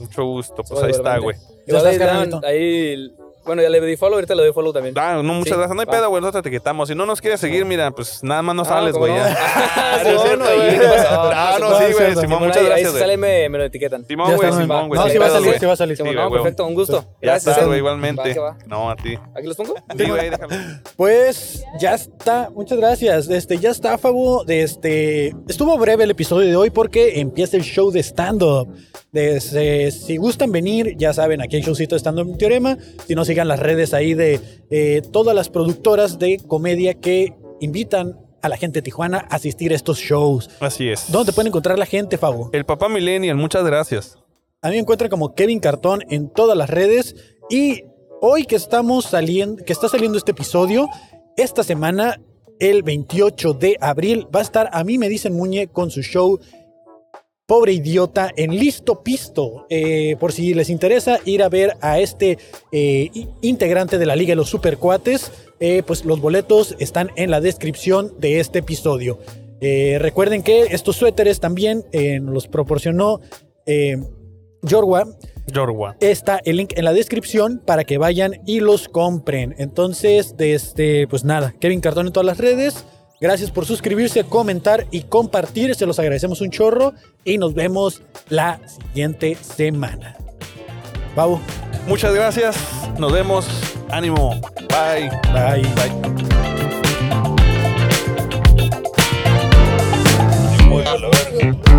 Speaker 2: Mucho gusto, pues
Speaker 6: Soy
Speaker 2: ahí está, güey.
Speaker 6: verbalmente. Igual ahí,
Speaker 3: estás,
Speaker 6: dan-
Speaker 3: carnalito.
Speaker 6: ahí- bueno, ya le di follow, ahorita le doy follow también.
Speaker 2: Ah, no, muchas
Speaker 6: Sí,
Speaker 2: gracias. No hay
Speaker 6: va.
Speaker 2: pedo, güey, nosotros te etiquetamos. Si no nos quieres seguir, mira, pues nada más no
Speaker 6: Ah,
Speaker 2: sales,
Speaker 6: ¿cómo
Speaker 2: güey.
Speaker 6: no?
Speaker 2: ya.
Speaker 6: Ah,
Speaker 2: no es
Speaker 6: Simón,
Speaker 2: cierto,
Speaker 6: ahí, pues, ah,
Speaker 2: güey. Ah,
Speaker 6: ¿qué pasó?
Speaker 2: No, no,
Speaker 3: no,
Speaker 2: sí,
Speaker 3: es
Speaker 2: güey,
Speaker 3: cierto.
Speaker 2: Simón,
Speaker 6: Simón,
Speaker 2: muchas
Speaker 6: ahí- Ahí
Speaker 2: gracias,
Speaker 6: si
Speaker 2: güey.
Speaker 6: sale me, me lo etiquetan.
Speaker 2: Simón,
Speaker 3: Ya
Speaker 2: güey,
Speaker 3: está,
Speaker 2: Simón,
Speaker 3: güey.
Speaker 2: güey.
Speaker 3: No,
Speaker 2: sin
Speaker 3: sí va a
Speaker 2: pedos,
Speaker 3: salir,
Speaker 2: güey.
Speaker 3: sí va a salir.
Speaker 6: Simón,
Speaker 2: Sí,
Speaker 6: no,
Speaker 2: güey, güey.
Speaker 6: perfecto, un gusto.
Speaker 2: Ya
Speaker 6: Gracias.
Speaker 2: está,
Speaker 6: Eden.
Speaker 2: güey,
Speaker 6: Va
Speaker 2: igualmente.
Speaker 6: que va.
Speaker 2: No, a ti.
Speaker 6: Aquí los pongo.
Speaker 2: Sí, güey, ahí déjalo.
Speaker 3: Pues ya está, muchas gracias. Este, ya está, Fabo. De este, estuvo breve el episodio de hoy porque empieza el show de stand-up. De este, si gustan venir, ya saben, aquí hay showcito de stand-up en Teorema. Si no, sigan las redes ahí de eh, todas las productoras de comedia que invitan a la gente de Tijuana a asistir a estos shows.
Speaker 2: Así es.
Speaker 3: ¿Dónde te puede encontrar la gente, Fabo?
Speaker 2: El papá Millennial, muchas gracias.
Speaker 3: A mí me encuentra como Kevin Cartón en todas las redes. Y hoy que estamos saliendo, que está saliendo este episodio, esta semana, el 28 de abril, va a estar A mí me dicen Muñe con su show Pobre Idiota en Listo Pisto. Eh, por si les interesa ir a ver a este eh, i- integrante de la Liga de los Supercuates, eh, pues los boletos están en la descripción de este episodio. Eh, recuerden que estos suéteres también eh, nos los proporcionó eh, Yorwa,
Speaker 2: Yorwa.
Speaker 3: está el link en la descripción para que vayan y los compren. Entonces, desde, pues nada, Kevin Cartón en todas las redes. Gracias por suscribirse, comentar y compartir. Se los agradecemos un chorro y nos vemos la siguiente semana. Pavo,
Speaker 2: Muchas gracias. Nos vemos. Ánimo. Bye.
Speaker 3: bye.
Speaker 2: Bye.
Speaker 5: Burger.